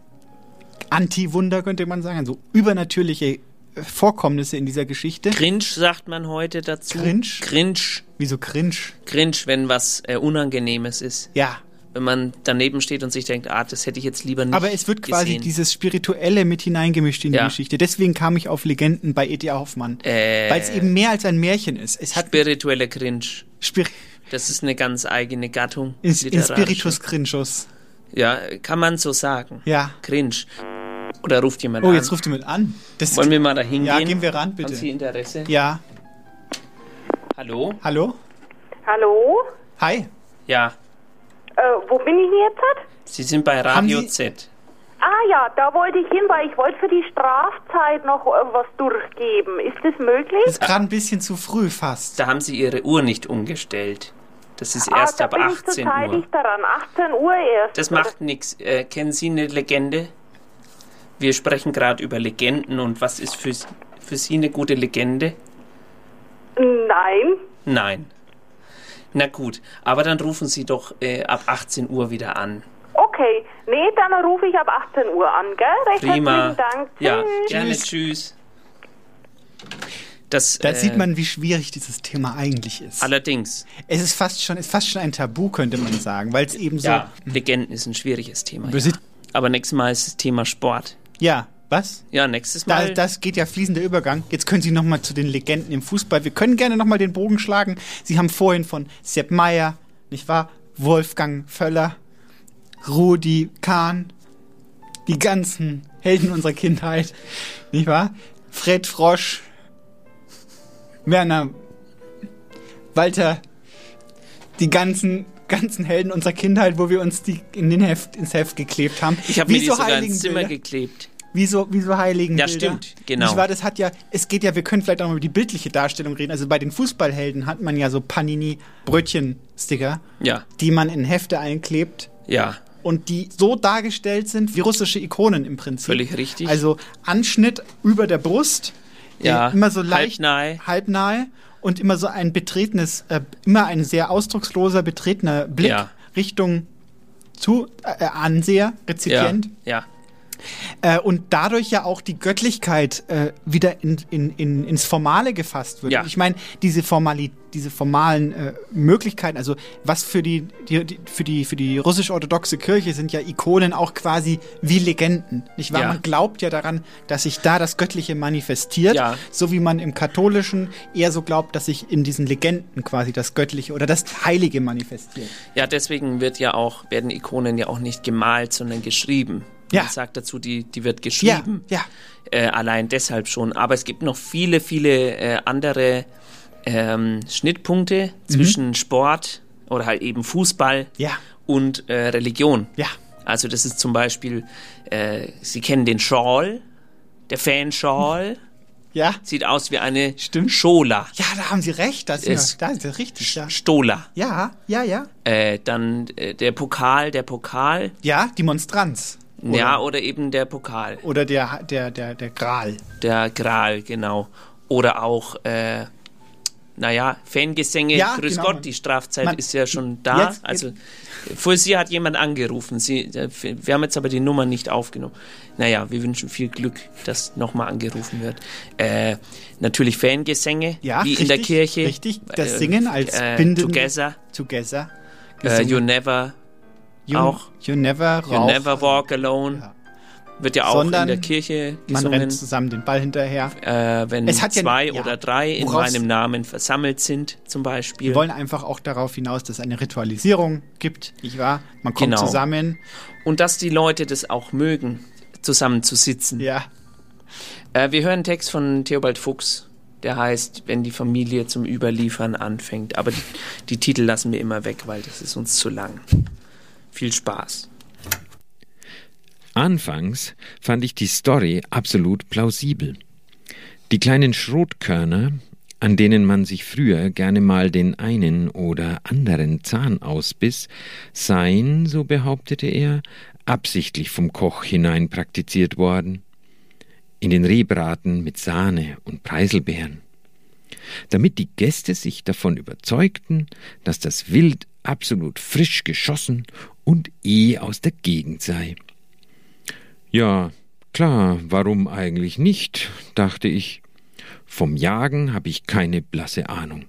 Speaker 2: Anti-Wunder, könnte man sagen, also übernatürliche äh, Vorkommnisse in dieser Geschichte.
Speaker 1: Cringe sagt man heute dazu.
Speaker 2: Cringe?
Speaker 1: Cringe.
Speaker 2: Wieso cringe?
Speaker 1: Cringe, wenn was äh, Unangenehmes ist.
Speaker 2: Ja.
Speaker 1: Wenn man daneben steht und sich denkt, ah, das hätte ich jetzt lieber nicht
Speaker 2: Aber es wird quasi
Speaker 1: gesehen.
Speaker 2: dieses Spirituelle mit hineingemischt in die
Speaker 1: Ja.
Speaker 2: Geschichte. Deswegen kam ich auf Legenden bei E.T.A. Hoffmann.
Speaker 1: Äh.
Speaker 2: Weil es eben mehr als ein Märchen ist. Es hat
Speaker 1: spirituelle Cringe.
Speaker 2: Spir
Speaker 1: Das ist eine ganz eigene Gattung.
Speaker 2: in, in
Speaker 1: literarische.
Speaker 2: Spiritus Crinchus.
Speaker 1: Ja, kann man so sagen.
Speaker 2: Ja.
Speaker 1: Cringe. Oder ruft jemand
Speaker 2: Oh,
Speaker 1: an?
Speaker 2: jetzt ruft jemand an. Das
Speaker 1: Wollen wir mal da hingehen?
Speaker 2: Ja, gehen wir ran,
Speaker 1: Haben Sie
Speaker 2: bitte.
Speaker 1: Interesse?
Speaker 2: Ja.
Speaker 1: Hallo?
Speaker 2: Hallo?
Speaker 9: Hallo?
Speaker 2: Hi.
Speaker 1: Ja.
Speaker 9: Äh, wo bin ich jetzt?
Speaker 1: Sie sind bei Radio Z.
Speaker 9: Ah ja, da wollte ich hin, weil ich wollte für die Strafzeit noch äh, was durchgeben. Ist das möglich?
Speaker 2: Ist gerade ein bisschen zu früh fast.
Speaker 1: Da haben Sie Ihre Uhr nicht umgestellt. Das ist
Speaker 9: ah,
Speaker 1: erst
Speaker 9: da
Speaker 1: ab
Speaker 9: bin
Speaker 1: 18
Speaker 9: ich zurzeit
Speaker 1: Uhr.
Speaker 9: nicht daran. 18 Uhr erst.
Speaker 1: Das
Speaker 9: oder?
Speaker 1: macht nichts. Äh, kennen Sie eine Legende? Wir sprechen gerade über Legenden und was ist für, für Sie eine gute Legende?
Speaker 9: Nein.
Speaker 1: Nein. Na gut, aber dann rufen Sie doch äh, ab 18 Uhr wieder an.
Speaker 9: Okay. Nee, dann rufe ich ab 18 Uhr an, gell? Recht
Speaker 1: Prima.
Speaker 9: herzlichen Dank.
Speaker 1: Ja,
Speaker 9: Tschüss.
Speaker 1: gerne, tschüss. Das,
Speaker 2: Da
Speaker 1: äh,
Speaker 2: sieht man, wie schwierig dieses Thema eigentlich ist.
Speaker 1: Allerdings,
Speaker 2: Es ist fast schon, ist fast schon ein Tabu, könnte man sagen, weil es eben so.
Speaker 1: ja, Legenden ist ein schwieriges Thema.
Speaker 2: Wir
Speaker 1: Ja.
Speaker 2: sind-
Speaker 1: Aber nächstes Mal ist das Thema Sport.
Speaker 2: Ja, was?
Speaker 1: Ja, nächstes
Speaker 2: Da,
Speaker 1: Mal.
Speaker 2: das geht ja fließender Übergang. Jetzt können Sie nochmal zu den Legenden im Fußball. Wir können gerne nochmal den Bogen schlagen. Sie haben vorhin von Sepp Meyer, nicht wahr? Wolfgang Völler, Rudi Kahn, die ganzen Helden unserer Kindheit, nicht wahr? Fred Frosch, Werner, Walter, die ganzen ganzen Helden unserer Kindheit, wo wir uns die in den Heft ins Heft geklebt haben.
Speaker 1: ich habe
Speaker 2: Wie
Speaker 1: mir die
Speaker 2: so
Speaker 1: sogar ins
Speaker 2: Heiligenbilder.
Speaker 1: Zimmer geklebt.
Speaker 2: Wie so, wie so heiligen
Speaker 1: Ja,
Speaker 2: Bilder.
Speaker 1: stimmt, genau.
Speaker 2: Nicht wahr? Das hat ja, es geht ja, wir können vielleicht auch mal über die bildliche Darstellung reden. Also bei den Fußballhelden hat man ja so Panini-Brötchen-Sticker,
Speaker 1: Ja,
Speaker 2: die man in Hefte einklebt
Speaker 1: ja,
Speaker 2: und die so dargestellt sind wie russische Ikonen im Prinzip.
Speaker 1: Völlig richtig.
Speaker 2: Also Anschnitt über der Brust,
Speaker 1: Ja,
Speaker 2: äh, immer so leicht
Speaker 1: halbnahe.
Speaker 2: halbnahe und immer so ein betretenes, äh, immer ein sehr ausdrucksloser, betretener Blick
Speaker 1: Ja.
Speaker 2: Richtung zu äh, Anseher, Rezipient.
Speaker 1: ja,
Speaker 2: Äh, und dadurch ja auch die Göttlichkeit äh, wieder in, in, in, ins Formale gefasst wird.
Speaker 1: Ja.
Speaker 2: Und Ich meine, diese, Formali diese formalen äh, Möglichkeiten, also was für die, die, die, für die, für die russisch-orthodoxe Kirche sind ja Ikonen auch quasi wie Legenden. Nicht wahr?
Speaker 1: Ja.
Speaker 2: Man glaubt ja daran, dass sich da das Göttliche manifestiert,
Speaker 1: Ja.
Speaker 2: so wie man im Katholischen eher so glaubt, dass sich in diesen Legenden quasi das Göttliche oder das Heilige manifestiert.
Speaker 1: ja. Deswegen wird ja auch werden Ikonen ja auch nicht gemalt, sondern geschrieben.
Speaker 2: Ja.
Speaker 1: Man sagt dazu, die die wird
Speaker 2: Ja,
Speaker 1: geschrieben.
Speaker 2: ja.
Speaker 1: Äh, allein deshalb schon. Aber es gibt noch viele, viele äh, andere ähm, Schnittpunkte zwischen Sport oder halt eben Fußball
Speaker 2: Mhm. Ja.
Speaker 1: und äh, Religion.
Speaker 2: Ja.
Speaker 1: Also das ist zum Beispiel, äh, Sie kennen den Schal, Der Fanschal.
Speaker 2: Mhm. Ja.
Speaker 1: Sieht aus wie eine Schola.
Speaker 2: Ja, da haben Sie recht. Das
Speaker 1: Ist-
Speaker 2: ist, da ist richtig. Ja,
Speaker 1: Stola.
Speaker 2: ja, ja. ja.
Speaker 1: Äh, dann äh, der Pokal, der Pokal.
Speaker 2: Ja, die Monstranz. Oder-
Speaker 1: Ja, oder eben der Pokal.
Speaker 2: Oder der, der, der, der Gral.
Speaker 1: Der Gral, genau. Oder auch, äh, naja, Fangesänge,
Speaker 2: Ja,
Speaker 1: Grüß
Speaker 2: genau.
Speaker 1: Gott, die Strafzeit
Speaker 2: Man-
Speaker 1: ist ja schon da.
Speaker 2: Jetzt-
Speaker 1: also, äh, vor sie hat jemand angerufen. Sie, äh, wir haben jetzt aber die Nummer nicht aufgenommen. Naja, wir wünschen viel Glück, dass nochmal angerufen wird. Äh, natürlich Fangesänge,
Speaker 2: Ja,
Speaker 1: wie in der
Speaker 2: richtig,
Speaker 1: Kirche.
Speaker 2: richtig. Das Singen als
Speaker 1: äh,
Speaker 2: bindend-
Speaker 1: Together.
Speaker 2: Together.
Speaker 1: Äh,
Speaker 2: Gesungen.
Speaker 1: you never,
Speaker 2: You,
Speaker 1: auch.
Speaker 2: You never
Speaker 1: you
Speaker 2: rauch.
Speaker 1: never walk alone. Wird ja auch
Speaker 2: Sondern
Speaker 1: in der Kirche
Speaker 2: Man
Speaker 1: gesungen.
Speaker 2: rennt zusammen den Ball hinterher.
Speaker 1: äh, wenn
Speaker 2: Es hat ja-
Speaker 1: zwei
Speaker 2: ja.
Speaker 1: oder drei in
Speaker 2: Woraus-
Speaker 1: meinem Namen versammelt sind, zum Beispiel.
Speaker 2: Wir wollen einfach auch darauf hinaus, dass es eine Ritualisierung gibt, nicht wahr? Man kommt
Speaker 1: Genau.
Speaker 2: zusammen.
Speaker 1: Und dass die Leute das auch mögen, zusammen zu sitzen.
Speaker 2: Ja.
Speaker 1: Äh, wir hören einen Text von Theobald Fuchs, der heißt, wenn die Familie zum Überliefern anfängt. Aber die, die Titel lassen wir immer weg, weil das ist uns zu lang. Viel Spaß.
Speaker 10: Anfangs fand ich die Story absolut plausibel. Die kleinen Schrotkörner, an denen man sich früher gerne mal den einen oder anderen Zahn ausbiss, seien, so behauptete er, absichtlich vom Koch hinein praktiziert worden. In den Rehbraten mit Sahne und Preiselbeeren damit die Gäste sich davon überzeugten, dass das Wild absolut frisch geschossen und eh aus der Gegend sei. Ja, klar, warum eigentlich nicht, dachte ich. Vom Jagen habe ich keine blasse Ahnung.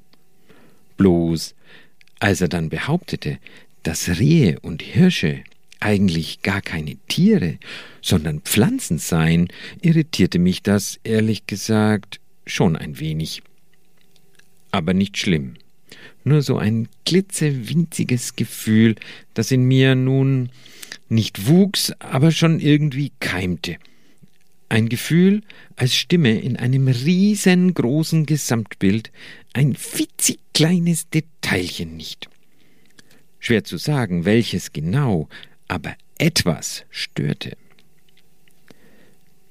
Speaker 10: Bloß, als er dann behauptete, dass Rehe und Hirsche eigentlich gar keine Tiere, sondern Pflanzen seien, irritierte mich das, ehrlich gesagt, schon ein wenig aber nicht schlimm. Nur so ein klitzewinziges Gefühl, das in mir nun nicht wuchs, aber schon irgendwie keimte. Ein Gefühl, als stimme in einem riesengroßen Gesamtbild ein fitzig kleines Detailchen nicht. Schwer zu sagen, welches genau, aber etwas störte.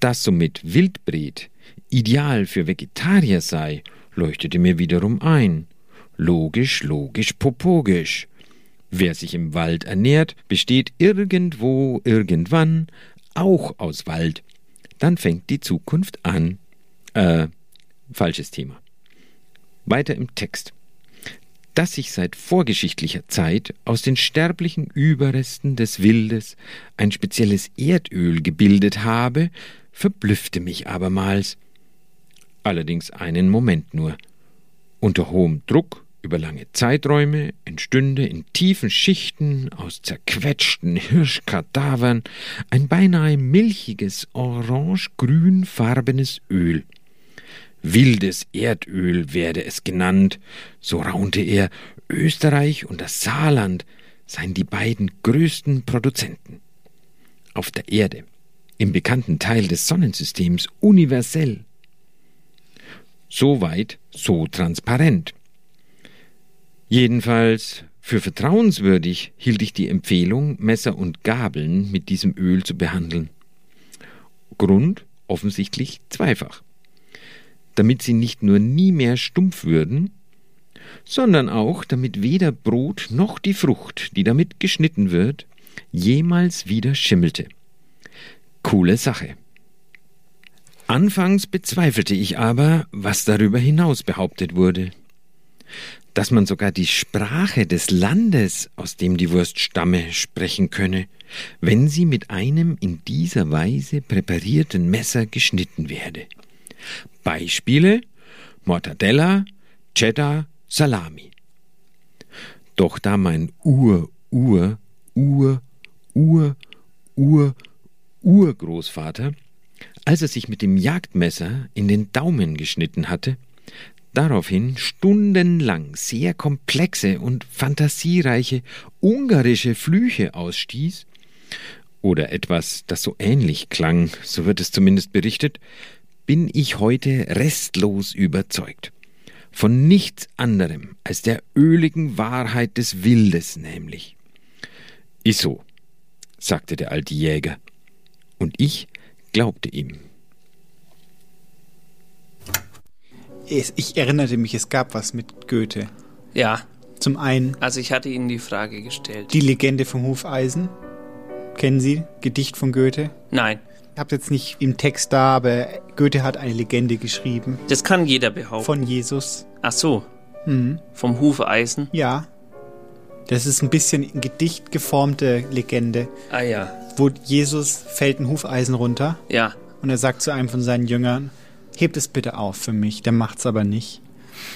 Speaker 10: Dass somit Wildbret ideal für Vegetarier sei, leuchtete mir wiederum ein. Logisch, logisch, popogisch. Wer sich im Wald ernährt, besteht irgendwo, irgendwann auch aus Wald. Dann fängt die Zukunft an. Äh, falsches Thema. Weiter im Text. Dass sich seit vorgeschichtlicher Zeit aus den sterblichen Überresten des Wildes ein spezielles Erdöl gebildet habe, verblüffte mich abermals. Allerdings einen Moment nur. Unter hohem Druck über lange Zeiträume entstünde in tiefen Schichten aus zerquetschten Hirschkadavern ein beinahe milchiges, orange-grünfarbenes Öl. Wildes Erdöl werde es genannt, so raunte er, Österreich und das Saarland seien die beiden größten Produzenten. Auf der Erde, im bekannten Teil des Sonnensystems, universell. So weit, so transparent. Jedenfalls für vertrauenswürdig hielt ich die Empfehlung, Messer und Gabeln mit diesem Öl zu behandeln. Grund offensichtlich zweifach. Damit sie nicht nur nie mehr stumpf würden, sondern auch damit weder Brot noch die Frucht, die damit geschnitten wird, jemals wieder schimmelte. Coole Sache. Anfangs bezweifelte ich aber, was darüber hinaus behauptet wurde. Dass man sogar die Sprache des Landes, aus dem die Wurst stamme, sprechen könne, wenn sie mit einem in dieser Weise präparierten Messer geschnitten werde. Beispiele Mortadella, Cheddar, Salami. Doch da mein Ur, Ur, Ur, Ur, Ur, Urgroßvater als er sich mit dem Jagdmesser in den Daumen geschnitten hatte, daraufhin stundenlang sehr komplexe und fantasiereiche ungarische Flüche ausstieß, oder etwas, das so ähnlich klang, so wird es zumindest berichtet, bin ich heute restlos überzeugt. Von nichts anderem als der öligen Wahrheit des Wildes nämlich. Iso, sagte der alte Jäger, und ich glaubte ihm.
Speaker 2: Es, ich erinnerte mich, es gab was mit Goethe.
Speaker 1: Ja.
Speaker 2: Zum einen.
Speaker 1: Also ich hatte Ihnen die Frage gestellt.
Speaker 2: Die Legende vom Hufeisen. Kennen Sie? Gedicht von Goethe?
Speaker 1: Nein.
Speaker 2: Ich habe jetzt nicht im Text da, aber Goethe hat eine Legende geschrieben.
Speaker 1: Das kann jeder behaupten.
Speaker 2: Von Jesus.
Speaker 1: Ach so.
Speaker 2: Mhm.
Speaker 1: Vom Hufeisen?
Speaker 2: Ja. Das ist ein bisschen in Gedicht geformte Legende.
Speaker 1: Ah ja.
Speaker 2: Wo Jesus fällt ein Hufeisen runter.
Speaker 1: Ja.
Speaker 2: Und er sagt zu einem von seinen Jüngern, hebt es bitte auf für mich. Der macht's aber nicht.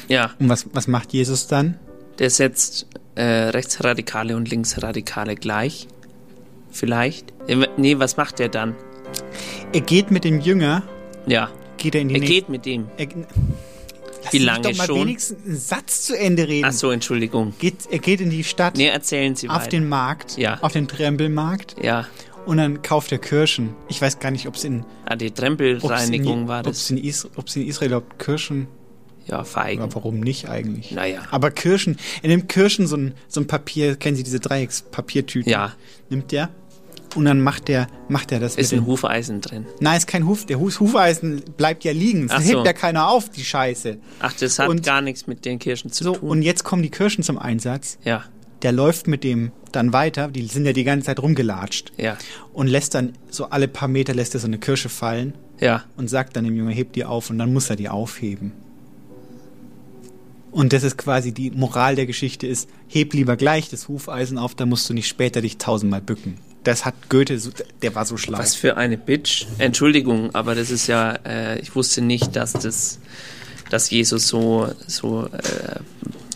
Speaker 1: Ja.
Speaker 2: Und was, was macht Jesus dann?
Speaker 1: Der setzt äh, Rechtsradikale und Linksradikale gleich. Vielleicht. Äh, Nee, was macht der dann?
Speaker 2: Er geht mit dem Jünger.
Speaker 1: Ja.
Speaker 2: Geht er in die
Speaker 1: Er
Speaker 2: nächste-
Speaker 1: geht mit dem.
Speaker 2: Er, Lass
Speaker 1: Wie
Speaker 2: mich
Speaker 1: lange
Speaker 2: doch mal
Speaker 1: schon?
Speaker 2: wenigstens einen Satz zu Ende reden.
Speaker 1: Ach so, Entschuldigung.
Speaker 2: Geht, er geht in die Stadt,
Speaker 1: Nee, erzählen Sie
Speaker 2: auf
Speaker 1: weiter.
Speaker 2: den Markt,
Speaker 1: Ja.
Speaker 2: auf den Trempelmarkt
Speaker 1: Ja.
Speaker 2: und dann kauft er Kirschen. Ich weiß gar nicht, ob es in,
Speaker 1: Ah, die
Speaker 2: ob's in,
Speaker 1: Trempelreinigung war
Speaker 2: ob's
Speaker 1: das.
Speaker 2: in, Is, ob's in Israel überhaupt Kirschen
Speaker 1: Ja, feig.
Speaker 2: Aber warum nicht eigentlich?
Speaker 1: Naja.
Speaker 2: Aber Kirschen, er nimmt Kirschen so ein, so ein Papier, kennen Sie diese Dreieckspapiertüten?
Speaker 1: Ja.
Speaker 2: Nimmt er und dann macht er macht er das
Speaker 1: Ist
Speaker 2: mit
Speaker 1: ein
Speaker 2: den-
Speaker 1: Hufeisen drin.
Speaker 2: Nein, ist kein Huf, der Huf, Hufeisen bleibt ja liegen,
Speaker 1: Ach
Speaker 2: das hebt
Speaker 1: so.
Speaker 2: ja keiner auf, die Scheiße.
Speaker 1: Ach, das hat
Speaker 2: Und-
Speaker 1: gar nichts mit den Kirschen zu
Speaker 2: So,
Speaker 1: tun.
Speaker 2: und jetzt kommen die Kirschen zum Einsatz.
Speaker 1: Ja.
Speaker 2: Der läuft mit dem dann weiter, die sind ja die ganze Zeit rumgelatscht.
Speaker 1: Ja.
Speaker 2: Und lässt dann so alle paar Meter lässt er so eine Kirsche fallen.
Speaker 1: Ja.
Speaker 2: Und sagt dann dem Jungen, heb die auf und dann muss er die aufheben. Und das ist quasi die Moral der Geschichte ist, heb lieber gleich das Hufeisen auf, da musst du nicht später dich tausendmal bücken. Das hat Goethe, so, der war so schlau.
Speaker 1: Was für eine Bitch. Entschuldigung, aber das ist ja, äh, ich wusste nicht, dass das, dass Jesus so, so äh,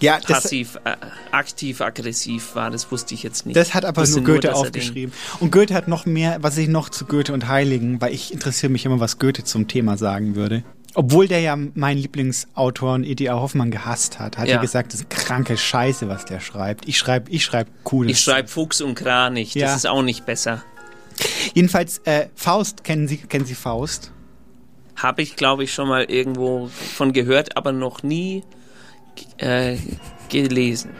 Speaker 2: Ja, das-
Speaker 1: passiv, äh, aktiv, aggressiv war. Das wusste ich jetzt nicht.
Speaker 2: Das hat aber
Speaker 1: Wusste
Speaker 2: nur Goethe
Speaker 1: dass er den-
Speaker 2: aufgeschrieben. Und Goethe hat noch mehr, was ich noch zu Goethe und Heiligen, weil ich interessiere mich immer, was Goethe zum Thema sagen würde. Obwohl der ja meinen Lieblingsautor E.D.A. Hoffmann gehasst hat, hat
Speaker 1: Ja.
Speaker 2: er gesagt, das ist kranke Scheiße, was der schreibt. Ich schreibe, ich schreibe cooles.
Speaker 1: Ich schreibe Fuchs und Kranich. Das
Speaker 2: Ja.
Speaker 1: ist auch nicht besser.
Speaker 2: Jedenfalls äh, Faust kennen Sie, kennen Sie Faust?
Speaker 1: Habe ich, glaube ich, schon mal irgendwo von gehört, aber noch nie äh, gelesen.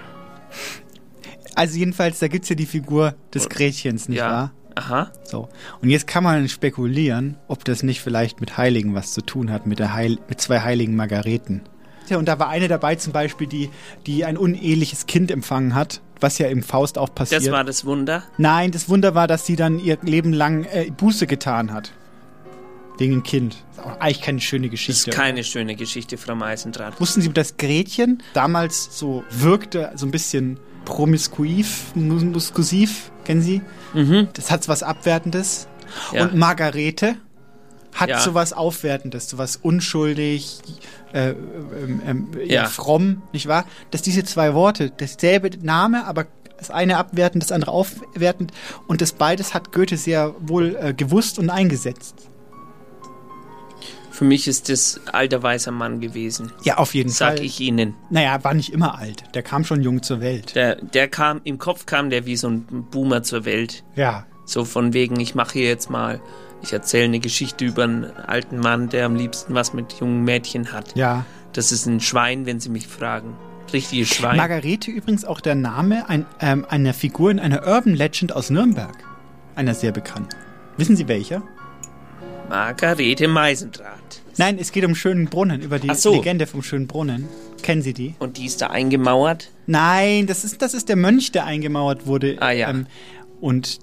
Speaker 2: Also jedenfalls, da gibt's ja die Figur des Gretchens, nicht
Speaker 1: ja.
Speaker 2: wahr?
Speaker 1: Aha.
Speaker 2: So. Und jetzt kann man spekulieren, ob das nicht vielleicht mit Heiligen was zu tun hat, mit, der Heil mit zwei heiligen Margareten. Ja, und da war eine dabei zum Beispiel, die, die ein uneheliches Kind empfangen hat, was ja im Faust auch passiert.
Speaker 1: Das war das Wunder.
Speaker 2: Nein, das Wunder war, dass sie dann ihr Leben lang äh, Buße getan hat. Wegen dem Kind. Ist auch eigentlich keine schöne
Speaker 1: Das
Speaker 2: Geschichte.
Speaker 1: ist keine schöne Geschichte, Frau Meisendraht.
Speaker 2: Wussten Sie, dass Gretchen damals so wirkte, so ein bisschen promiskuiv, mus- muskusiv, kennen Sie? Das hat was Abwertendes.
Speaker 1: Mhm. Ja.
Speaker 2: Und Margarete hat
Speaker 1: Ja.
Speaker 2: sowas Aufwertendes, sowas unschuldig, äh, ähm, ähm, ja.
Speaker 1: Ja.
Speaker 2: fromm, nicht wahr? Dass diese zwei Worte, dasselbe Name, aber das eine abwertend, das andere aufwertend und das beides hat Goethe sehr wohl äh, gewusst und eingesetzt.
Speaker 1: Für mich ist das alter weißer Mann gewesen.
Speaker 2: Ja, auf jeden
Speaker 1: Sag
Speaker 2: Fall.
Speaker 1: ich Ihnen.
Speaker 2: Naja, war nicht immer alt. Der kam schon jung zur Welt.
Speaker 1: Der, der kam, im Kopf kam der wie so ein Boomer zur Welt.
Speaker 2: Ja.
Speaker 1: So von wegen, ich mache hier jetzt mal, ich erzähle eine Geschichte über einen alten Mann, der am liebsten was mit jungen Mädchen hat.
Speaker 2: Ja.
Speaker 1: Das ist ein Schwein, wenn Sie mich fragen. Richtiges Schwein.
Speaker 2: Margarete übrigens auch der Name ein, ähm, einer Figur in einer Urban Legend aus Nürnberg. Einer sehr bekannten. Wissen Sie welcher?
Speaker 1: Margarete Meisendraht.
Speaker 2: Nein, es geht um schönen Brunnen, über die
Speaker 1: Ach so.
Speaker 2: Legende vom schönen Brunnen. Kennen Sie die?
Speaker 1: Und die ist da eingemauert.
Speaker 2: Nein, das ist, das ist der Mönch, der eingemauert wurde. ähm,
Speaker 1: Ah, ja.
Speaker 2: und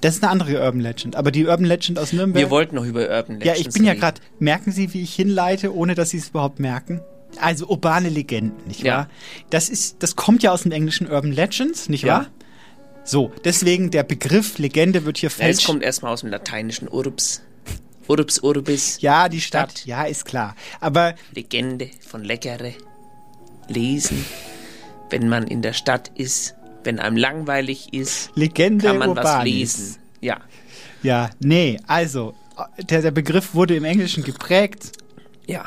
Speaker 2: das ist eine andere Urban Legend. Aber die Urban Legend aus Nürnberg.
Speaker 1: Wir wollten noch über Urban Legends
Speaker 2: ja, ich bin ja
Speaker 1: reden.
Speaker 2: gerade. Merken Sie, wie ich hinleite, ohne dass Sie es überhaupt merken? Also urbane Legenden, nicht
Speaker 1: Ja.
Speaker 2: wahr? Das ist, das kommt ja aus dem englischen Urban Legends, nicht
Speaker 1: Ja.
Speaker 2: wahr? So, deswegen der Begriff Legende wird hier
Speaker 1: Ja, es
Speaker 2: falsch.
Speaker 1: kommt erstmal aus dem lateinischen Urbs. Urbs, Urbis.
Speaker 2: Ja, die Stadt. Ja, ist klar. Aber
Speaker 1: Legende von leckere Lesen. Wenn man in der Stadt ist, wenn einem langweilig ist,
Speaker 2: Legende
Speaker 1: kann man was
Speaker 2: urbanis.
Speaker 1: lesen. Ja,
Speaker 2: Ja, nee, also, der, der Begriff wurde im Englischen geprägt,
Speaker 1: ja.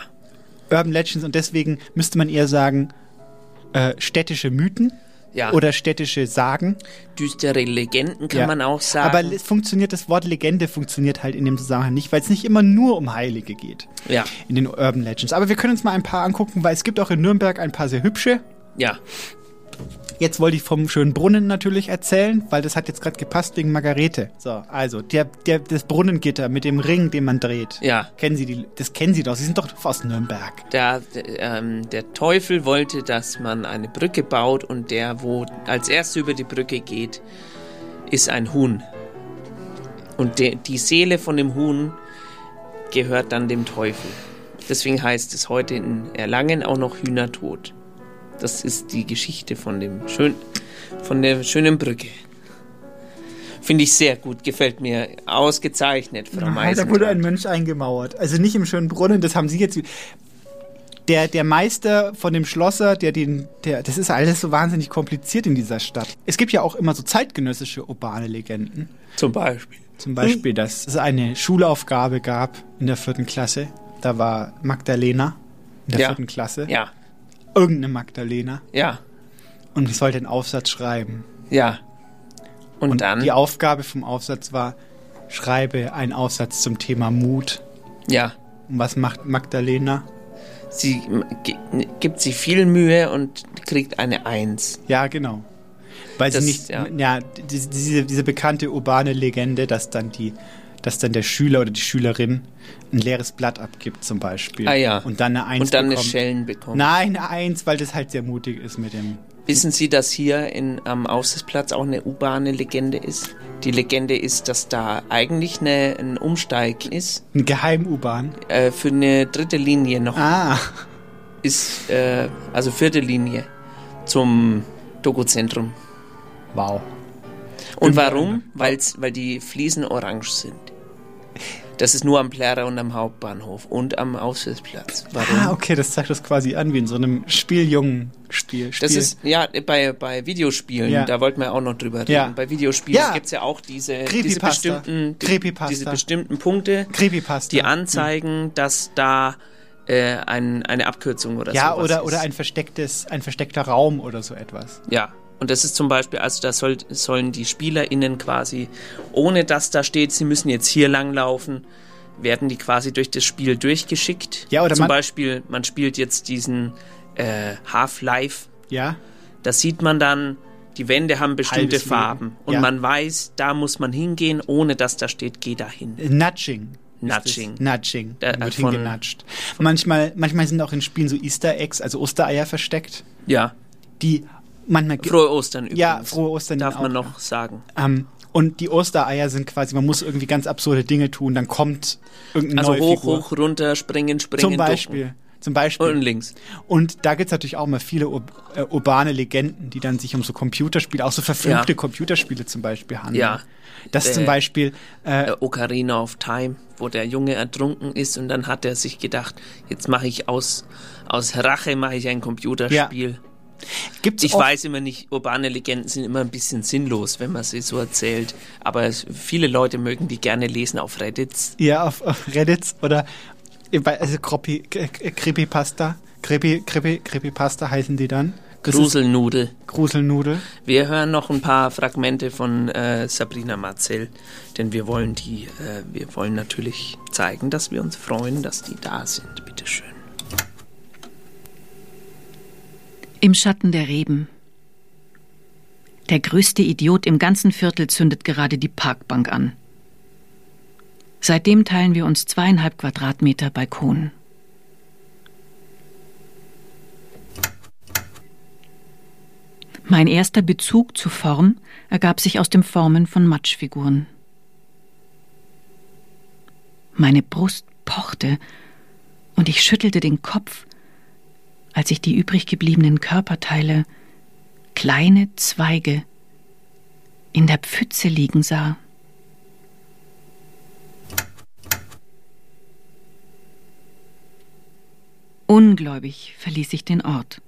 Speaker 2: Urban Legends, und deswegen müsste man eher sagen, äh, städtische Mythen
Speaker 1: Ja.
Speaker 2: oder städtische Sagen.
Speaker 1: Düstere Legenden kann
Speaker 2: Ja.
Speaker 1: man auch sagen.
Speaker 2: Aber es funktioniert, das Wort Legende funktioniert halt in dem Zusammenhang nicht, weil es nicht immer nur um Heilige geht
Speaker 1: ja,
Speaker 2: in den Urban Legends. Aber wir können uns mal ein paar angucken, weil es gibt auch in Nürnberg ein paar sehr hübsche.
Speaker 1: ja.
Speaker 2: Jetzt wollte ich vom schönen Brunnen natürlich erzählen, weil das hat jetzt gerade gepasst wegen Margarete. So, also der, der, das Brunnengitter mit dem Ring, den man dreht.
Speaker 1: Ja.
Speaker 2: Kennen Sie die? Das kennen Sie doch. Sie sind doch aus Nürnberg.
Speaker 1: Da, d- ähm, der Teufel wollte, dass man eine Brücke baut und der, wo als erster über die Brücke geht, ist ein Huhn. Und de, die Seele von dem Huhn gehört dann dem Teufel. Deswegen heißt es heute in Erlangen auch noch Hühnertod. Das ist die Geschichte von, dem schön, von der schönen Brücke. Finde ich sehr gut, gefällt mir ausgezeichnet, Frau
Speaker 2: Nein,
Speaker 1: Meister.
Speaker 2: da wurde ein Mönch eingemauert. Also nicht im schönen Brunnen, das haben sie jetzt. Der, der Meister von dem Schlosser, der den, der, das ist alles so wahnsinnig kompliziert in dieser Stadt. Es gibt ja auch immer so zeitgenössische urbane Legenden.
Speaker 1: Zum Beispiel.
Speaker 2: Zum Beispiel, dass es eine Schulaufgabe gab in der vierten Klasse. Da war Magdalena in der
Speaker 1: Ja.
Speaker 2: vierten Klasse.
Speaker 1: Ja.
Speaker 2: Irgendeine Magdalena.
Speaker 1: Ja.
Speaker 2: Und ich sollte einen Aufsatz schreiben.
Speaker 1: Ja. Und, dann?
Speaker 2: Die Aufgabe vom Aufsatz war, schreibe einen Aufsatz zum Thema Mut.
Speaker 1: Ja.
Speaker 2: Und was macht Magdalena?
Speaker 1: Sie g- gibt sich viel Mühe und kriegt eine Eins.
Speaker 2: Ja, genau. Weil
Speaker 1: Das-
Speaker 2: sie nicht,
Speaker 1: ja.
Speaker 2: ja, die- diese, diese bekannte urbane Legende, dass dann die, dass dann der Schüler oder die Schülerin ein leeres Blatt abgibt zum Beispiel.
Speaker 1: Ah ja.
Speaker 2: Und dann eine Eins
Speaker 1: Und dann eine
Speaker 2: bekommt.
Speaker 1: Schellen bekommt.
Speaker 2: Nein, eine Eins, weil das halt sehr mutig ist mit dem.
Speaker 1: Wissen Sie, dass hier in, am Aufsichtsplatz auch eine urbane Legende ist? Die Legende ist, dass da eigentlich eine, ein Umsteig ist.
Speaker 2: Ein Geheim-U-Bahn.
Speaker 1: Äh, für eine dritte Linie noch.
Speaker 2: Ah.
Speaker 1: Ist, äh, also vierte Linie zum Dokuzentrum.
Speaker 2: Wow.
Speaker 1: Und warum? Weil's, weil die Fliesen orange sind. Das ist nur am Plärrer und am Hauptbahnhof und am Aufsichtsplatz. Warum?
Speaker 2: Ah, okay, das zeigt das quasi an wie in so einem Spieljungen-Spiel.
Speaker 1: Das
Speaker 2: Spiel.
Speaker 1: ist, ja, bei, bei Videospielen,
Speaker 2: Ja.
Speaker 1: da wollten wir auch noch drüber reden.
Speaker 2: Ja.
Speaker 1: Bei Videospielen
Speaker 2: Ja.
Speaker 1: gibt's ja auch diese, diese
Speaker 2: Creepypasta.
Speaker 1: bestimmten, die-
Speaker 2: Creepypasta.
Speaker 1: diese bestimmten Punkte, die anzeigen, dass da äh, ein, eine Abkürzung oder
Speaker 2: ja,
Speaker 1: sowas
Speaker 2: oder,
Speaker 1: ist.
Speaker 2: oder ein verstecktes, ein versteckter Raum oder so etwas.
Speaker 1: Ja, und das ist zum Beispiel, also da soll, sollen die SpielerInnen quasi, ohne dass da steht, sie müssen jetzt hier langlaufen, werden die quasi durch das Spiel durchgeschickt.
Speaker 2: Ja, oder
Speaker 1: zum
Speaker 2: man-
Speaker 1: Beispiel, man spielt jetzt diesen äh, Half-Life.
Speaker 2: Ja.
Speaker 1: Das sieht man dann, die Wände haben bestimmte
Speaker 2: Halbes Leben.
Speaker 1: Farben. Und
Speaker 2: Ja.
Speaker 1: man weiß, da muss man hingehen, ohne dass da steht, geh dahin.
Speaker 2: Nudging.
Speaker 1: Nudging.
Speaker 2: Nudging.
Speaker 1: Da-
Speaker 2: Da, wird
Speaker 1: von-
Speaker 2: hingenatscht. Manchmal, manchmal sind auch in Spielen so Easter Eggs, also Ostereier versteckt,
Speaker 1: Ja.
Speaker 2: die manchmal. ge-
Speaker 1: Frohe Ostern übrigens.
Speaker 2: Ja, frohe Ostern.
Speaker 1: Darf
Speaker 2: auch.
Speaker 1: man noch sagen.
Speaker 2: Ähm, und die Ostereier sind quasi, man muss irgendwie ganz absurde Dinge tun, dann kommt irgendeine
Speaker 1: Also
Speaker 2: neue
Speaker 1: hoch,
Speaker 2: Figur.
Speaker 1: hoch, runter, springen, springen.
Speaker 2: Zum Beispiel.
Speaker 1: ducken.
Speaker 2: Zum Beispiel.
Speaker 1: Und links.
Speaker 2: Und da gibt es natürlich auch immer viele ur äh, urbane Legenden, die dann sich um so Computerspiele, auch so verfluchte
Speaker 1: Ja.
Speaker 2: Computerspiele zum Beispiel handeln.
Speaker 1: Ja.
Speaker 2: Das zum
Speaker 1: Äh,
Speaker 2: Beispiel. Äh,
Speaker 1: äh, Ocarina of Time, wo der Junge ertrunken ist und dann hat er sich gedacht, jetzt mache ich aus, aus Rache mache ich ein Computerspiel.
Speaker 2: Gibt's
Speaker 1: ich
Speaker 2: oft-
Speaker 1: weiß immer nicht, urbane Legenden sind immer ein bisschen sinnlos, wenn man sie so erzählt, aber es, viele Leute mögen die gerne lesen auf Reddits.
Speaker 2: Ja, auf, auf Reddit oder bei- also Cropy, K- K- Creepypasta. Creepy, Creepy, Creepypasta heißen die dann. Das ist
Speaker 1: Gruselnudel.
Speaker 2: Gruselnudel.
Speaker 1: Wir hören noch ein paar Fragmente von äh, Sabrina Marcel, denn wir wollen die, äh, wir wollen natürlich zeigen, dass wir uns freuen, dass die da sind. Bitteschön.
Speaker 7: Im Schatten der Reben. Der größte Idiot im ganzen Viertel zündet gerade die Parkbank an. Seitdem teilen wir uns zweieinhalb Quadratmeter Balkon. Mein erster Bezug zu Form ergab sich aus dem Formen von Matschfiguren. Meine Brust pochte und ich schüttelte den Kopf, als ich die übrig gebliebenen Körperteile, kleine Zweige, in der Pfütze liegen sah. Ungläubig verließ ich den Ort.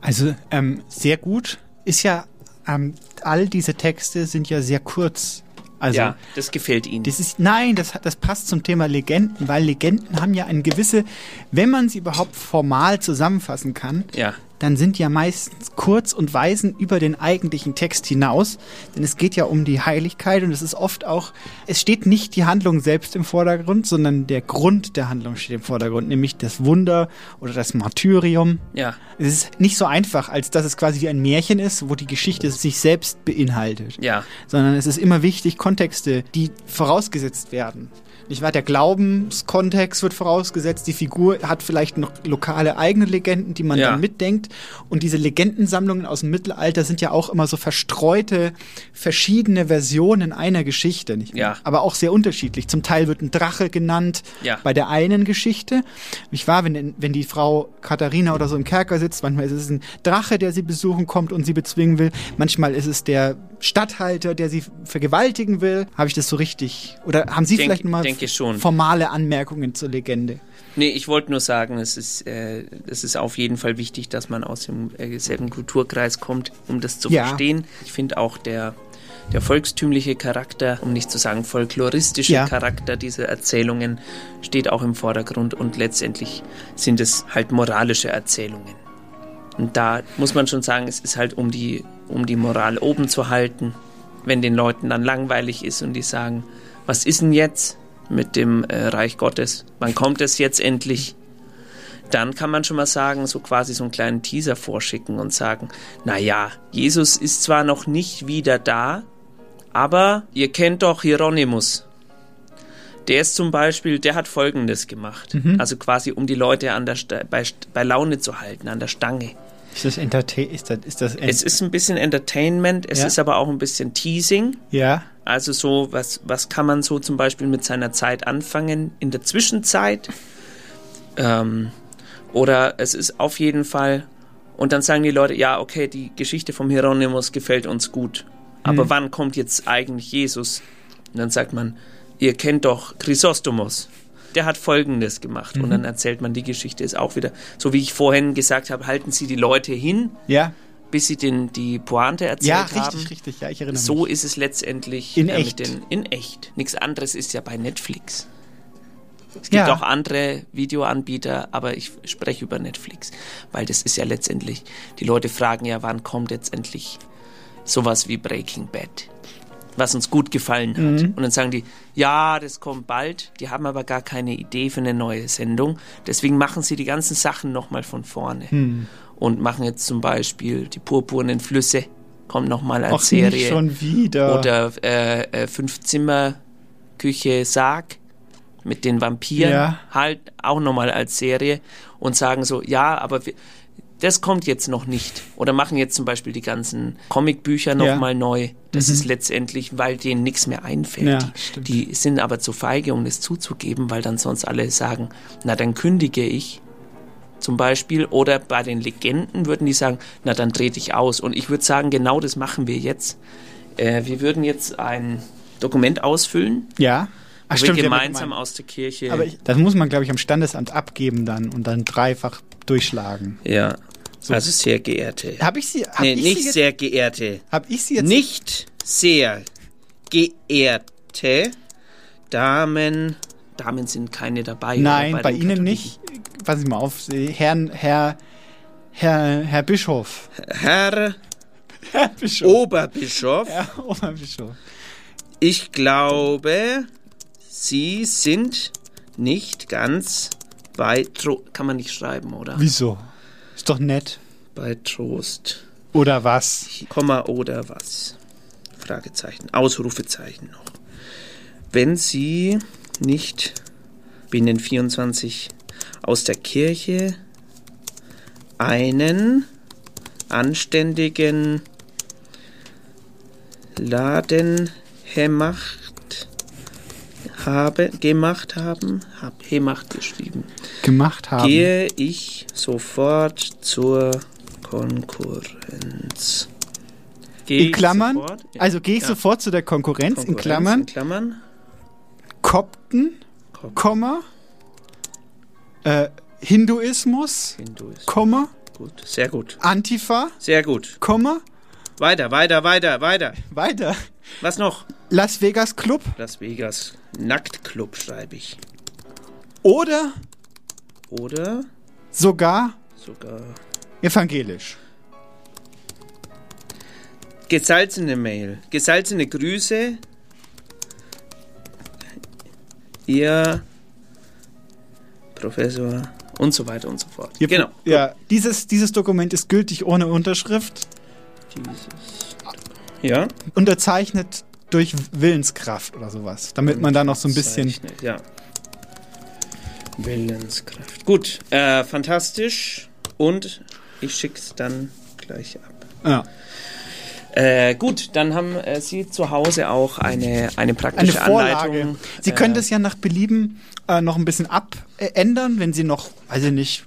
Speaker 2: Also ähm, sehr gut. Ist ja, ähm, all diese Texte sind ja sehr kurz. Also
Speaker 1: ja, das gefällt Ihnen.
Speaker 2: Das ist, nein, das, hat- das passt zum Thema Legenden, weil Legenden haben ja eine gewisse, wenn man sie überhaupt formal zusammenfassen kann,
Speaker 1: ja.
Speaker 2: dann sind ja meistens kurz und weisen über den eigentlichen Text hinaus, denn es geht ja um die Heiligkeit und es ist oft auch, es steht nicht die Handlung selbst im Vordergrund, sondern der Grund der Handlung steht im Vordergrund, nämlich das Wunder oder das Martyrium.
Speaker 1: Ja.
Speaker 2: Es ist nicht so einfach, als dass es quasi wie ein Märchen ist, wo die Geschichte sich selbst beinhaltet.
Speaker 1: Ja.
Speaker 2: Sondern es ist immer wichtig, Kontexte, die vorausgesetzt werden. Nicht wahr? Der Glaubenskontext wird vorausgesetzt. Die Figur hat vielleicht noch lokale eigene Legenden, die man
Speaker 1: Ja.
Speaker 2: dann mitdenkt. Und diese Legendensammlungen aus dem Mittelalter sind ja auch immer so verstreute, verschiedene Versionen einer Geschichte. Nicht wahr?
Speaker 1: Ja.
Speaker 2: Aber auch sehr unterschiedlich. Zum Teil wird ein Drache genannt
Speaker 1: Ja.
Speaker 2: bei der einen Geschichte. Nicht wahr? Wenn, wenn die Frau Katharina oder so im Kerker sitzt, manchmal ist es ein Drache, der sie besuchen kommt und sie bezwingen will. Manchmal ist es der Statthalter, der sie vergewaltigen will. Habe ich das so richtig? Oder haben Sie
Speaker 1: Denk-
Speaker 2: vielleicht mal
Speaker 1: denke schon.
Speaker 2: formale Anmerkungen zur Legende?
Speaker 1: Nee, ich wollte nur sagen, es ist, äh, es ist auf jeden Fall wichtig, dass man aus dem äh, selben Kulturkreis kommt, um das zu
Speaker 2: Ja.
Speaker 1: verstehen. Ich finde auch der, der volkstümliche Charakter, um nicht zu sagen folkloristische
Speaker 2: Ja.
Speaker 1: Charakter dieser Erzählungen, steht auch im Vordergrund und letztendlich sind es halt moralische Erzählungen. Und da muss man schon sagen, es ist halt um die, um die Moral oben zu halten, wenn den Leuten dann langweilig ist und die sagen, was ist denn jetzt mit dem äh, Reich Gottes? Wann kommt es jetzt endlich? Dann kann man schon mal sagen, so quasi so einen kleinen Teaser vorschicken und sagen, na ja, Jesus ist zwar noch nicht wieder da, aber ihr kennt doch Hieronymus. Der ist zum Beispiel, der hat Folgendes gemacht.
Speaker 2: Mhm.
Speaker 1: Also quasi, um die Leute an der Sta- bei, St- bei Laune zu halten, an der Stange.
Speaker 2: Ist das Entertain? Ist das, ist das
Speaker 1: Es ist ein bisschen Entertainment, es
Speaker 2: Ja.
Speaker 1: ist aber auch ein bisschen Teasing.
Speaker 2: Ja.
Speaker 1: Also so, was, was kann man so zum Beispiel mit seiner Zeit anfangen in der Zwischenzeit? Ähm, oder es ist auf jeden Fall, und dann sagen die Leute, ja, okay, die Geschichte vom Hieronymus gefällt uns gut. Aber
Speaker 2: Hm.
Speaker 1: wann kommt jetzt eigentlich Jesus? Und dann sagt man, ihr kennt doch Chrysostomus. Der hat Folgendes gemacht. Und
Speaker 2: Mhm.
Speaker 1: dann erzählt man, die Geschichte ist auch wieder, so wie ich vorhin gesagt habe, halten Sie die Leute hin
Speaker 2: Ja.
Speaker 1: bis sie den, die Pointe erzählt
Speaker 2: Ja,
Speaker 1: haben.
Speaker 2: richtig, richtig. Ja, ich erinnere
Speaker 1: So
Speaker 2: mich.
Speaker 1: ist es letztendlich
Speaker 2: In
Speaker 1: äh,
Speaker 2: echt.
Speaker 1: Mit den, in echt. Nichts anderes ist ja bei Netflix. Es gibt
Speaker 2: Ja.
Speaker 1: auch andere Videoanbieter, aber ich spreche über Netflix, weil das ist ja letztendlich, die Leute fragen ja, wann kommt letztendlich sowas wie Breaking Bad, was uns gut gefallen hat.
Speaker 2: Mhm.
Speaker 1: Und dann sagen die, ja, das kommt bald, die haben aber gar keine Idee für eine neue Sendung, deswegen machen sie die ganzen Sachen nochmal von vorne
Speaker 2: Hm.
Speaker 1: und machen jetzt zum Beispiel die purpurnen Flüsse, kommt nochmal als
Speaker 2: Ach, nicht
Speaker 1: Serie.
Speaker 2: schon wieder.
Speaker 1: Oder äh, äh, Fünf Zimmer, Küche, Sarg mit den Vampiren,
Speaker 2: Ja.
Speaker 1: halt auch nochmal als Serie und sagen so, ja, aber wir, das kommt jetzt noch nicht. Oder machen jetzt zum Beispiel die ganzen Comicbücher
Speaker 2: Ja.
Speaker 1: nochmal neu. Das
Speaker 2: Mhm.
Speaker 1: ist letztendlich, weil denen nichts mehr einfällt.
Speaker 2: Ja,
Speaker 1: die, die sind aber zu feige, um das zuzugeben, weil dann sonst alle sagen, na dann kündige ich zum Beispiel. Oder bei den Legenden würden die sagen, na dann dreh dich aus. Und ich würde sagen, genau das machen wir jetzt. Äh, wir würden jetzt ein Dokument ausfüllen,
Speaker 2: Ja.
Speaker 1: wo
Speaker 2: Ach, stimmt,
Speaker 1: wir
Speaker 2: wir haben
Speaker 1: gemeinsam
Speaker 2: gemeint.
Speaker 1: aus der Kirche.
Speaker 2: Aber ich, das muss man, glaube ich, am Standesamt abgeben dann und dann dreifach durchschlagen.
Speaker 1: ja,
Speaker 2: So.
Speaker 1: also sehr geehrte.
Speaker 2: Habe ich sie? Hab
Speaker 1: nee,
Speaker 2: ich
Speaker 1: nicht
Speaker 2: sie jetzt,
Speaker 1: sehr geehrte.
Speaker 2: Hab ich sie jetzt?
Speaker 1: Nicht sehr geehrte Damen. Damen sind keine dabei.
Speaker 2: Nein,
Speaker 1: oder
Speaker 2: bei
Speaker 1: den
Speaker 2: Ihnen
Speaker 1: Katholiken.
Speaker 2: nicht. Pass ich mal auf, Sie- Herrn, Herr, Herr, Herr Bischof. Oh.
Speaker 1: Herr
Speaker 2: Herr Bischof.
Speaker 1: Oberbischof,
Speaker 2: Herr Oberbischof.
Speaker 1: ich glaube, Sie sind nicht ganz bei Trost. Kann man nicht schreiben, oder?
Speaker 2: Wieso? Ist doch nett.
Speaker 1: Bei Trost.
Speaker 2: Oder was?
Speaker 1: Komma oder was? Fragezeichen, Ausrufezeichen noch. Wenn Sie nicht binnen 24 aus der Kirche einen anständigen Laden gemacht habe, gemacht haben, hab gemacht geschrieben.
Speaker 2: Gemacht haben.
Speaker 1: Gehe ich sofort zur Konkurrenz. Gehe
Speaker 2: in Klammern.
Speaker 1: sofort- Ja.
Speaker 2: Also gehe ich
Speaker 1: Ja.
Speaker 2: sofort zu der Konkurrenz, in
Speaker 1: Konkurrenz,
Speaker 2: Klammern.
Speaker 1: In Klammern.
Speaker 2: Kopten,
Speaker 1: Kopten.
Speaker 2: Komma, äh, Hinduismus,
Speaker 1: Hinduismus.
Speaker 2: Komma,
Speaker 1: Gut, sehr gut.
Speaker 2: Antifa,
Speaker 1: Sehr gut.
Speaker 2: Komma,
Speaker 1: Weiter, weiter, weiter, weiter.
Speaker 2: weiter.
Speaker 1: Was noch?
Speaker 2: Las Vegas Club
Speaker 1: Las Vegas Nacktclub schreibe ich.
Speaker 2: oder
Speaker 1: Oder
Speaker 2: sogar
Speaker 1: sogar
Speaker 2: Evangelisch.
Speaker 1: Gesalzene Mail. Gesalzene Grüße. Ihr Professor und so weiter und so fort.
Speaker 2: Ihr-
Speaker 1: genau.
Speaker 2: Ja, dieses, dieses Dokument ist gültig ohne Unterschrift.
Speaker 1: Ja.
Speaker 2: Unterzeichnet durch Willenskraft oder sowas. Damit man da noch so ein bisschen.
Speaker 1: Zeichnet, Ja. Willenskraft. Gut, äh, fantastisch. Und ich schick's dann gleich ab.
Speaker 2: Ja.
Speaker 1: Äh, gut, dann haben äh, Sie zu Hause auch eine, eine
Speaker 2: Eine
Speaker 1: praktische
Speaker 2: Vorlage.
Speaker 1: Anleitung.
Speaker 2: Sie können das ja nach Belieben äh, noch ein bisschen abändern, wenn Sie noch, weiß ich nicht,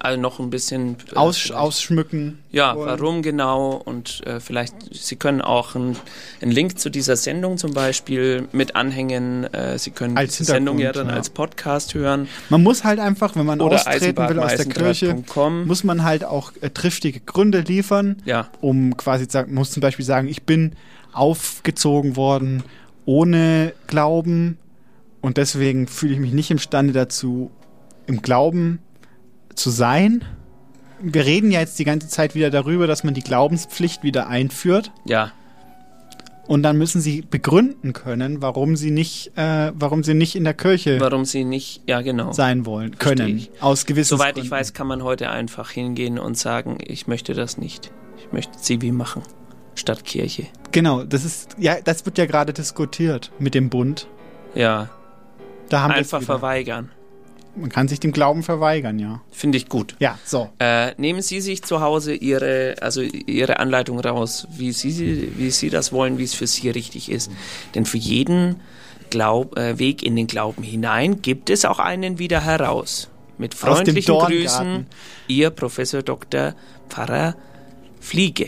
Speaker 1: Also noch ein bisschen. äh,
Speaker 2: aus, ausschmücken.
Speaker 1: Ja,
Speaker 2: wollen.
Speaker 1: warum genau und äh, vielleicht, Sie können auch einen einen Link zu dieser Sendung zum Beispiel mit anhängen. Äh, Sie können
Speaker 2: Als
Speaker 1: diese Sendung ja dann
Speaker 2: Hintergrund, ja.
Speaker 1: als Podcast hören.
Speaker 2: Man muss halt einfach, wenn man
Speaker 1: Oder
Speaker 2: austreten will aus der Kirche,
Speaker 1: eisenbahnmeißendraht.com.
Speaker 2: muss man halt auch äh, triftige Gründe liefern,
Speaker 1: Ja.
Speaker 2: um quasi zu sagen, muss zum Beispiel sagen, ich bin aufgezogen worden ohne Glauben und deswegen fühle ich mich nicht imstande dazu, im Glauben zu sein. Wir reden ja jetzt die ganze Zeit wieder darüber, dass man die Glaubenspflicht wieder einführt.
Speaker 1: Ja,
Speaker 2: Und dann müssen sie begründen können, warum sie nicht, äh, warum sie nicht in der Kirche
Speaker 1: warum Sie nicht, ja genau.
Speaker 2: sein wollen können.
Speaker 1: Verstehe
Speaker 2: Aus gewissen
Speaker 1: Soweit
Speaker 2: Gründen.
Speaker 1: ich weiß, kann man heute einfach hingehen und sagen, ich möchte das nicht. Ich möchte Zivi machen, statt Kirche.
Speaker 2: Genau, das ist ja, das wird ja gerade diskutiert mit dem Bund.
Speaker 1: Ja,
Speaker 2: Da haben wir es
Speaker 1: einfach
Speaker 2: wieder.
Speaker 1: verweigern.
Speaker 2: Man kann sich dem Glauben verweigern, ja.
Speaker 1: Finde ich gut.
Speaker 2: Ja, so.
Speaker 1: Äh, nehmen Sie sich zu Hause Ihre, also Ihre Anleitung raus, wie Sie, sie- wie Sie das wollen, wie es für Sie richtig ist. Denn für jeden Glaub, äh, Weg in den Glauben hinein gibt es auch einen wieder heraus. Mit
Speaker 2: Aus dem
Speaker 1: freundlichen Grüßen,
Speaker 2: Dorngarten.
Speaker 1: Ihr Professor Dr. Pfarrer Fliege.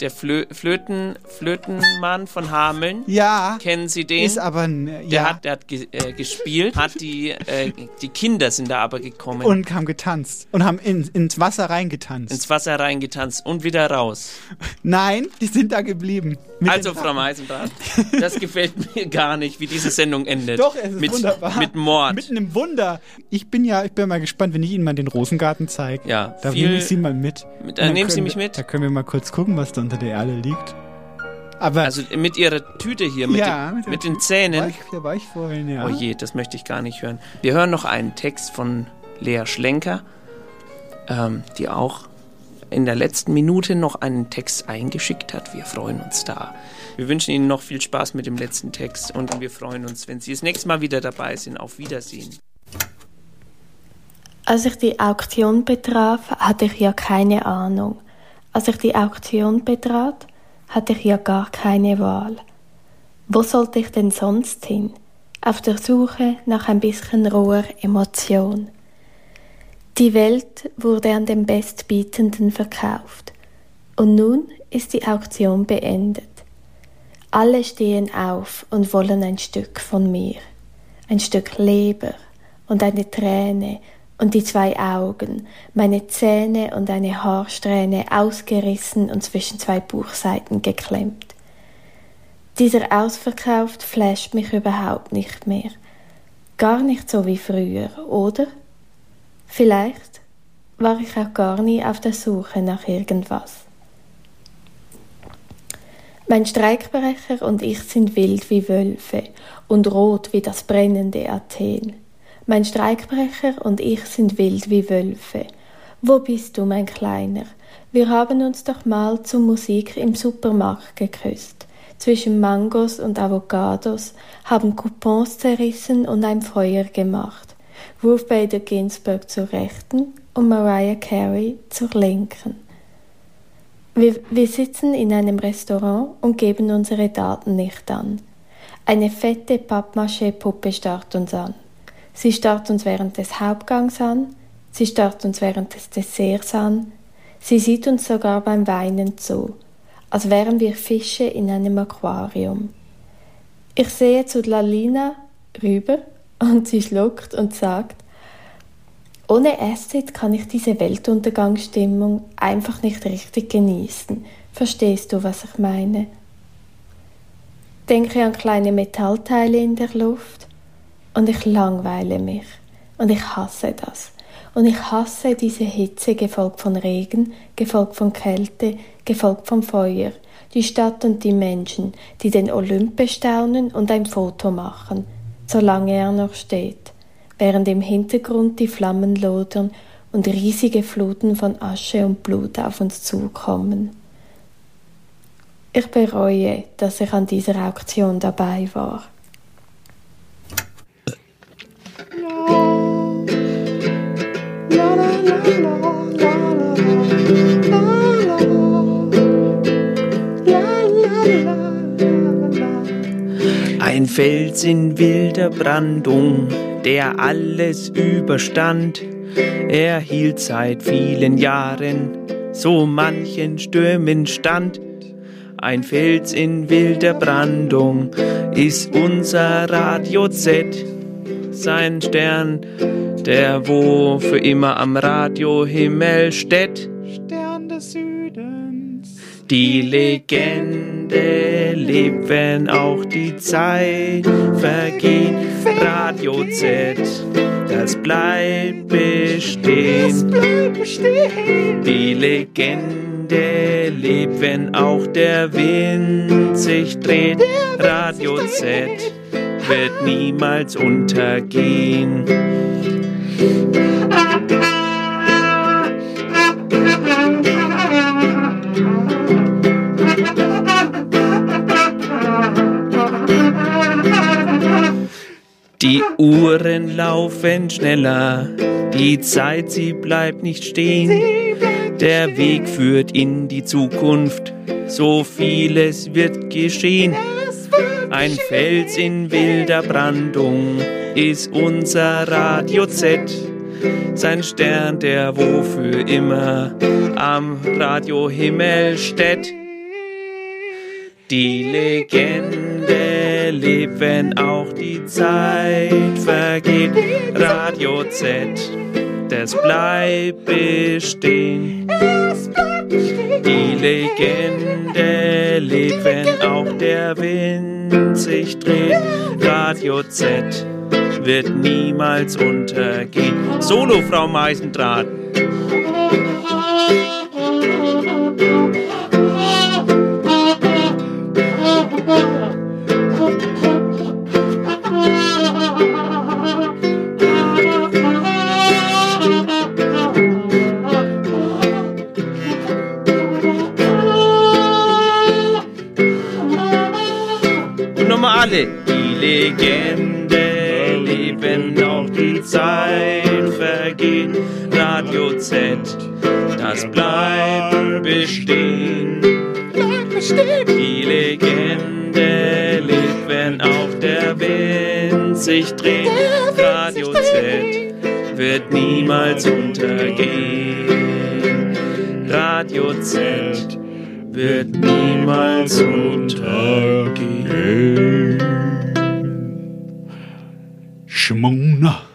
Speaker 1: Der Flö Flöten Flötenmann von Hameln.
Speaker 2: Ja.
Speaker 1: Kennen Sie den?
Speaker 2: Ist aber ein-
Speaker 1: der
Speaker 2: ja.
Speaker 1: hat, der hat ge äh, gespielt, hat die, äh, die Kinder sind da aber gekommen
Speaker 2: Und haben getanzt und haben in, ins Wasser reingetanzt.
Speaker 1: ins Wasser reingetanzt und wieder raus.
Speaker 2: Nein, die sind da geblieben.
Speaker 1: also, Frau Meisenbart, das gefällt mir gar nicht, wie diese Sendung endet.
Speaker 2: Doch, es ist
Speaker 1: mit,
Speaker 2: wunderbar.
Speaker 1: Mit Mord.
Speaker 2: Mitten im Wunder. Ich bin ja, ich bin mal gespannt, wenn ich Ihnen mal den Rosengarten zeige.
Speaker 1: Ja,
Speaker 2: Da
Speaker 1: viel-
Speaker 2: nehme ich Sie mal mit.
Speaker 1: Mit-
Speaker 2: Und
Speaker 1: äh, nehmen Sie
Speaker 2: können
Speaker 1: mich
Speaker 2: wir-
Speaker 1: mit?
Speaker 2: Da können wir mal kurz gucken, was da unter der Erde liegt. Aber
Speaker 1: also mit ihrer Tüte hier, mit,
Speaker 2: Ja,
Speaker 1: dem,
Speaker 2: mit
Speaker 1: mit,
Speaker 2: der
Speaker 1: den Zähnen.
Speaker 2: war ich, da war ich vorhin, ja.
Speaker 1: Oh je, das möchte ich gar nicht hören. Wir hören noch einen Text von Lea Schlenker, ähm, die auch in der letzten Minute noch einen Text eingeschickt hat. Wir freuen uns da. Wir wünschen Ihnen noch viel Spaß mit dem letzten Text und wir freuen uns, wenn Sie das nächste Mal wieder dabei sind. Auf Wiedersehen.
Speaker 11: Als ich die Auktion betraf, hatte ich ja keine Ahnung. Als ich die Auktion betrat, hatte ich ja gar keine Wahl. Wo sollte ich denn sonst hin? Auf der Suche nach ein bisschen roher Emotion. Die Welt wurde an den Bestbietenden verkauft. Und nun ist die Auktion beendet. Alle stehen auf und wollen ein Stück von mir. Ein Stück Leber und eine Träne und die zwei Augen, meine Zähne und eine Haarsträhne ausgerissen und zwischen zwei Buchseiten geklemmt. Dieser Ausverkauf flasht mich überhaupt nicht mehr. Gar nicht so wie früher, oder? Vielleicht war ich auch gar nie auf der Suche nach irgendwas. Mein Streikbrecher und ich sind wild wie Wölfe und rot wie das brennende Athen. Mein Streikbrecher und ich sind wild wie Wölfe. Wo bist du, mein Kleiner? Wir haben uns doch mal zur Musik im Supermarkt geküsst. Zwischen Mangos und Avocados haben Coupons zerrissen und ein Feuer gemacht. Ruth Bader Ginsburg zur Rechten und Mariah Carey zur Linken. Wir, wir sitzen in einem Restaurant und geben unsere Daten nicht an. Eine fette Pappmaché-Puppe starrt uns an. Sie starrt uns während des Hauptgangs an, sie starrt uns während des Desserts an, sie sieht uns sogar beim Weinen zu, als wären wir Fische in einem Aquarium. Ich sehe zu Lalina rüber und sie schluckt und sagt, ohne Acid kann ich diese Weltuntergangsstimmung einfach nicht richtig genießen. Verstehst du, was ich meine? Denke an kleine Metallteile in der Luft und ich langweile mich und ich hasse das. Und ich hasse diese Hitze, gefolgt von Regen, gefolgt von Kälte, gefolgt von Feuer, die Stadt und die Menschen, die den Olymp bestaunen und ein Foto machen, solange er noch steht, während im Hintergrund die Flammen lodern und riesige Fluten von Asche und Blut auf uns zukommen. Ich bereue, dass ich an dieser Auktion dabei war.
Speaker 1: Ein Fels in wilder Brandung, der alles überstand. Er hielt seit vielen Jahren so manchen Stürmen stand. Ein Fels in wilder Brandung ist unser Radio Z. Sein Stern, der wo für immer am Radiohimmel steht.
Speaker 6: Stern des Südens.
Speaker 1: Die Legende lebt, wenn auch die Zeit vergeht. Radio Z, das bleibt
Speaker 6: Es
Speaker 1: bestehen.
Speaker 6: bleibt bestehen.
Speaker 1: Die Legende lebt, wenn auch der Wind sich dreht. Radio Z wird niemals untergehen. Die Uhren laufen schneller, die Zeit, sie bleibt nicht stehen. Der Weg führt in die Zukunft, so vieles wird geschehen. Ein Fels in wilder Brandung ist unser Radio Z. Sein Stern, der wofür immer am Radiohimmel steht. Die Legende lebt, wenn auch die Zeit vergeht. Radio Z, das bleibt bestehen. Die Legende lebt, wenn auch der Wind sich dreht. Radio Z wird niemals untergehen. Solo, Frau Meisendraht. Und nochmal alle. Die Legende leben, auch die Zeit vergeht. Radio Z, das bleibt bestehen. Die Legende lebt, wenn auch der Wind sich dreht. Radio Z wird niemals untergehen. Radio Z wird niemals untergehen.
Speaker 6: Schmona.